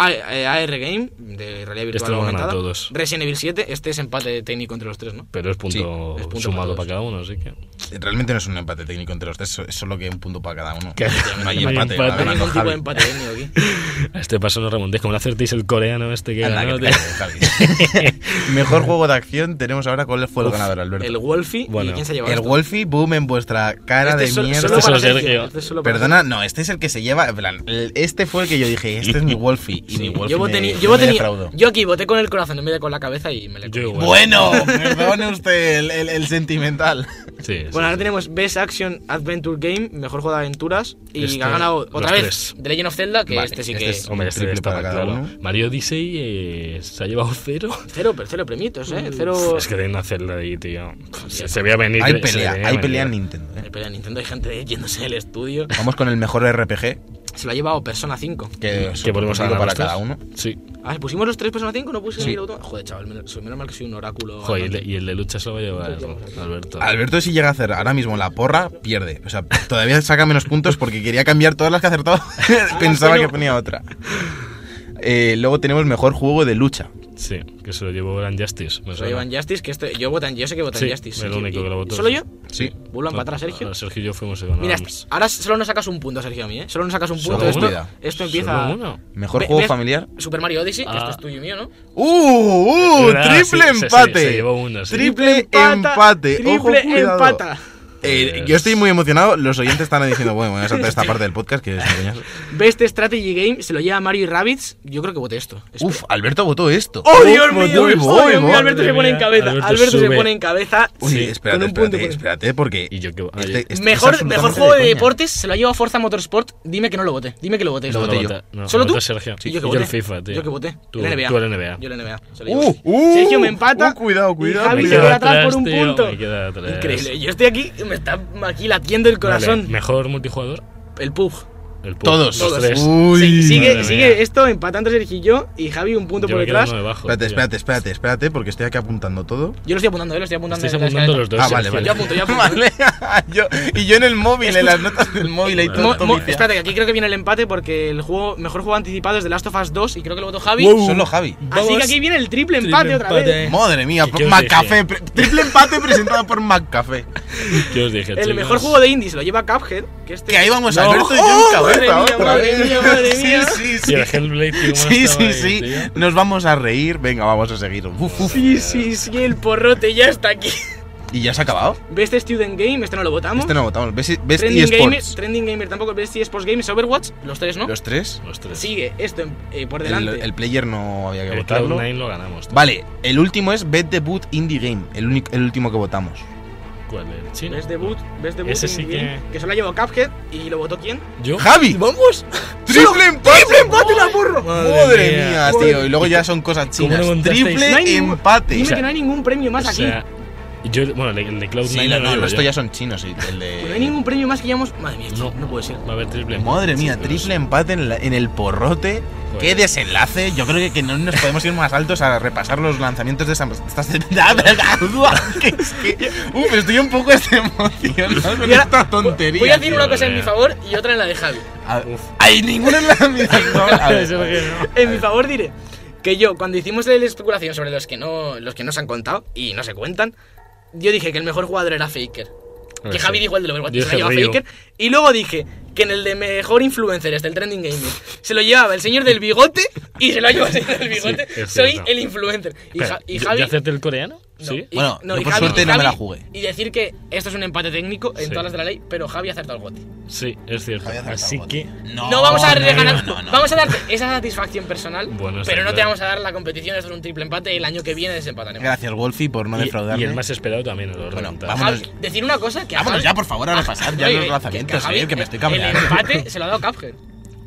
D: A- eh, AR Game de realidad virtual
B: Este lo van a ganar
D: aumentada.
B: todos.
D: Resident Evil 7. Este es empate técnico entre los tres, ¿no?
B: Pero es punto,
D: Sí, es punto
B: sumado
D: para
B: para cada uno, así que.
C: Realmente no es un empate técnico entre los tres, es solo que un punto para cada uno.
B: Claro,
C: No hay
B: no hay
C: empate.
B: empate.
D: No
C: va
D: hay
C: ganando
D: ningún tipo de
C: Javi.
D: empate técnico aquí.
B: A este paso no remontéis. Como no acertéis el coreano este que
C: Anda,
B: ganó,
C: que te
B: tío.
C: calles, Javi. Mejor juego de acción tenemos ahora. ¿Cuál fue el ganador, Alberto?
D: El Wolfie.
B: Bueno,
D: ¿Y quién se lleva
C: El
D: esto?
C: Wolfie, boom en vuestra cara
D: Este
C: de
D: es solo-
C: mierda.
D: solo
B: Este
D: para
B: es Sergio.
D: Sergio, este es solo para
C: Perdona, no, este es el que se lleva. en plan, el- Este fue el que yo dije, este es mi Wolfie. Y mi Wolfie
D: Yo, voté,
C: me-
D: ni-
C: no
D: yo,
C: me
D: voté ni-
C: defraudó.
D: yo aquí voté con el corazón en vez de con la cabeza y me le
B: Yo igual.
C: Bueno, perdone usted el, el- el sentimental.
B: Sí, sí,
D: Bueno, ahora
B: sí.
D: tenemos Best Action Adventure Game, mejor juego de aventuras. Y
B: Este,
D: ha ganado
B: los
D: otra vez
B: tres.
D: The Legend of Zelda, que
C: Vale,
D: este sí
C: este
D: que
C: es-
D: es
B: Hombre, este
C: triple
B: estaba
C: para cada
B: claro.
C: uno.
B: Mario Odyssey eh, se ha llevado cero.
D: cero, pero cero premitos, ¿eh? Cero.
B: Mm, Es que tiene una celda ahí, tío. Se, se veía venir.
C: Hay
B: se
C: pelea,
B: veía
C: hay
B: venir.
C: pelea en Nintendo. ¿eh?
D: Pero en Nintendo hay gente yéndose del estudio.
C: Vamos con el mejor RPG.
D: Se lo ha llevado Persona 5.
C: Que,
B: Que volvemos a ganar
C: para
B: los tres.
C: cada uno.
B: Sí.
D: Ah, ¿pusimos los tres Persona 5? ¿No puse
C: Sí.
D: el otro? Joder, chaval, menos, soy- menos mal que soy un oráculo.
B: Joder, y el de-
D: andante.
B: y el de lucha se lo va a llevar Alberto.
C: Alberto, si llega a hacer ahora mismo la porra, pierde. O sea, todavía saca menos puntos porque quería cambiar todas las que acertaba.
D: Ah,
C: Pensaba que ponía otra. Eh, luego tenemos mejor juego de lucha.
B: Sí, que se lo llevó Grand Justice. me
D: Se
B: suena.
D: lo llevan Justice, que este. Yo, votan, yo sé que votan
B: Sí,
D: Justice.
B: el
D: sí,
B: único
D: y-
B: que lo votó.
D: ¿Solo yo?
C: Sí.
D: Vulan para atrás, Sergio.
B: Ahora Sergio y yo fuimos y
D: Mira, este
B: ganamos.
D: ahora solo nos sacas un punto, Sergio, a mí, ¿eh? Solo nos sacas un
B: ¿Solo
D: punto. Esto,
C: uno?
D: esto
B: ¿Solo
D: empieza.
B: uno?
C: Mejor
D: Ve-
C: juego
D: ves-
C: familiar.
D: Super Mario Odyssey, que
B: Ah.
D: esto es tuyo y mío, ¿no?
C: ¡Uh! ¡Uh!
B: Ah,
C: ¡Triple
B: sí, sí, sí,
C: empate!
B: se llevó uno, sí.
C: ¡Triple empate!
D: Triple
C: Ojo, cuidado.
D: empata.
C: Eh,
B: Pues-
C: yo estoy muy emocionado. Los oyentes están diciendo, bueno, voy a saltar esta parte del podcast que es un coñazo.
D: Best este Strategy Game se lo lleva Mario y Rabbids. Yo creo que voté esto. Espera.
C: Uf, Alberto votó esto.
D: ¡Oh, Dios mío!
C: Voto y
D: ¡Oh, Dios
C: voy,
D: mío!
C: voy.
D: Alberto se pone en
B: mía.
D: cabeza. Alberto,
B: Alberto
D: se
B: sube.
D: pone en cabeza.
C: Uy,
D: sí,
C: espérate,
D: con un punto
C: espérate, espérate, porque.
B: Y yo que.
C: este- este es
D: Mejor,
C: absolutamente
D: mejor juego de,
C: coña.
D: deportes se lo ha llevado Forza Motorsport. Dime que no lo voté. Dime que lo voté.
C: Lo
D: esto.
C: voté yo.
D: ¿Solo tú?
B: Sergio.
D: Sí,
B: Y
D: yo que
B: yo
D: voté.
B: el FIFA, tío.
D: Yo que voté.
B: Tú,
D: el NBA.
B: tú el NBA.
D: Yo el NBA. se lo
C: Uh,
D: llevo.
C: uh,
D: Sergio me empata.
C: uh, cuidado, cuidado.
D: Y Javi
B: Me
D: se
B: queda
D: va atrás por
B: atrás,
D: un
B: tío,
D: punto.
B: me queda atrás.
D: Increíble. Yo estoy aquí, me está aquí latiendo el corazón.
B: Vale, Mejor multijugador.
D: El PUG.
B: El Pug.
C: Todos.
B: Los
D: Todos.
B: tres.
C: Uy.
D: Sí, sigue
B: madre
D: sigue
B: mía.
D: esto empatando Sergio y yo y Javi un punto
B: Yo
D: por
B: me quedo
D: detrás.
B: uno debajo,
C: Espérate,
B: tío.
C: espérate, espérate, espérate, porque estoy aquí apuntando todo.
D: Yo lo estoy apuntando, eh, lo estoy apuntando.
B: Estáis
D: en la
B: apuntando
D: escaleta.
B: los dos.
C: Ah, vale,
B: Sergio.
C: vale.
D: Yo apunto, yo apunto.
C: Vale. yo, y yo en el móvil, en las notas del móvil ahí todo.
D: Mo- mo-
C: todo viciado.
D: espérate, que aquí creo que viene el empate porque el juego mejor juego anticipado es The Last of Us 2 y creo que lo votó Javi.
C: Wow. Solo Javi.
D: Así que
B: Vamos.
D: aquí viene el triple
B: Triple
D: empate, otra
B: empate.
D: vez.
C: Madre mía,
B: ¿Qué- qué os
C: McCafé. pre- Triple empate presentado por McCafé.
B: ¿Qué os dije,
D: El mejor juego de indie se lo lleva Cuphead, que este
C: Que ahí vamos
B: No.
C: Alberto y yo en
D: ¡Oh, madre
C: cabeza.
D: mía,
C: otra
D: madre
C: vez.
D: mía, madre mía!
C: Sí, sí,
B: Y el
C: sí.
B: Hellblade, tío, ¿cómo
C: Sí,
B: estaba
C: sí,
B: ahí,
C: sí.
B: tío?
C: Nos vamos a reír. Venga, vamos a seguir. Uf, uf.
D: Sí, sí, sí, el porrote ya está aquí.
C: ¿Y ya se ha acabado?
D: Best Student Game, este no lo votamos.
C: Este no votamos. Best, best
D: Trending, Gamer,
C: eSports.
D: Trending Gamer tampoco, Best Sports Game es Overwatch, los tres, ¿no?
C: Los tres.
B: Los tres.
D: Sigue esto en- eh, por
C: El,
D: delante.
C: el player no había que
B: El
C: votarlo.
B: Cloud9 lo ganamos. tío.
C: Vale, el último es Bet Debut Indie Game, el, único- el último que votamos.
B: ¿Cuál? ¿El chino?
D: Best Debut, Best Debut
B: Ese
D: in
B: sí
D: Game,
B: que-
D: que solo ha llevado Cuphead y lo votó quién?
B: ¿Yo?
C: ¡Javi!
D: ¡Vamos!
C: ¡Triple empate! ¡Triple empate la burro!
B: Madre
C: ¡Madre,
B: mía,
C: mía, tío! Y luego ya son cosas
B: ¿Cómo
C: chinas.
B: lo contasteis?
C: ¡Triple
D: No hay ningún-
C: empate!
D: Dime
C: O sea,
D: que no hay ningún premio más
B: O
D: aquí.
B: sea, yo, bueno, el- el de Cloud9
C: sí, no,
B: lo
C: no, el
B: llevo
C: resto
B: yo.
C: ya son chinos. y el de-
D: Que no hay ningún premio más que llevamos. Madre mía, no,
B: No.
D: no puede ser.
B: Va a haber triple. empate,
C: Madre mía,
B: chicos.
C: triple empate en, la- en el porrote.
D: Pues
C: ¡Qué desenlace! Yo creo que, que no nos podemos ir más altos a repasar los lanzamientos de esta- esta temporada. Es que- Uf, estoy un poco este emocionado con
D: Y ahora-
C: esta tontería.
D: Voy a decir una
B: tío,
D: cosa
C: eh.
D: en mi
B: mía.
D: favor y otra en la de Javi.
C: A- ¡Hay ninguna en la misma! A ver, a ver.
D: En mi favor diré que yo, cuando hicimos la especulación sobre los que no los que no se han contado y no se cuentan, yo dije que el mejor jugador era Faker.
B: A ver,
D: Que
B: Pues
D: Javi
B: sí.
D: dijo el de Overwatch,
B: Yo
D: se la
B: dije
D: lleva
B: Ryu.
D: Faker. Y luego dije que en el de mejor influencer, este, el trending gaming, se lo llevaba el señor del bigote y se lo llevaba el señor del bigote.
B: Sí, es
D: Soy
B: cierto.
D: el influencer. Y,
B: Espera,
D: Ja- y
B: ¿y-
D: Javi.
B: ¿Y hacerte el coreano?
D: no,
B: Sí.
D: y-
C: Bueno, yo
D: y
C: por
D: Javi-
C: suerte
D: y
C: no me la
D: Javi-
C: jugué.
D: Y decir que esto es un empate técnico en
B: Sí.
D: todas las de la ley, pero Javi ha acertado el gote.
B: Sí, es cierto.
C: Había acertado
B: Así
C: el
B: que.
D: No, vamos a darle
C: no,
D: ganas-
C: no, no.
D: Vamos a darte esa satisfacción personal,
B: Bueno, está
D: pero no te
B: claro.
D: vamos a dar la competición de hacer un triple empate y el año que viene desempataremos.
C: Gracias, Wolfie, por no
B: y-
C: defraudarme.
B: Y el más esperado también lo
C: Bueno,
B: remontaron.
C: vamos.
D: Javi,
C: vámonos.
D: decir una cosa que a
C: Vámonos
D: Javi-
C: ya, por favor, ahora pasar ya
D: Ah, Oye,
C: los
D: que-
C: lanzamientos,
D: Javi,
C: eh, que me estoy
D: El
C: cambiando.
D: empate se lo ha dado Cuphead.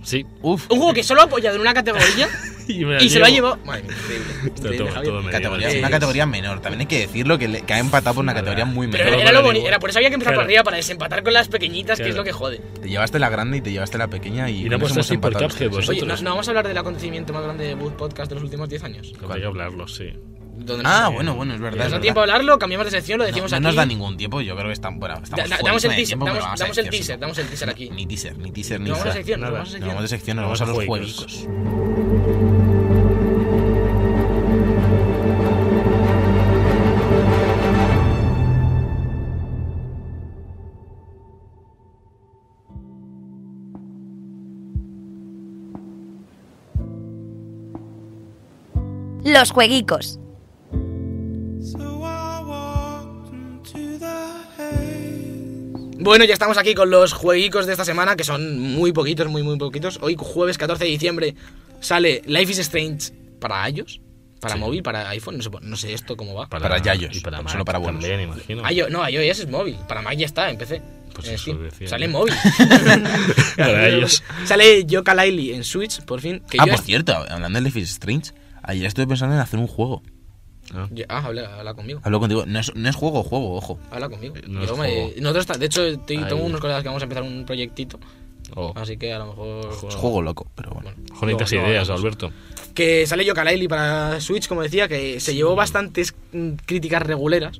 B: Sí.
C: Uf,
D: Un juego que solo ha apoyado en una categoría
B: Y, me la
D: y se lo ha
B: llevo.
D: llevado. Madre mía, increíble.
B: Está
D: Increíble,
B: todo,
D: Javi.
B: todo me
C: categoría,
B: llevo,
C: una
B: sí.
C: categoría menor. También hay que decirlo que, le- que ha empatado por una
B: Nada.
C: categoría muy
D: Pero
B: Todo
C: menor.
D: era, lo
B: para
D: boni-
B: ningún-
D: era por eso había que empezar
B: Claro.
D: por arriba, para desempatar con las pequeñitas, que es
B: Claro.
D: lo que jode.
C: Te llevaste la grande y te llevaste la pequeña y,
B: Y no
C: con eso
B: apuestas
C: hemos
B: así por
C: empatado los
B: Cuphead,
C: tres.
B: vosotros.
D: Oye, no, no vamos a hablar del acontecimiento más grande de Buzz Podcast de los últimos 10 años.
B: Hay que hablarlo, sí. ¿eh?
D: Donde
C: Ah,
D: nos-
C: bueno, bueno, es verdad.
D: nos
C: es
D: da
C: verdad.
D: tiempo a hablarlo, cambiamos de sección, lo
C: No,
D: decimos
C: no
D: aquí.
C: nos da ningún tiempo, yo creo que están bueno,
D: Da-
C: estamos ¿eh?
D: da-
C: fuera
D: damos el
C: de
D: teaser,
C: tiempo, pero
D: damos,
C: vamos a
D: damos el
C: decir,
D: teaser,
C: sí.
D: damos el teaser aquí.
C: Ni teaser, ni teaser, ni
D: Nos vamos a
C: nada.
D: sección, nos
B: Nada.
D: vamos a
C: Nos
D: sección.
C: vamos de sección, nos vamos a los
B: juegos.
C: juegos.
A: Los jueguicos.
E: So I walked into the haze.
D: Bueno, ya estamos aquí con los jueguicos de esta semana, que son muy poquitos, muy, muy poquitos. Hoy, jueves 14 de diciembre, sale Life is Strange para iOS, para móvil, para iPhone, no sé, no sé esto cómo va.
C: Para Yayos,
D: pues
C: solo para
B: vos.
C: buenos.
B: También, imagino.
D: iOS, no, iOS es móvil, para Mac ya está, en PC.
B: Pues
D: en
B: eso
D: Steam.
B: decía
D: Sale
B: yo.
D: en móvil.
B: Para iOS.
D: Sale Yoka Laili en Switch, por fin. Que
C: Ah,
D: yo
C: por
D: est-
C: cierto, hablando de Life is Strange, ayer estuve pensando en hacer un juego.
B: Ah.
D: yo- ah, habla, habla conmigo.
C: Hablo contigo, no es, no es juego, juego, ojo.
D: Habla conmigo.
B: Eh, No es
D: Yo me-
B: juego.
D: nosotros ta- de hecho, estoy-
B: Ahí.
D: tengo unos colegas que vamos a empezar un proyectito,
B: Oh,
D: así que a lo mejor...
C: Es juego loco, pero bueno.
B: Jonitas
D: ah, No, no,
B: ideas,
D: no, no.
B: Alberto.
D: que sale Yooka Laili para Switch, como decía, que se llevó bastantes mm, críticas reguleras,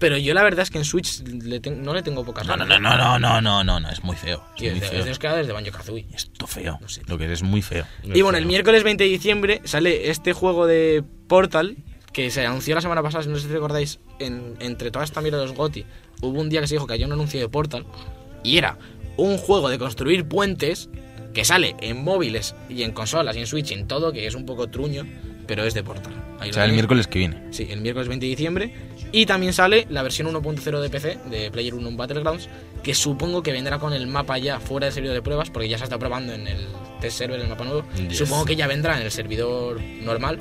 D: pero yo la verdad es que en Switch le ten- no le tengo pocas
C: No, no,
D: ganas.
C: no, no, no, no, no, no, no, es muy feo.
D: Tío,
C: Es
D: es
C: muy
D: de, es de
C: feo.
D: los creadores de Banjo Kazooie.
C: Esto feo.
D: No sé.
C: Lo que es es muy feo.
D: Y bueno, el miércoles 20 de diciembre sale este juego de Portal que se anunció la semana pasada, si no sé si recordáis, en- entre todas esta mierda de los GOTI, hubo un día que se dijo que había un anuncio de Portal y era un juego de construir puentes que sale en móviles y en consolas y en Switch y en todo, que es un poco truño, pero es de Portal. Ahí
C: O
D: lo
C: sea, el
D: tenéis.
C: miércoles que viene.
D: Sí, el miércoles 20 de diciembre. Y también sale la versión 1.0 de PC, de Player 1 Battlegrounds, que supongo que vendrá con el mapa ya fuera del servidor de pruebas, porque ya se está probando en el test server, el mapa nuevo.
B: Yes.
D: Supongo que ya vendrá en el servidor normal.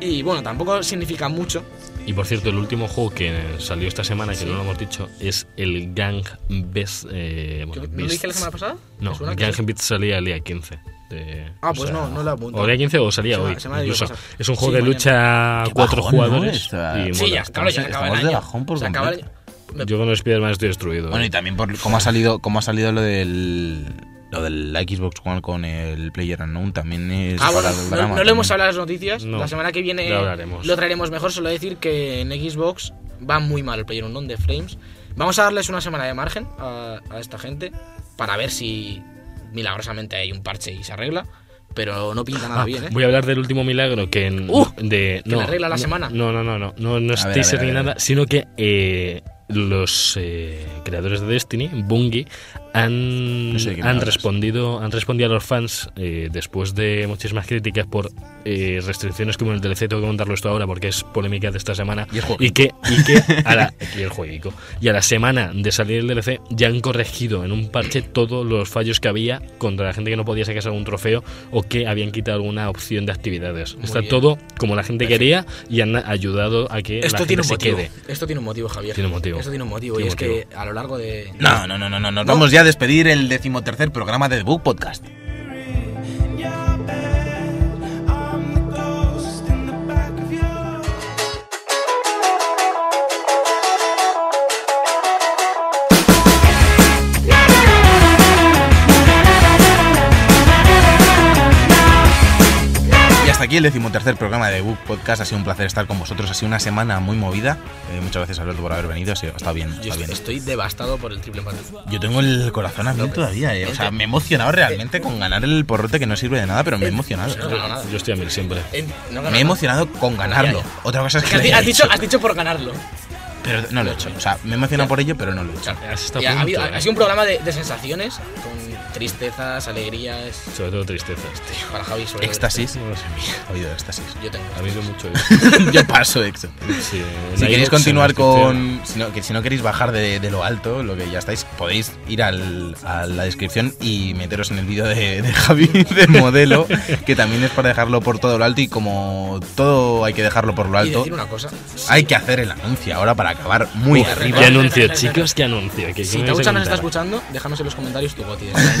D: Y bueno, tampoco significa mucho.
B: Y por cierto, el último juego que salió esta semana, que no lo hemos dicho, es el Gang Best. eh,
D: ¿Qué-
B: bueno,
D: ¿No lo
B: Beasts.
D: dije la semana pasada?
B: No,
D: ¿Me suena
B: el
D: que
B: Gang
D: sí?
B: Beasts salía el día 15. de-
D: Ah,
B: o
D: pues
B: sea,
D: no, no lo apunto.
B: O día 15 o salía
D: Se me-
B: hoy.
D: se me ha debido
B: incluso.
D: pasar.
B: Es un juego
D: Sí,
B: de
D: mañana.
B: lucha
C: Qué
B: cuatro
C: bajón, ¿no?
B: jugadores.
C: Está-
B: y
D: ah. Sí, ya,
B: mola.
D: claro, ya
C: estamos-
D: acaba el
C: estamos de
D: año.
C: bajón por
D: Se acaba el año. Me-
B: Yo con los Spider-Man estoy destruido.
C: Bueno,
B: eh.
C: y también por cómo ha salido, cómo ha salido lo del lo del Xbox One con el Player Unknown también es
D: Ah, bueno,
C: para el
D: no, no
C: drama,
D: lo hemos
C: también.
D: hablado en las noticias.
B: No,
D: la semana que viene
B: ya hablaremos.
D: lo traeremos mejor. Solo decir que en Xbox va muy mal el player un de frames. Vamos a darles una semana de margen a, a esta gente para ver si milagrosamente hay un parche y se arregla. Pero no pinta nada
B: Ah,
D: bien, ¿eh?
B: Voy a hablar del último milagro que en,
D: Uh,
B: de
D: que la regla la
B: no,
D: semana.
B: No, no, no, no, no, no es
C: A ver, a
B: teaser
C: ver, a
B: ni
C: ver, a
B: nada, sino que eh, los eh, creadores de Destiny, Bungie, han,
C: No sé de qué me
B: han
C: hablas.
B: respondido, han respondido a los fans eh, después de muchísimas críticas por eh, restricciones como el DLC. Tengo que contarlo esto ahora porque es polémica de esta semana.
C: Y el juego.
B: Y que, y que a la, y el jueguico. Y a la semana de salir el DLC ya han corregido en un parche todos los fallos que había contra la gente que no podía sacarse algún trofeo o que habían quitado alguna opción de actividades.
D: Muy
B: Está
D: bien.
B: todo como la gente quería y han ayudado a que la
D: Esto
B: gente
D: tiene un
B: se
D: motivo.
B: quede.
D: Esto tiene un motivo, Javier.
B: Tiene un motivo.
D: Esto tiene un motivo.
B: Tiene
D: y
B: un
D: es que a lo largo de.
C: No, no, no, no, no, nos vamos ya a despedir el decimotercer programa de The Book Podcast.
E: In your bed, I'm the ghost in the back of your.
C: Y hasta aquí el decimotercer programa de Book Podcast. Ha sido un placer estar con vosotros. Ha sido una semana muy movida. Eh, muchas gracias, Alberto, por haber venido. Ha sido- ha estado bien,
D: Yo
C: está
D: estoy,
C: bien.
D: estoy devastado por el triple empate.
C: Yo tengo el corazón a mil todavía. eh. O sea, me he emocionado
D: Este-
C: realmente con ganar el porrote que no sirve de nada, pero me he emocionado.
D: No, no, nada.
B: Yo estoy a mil siempre.
D: Eh, no, no,
C: Me he
D: no.
C: emocionado con ganarlo.
D: Ya, ya.
C: Otra cosa es que.
D: Has,
C: lo
D: di-
C: haya
D: has dicho,
C: hecho.
D: has dicho por ganarlo.
C: Pero no lo he hecho. O sea, me he emocionado por ello, pero no lo he hecho.
D: Claro.
B: Has estado
D: Y
B: a
D: ha,
B: punto,
D: habido-
B: ¿eh?
D: ha sido un programa de, de sensaciones, con tristezas, alegrías,
B: Sobre todo tristezas, tío.
D: para Javi sobre todo.
C: Éxtasis.
B: Madre mía.
C: Ha habido éxtasis.
D: Yo tengo.
B: Ha habido mucho eso.
C: Yo paso éxtasis.
B: Sí, en
C: Si queréis
B: iVoox, en
C: continuar
B: la descripción.
C: con. Si no, que si no queréis bajar de, de lo alto, lo que ya estáis, podéis ir al- a la descripción y meteros en el vídeo de, de Javi de modelo, que también es para dejarlo por todo lo alto. Y como todo hay que dejarlo por lo
D: Y
C: alto,
D: decir una cosa.
C: hay que hacer el anuncio ahora para acabar muy
B: Uf,
C: arriba.
B: Qué anuncio, chicos, qué anuncio. Que
D: Si
B: me
D: te
B: vais a
D: gusta nos está
B: contar.
D: escuchando, déjanos en los comentarios tu goti. de este año.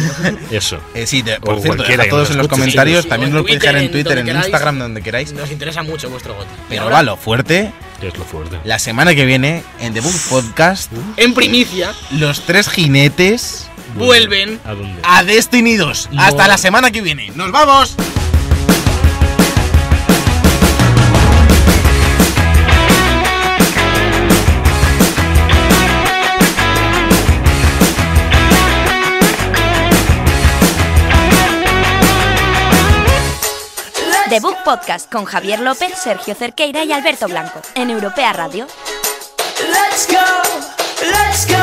B: Eso.
C: Eh, sí, te- por
B: O
C: cierto,
B: cualquiera
C: a
B: que
C: todos
B: nos
C: en los
B: escuche,
C: comentarios,
D: sí, sí,
C: también
D: o en
C: lo podéis dejar en
D: Twitter, en
C: Twitter, en
D: donde queráis.
C: Instagram, donde queráis.
D: Nos interesa mucho vuestro goti. Y
C: Pero
D: ahora,
C: va lo fuerte.
B: que es lo fuerte.
C: La semana que viene, en The Boom Podcast,
D: En primicia,
C: los tres jinetes
D: vuelven
B: ¿A dónde?
C: a Destiny 2. Hasta la semana que viene. ¡Nos vamos!
A: The Book Podcast con Javier López, Sergio Cerqueira y Alberto Blanco en Europea Radio.
F: Let's go, let's go, oh, oh, Oh.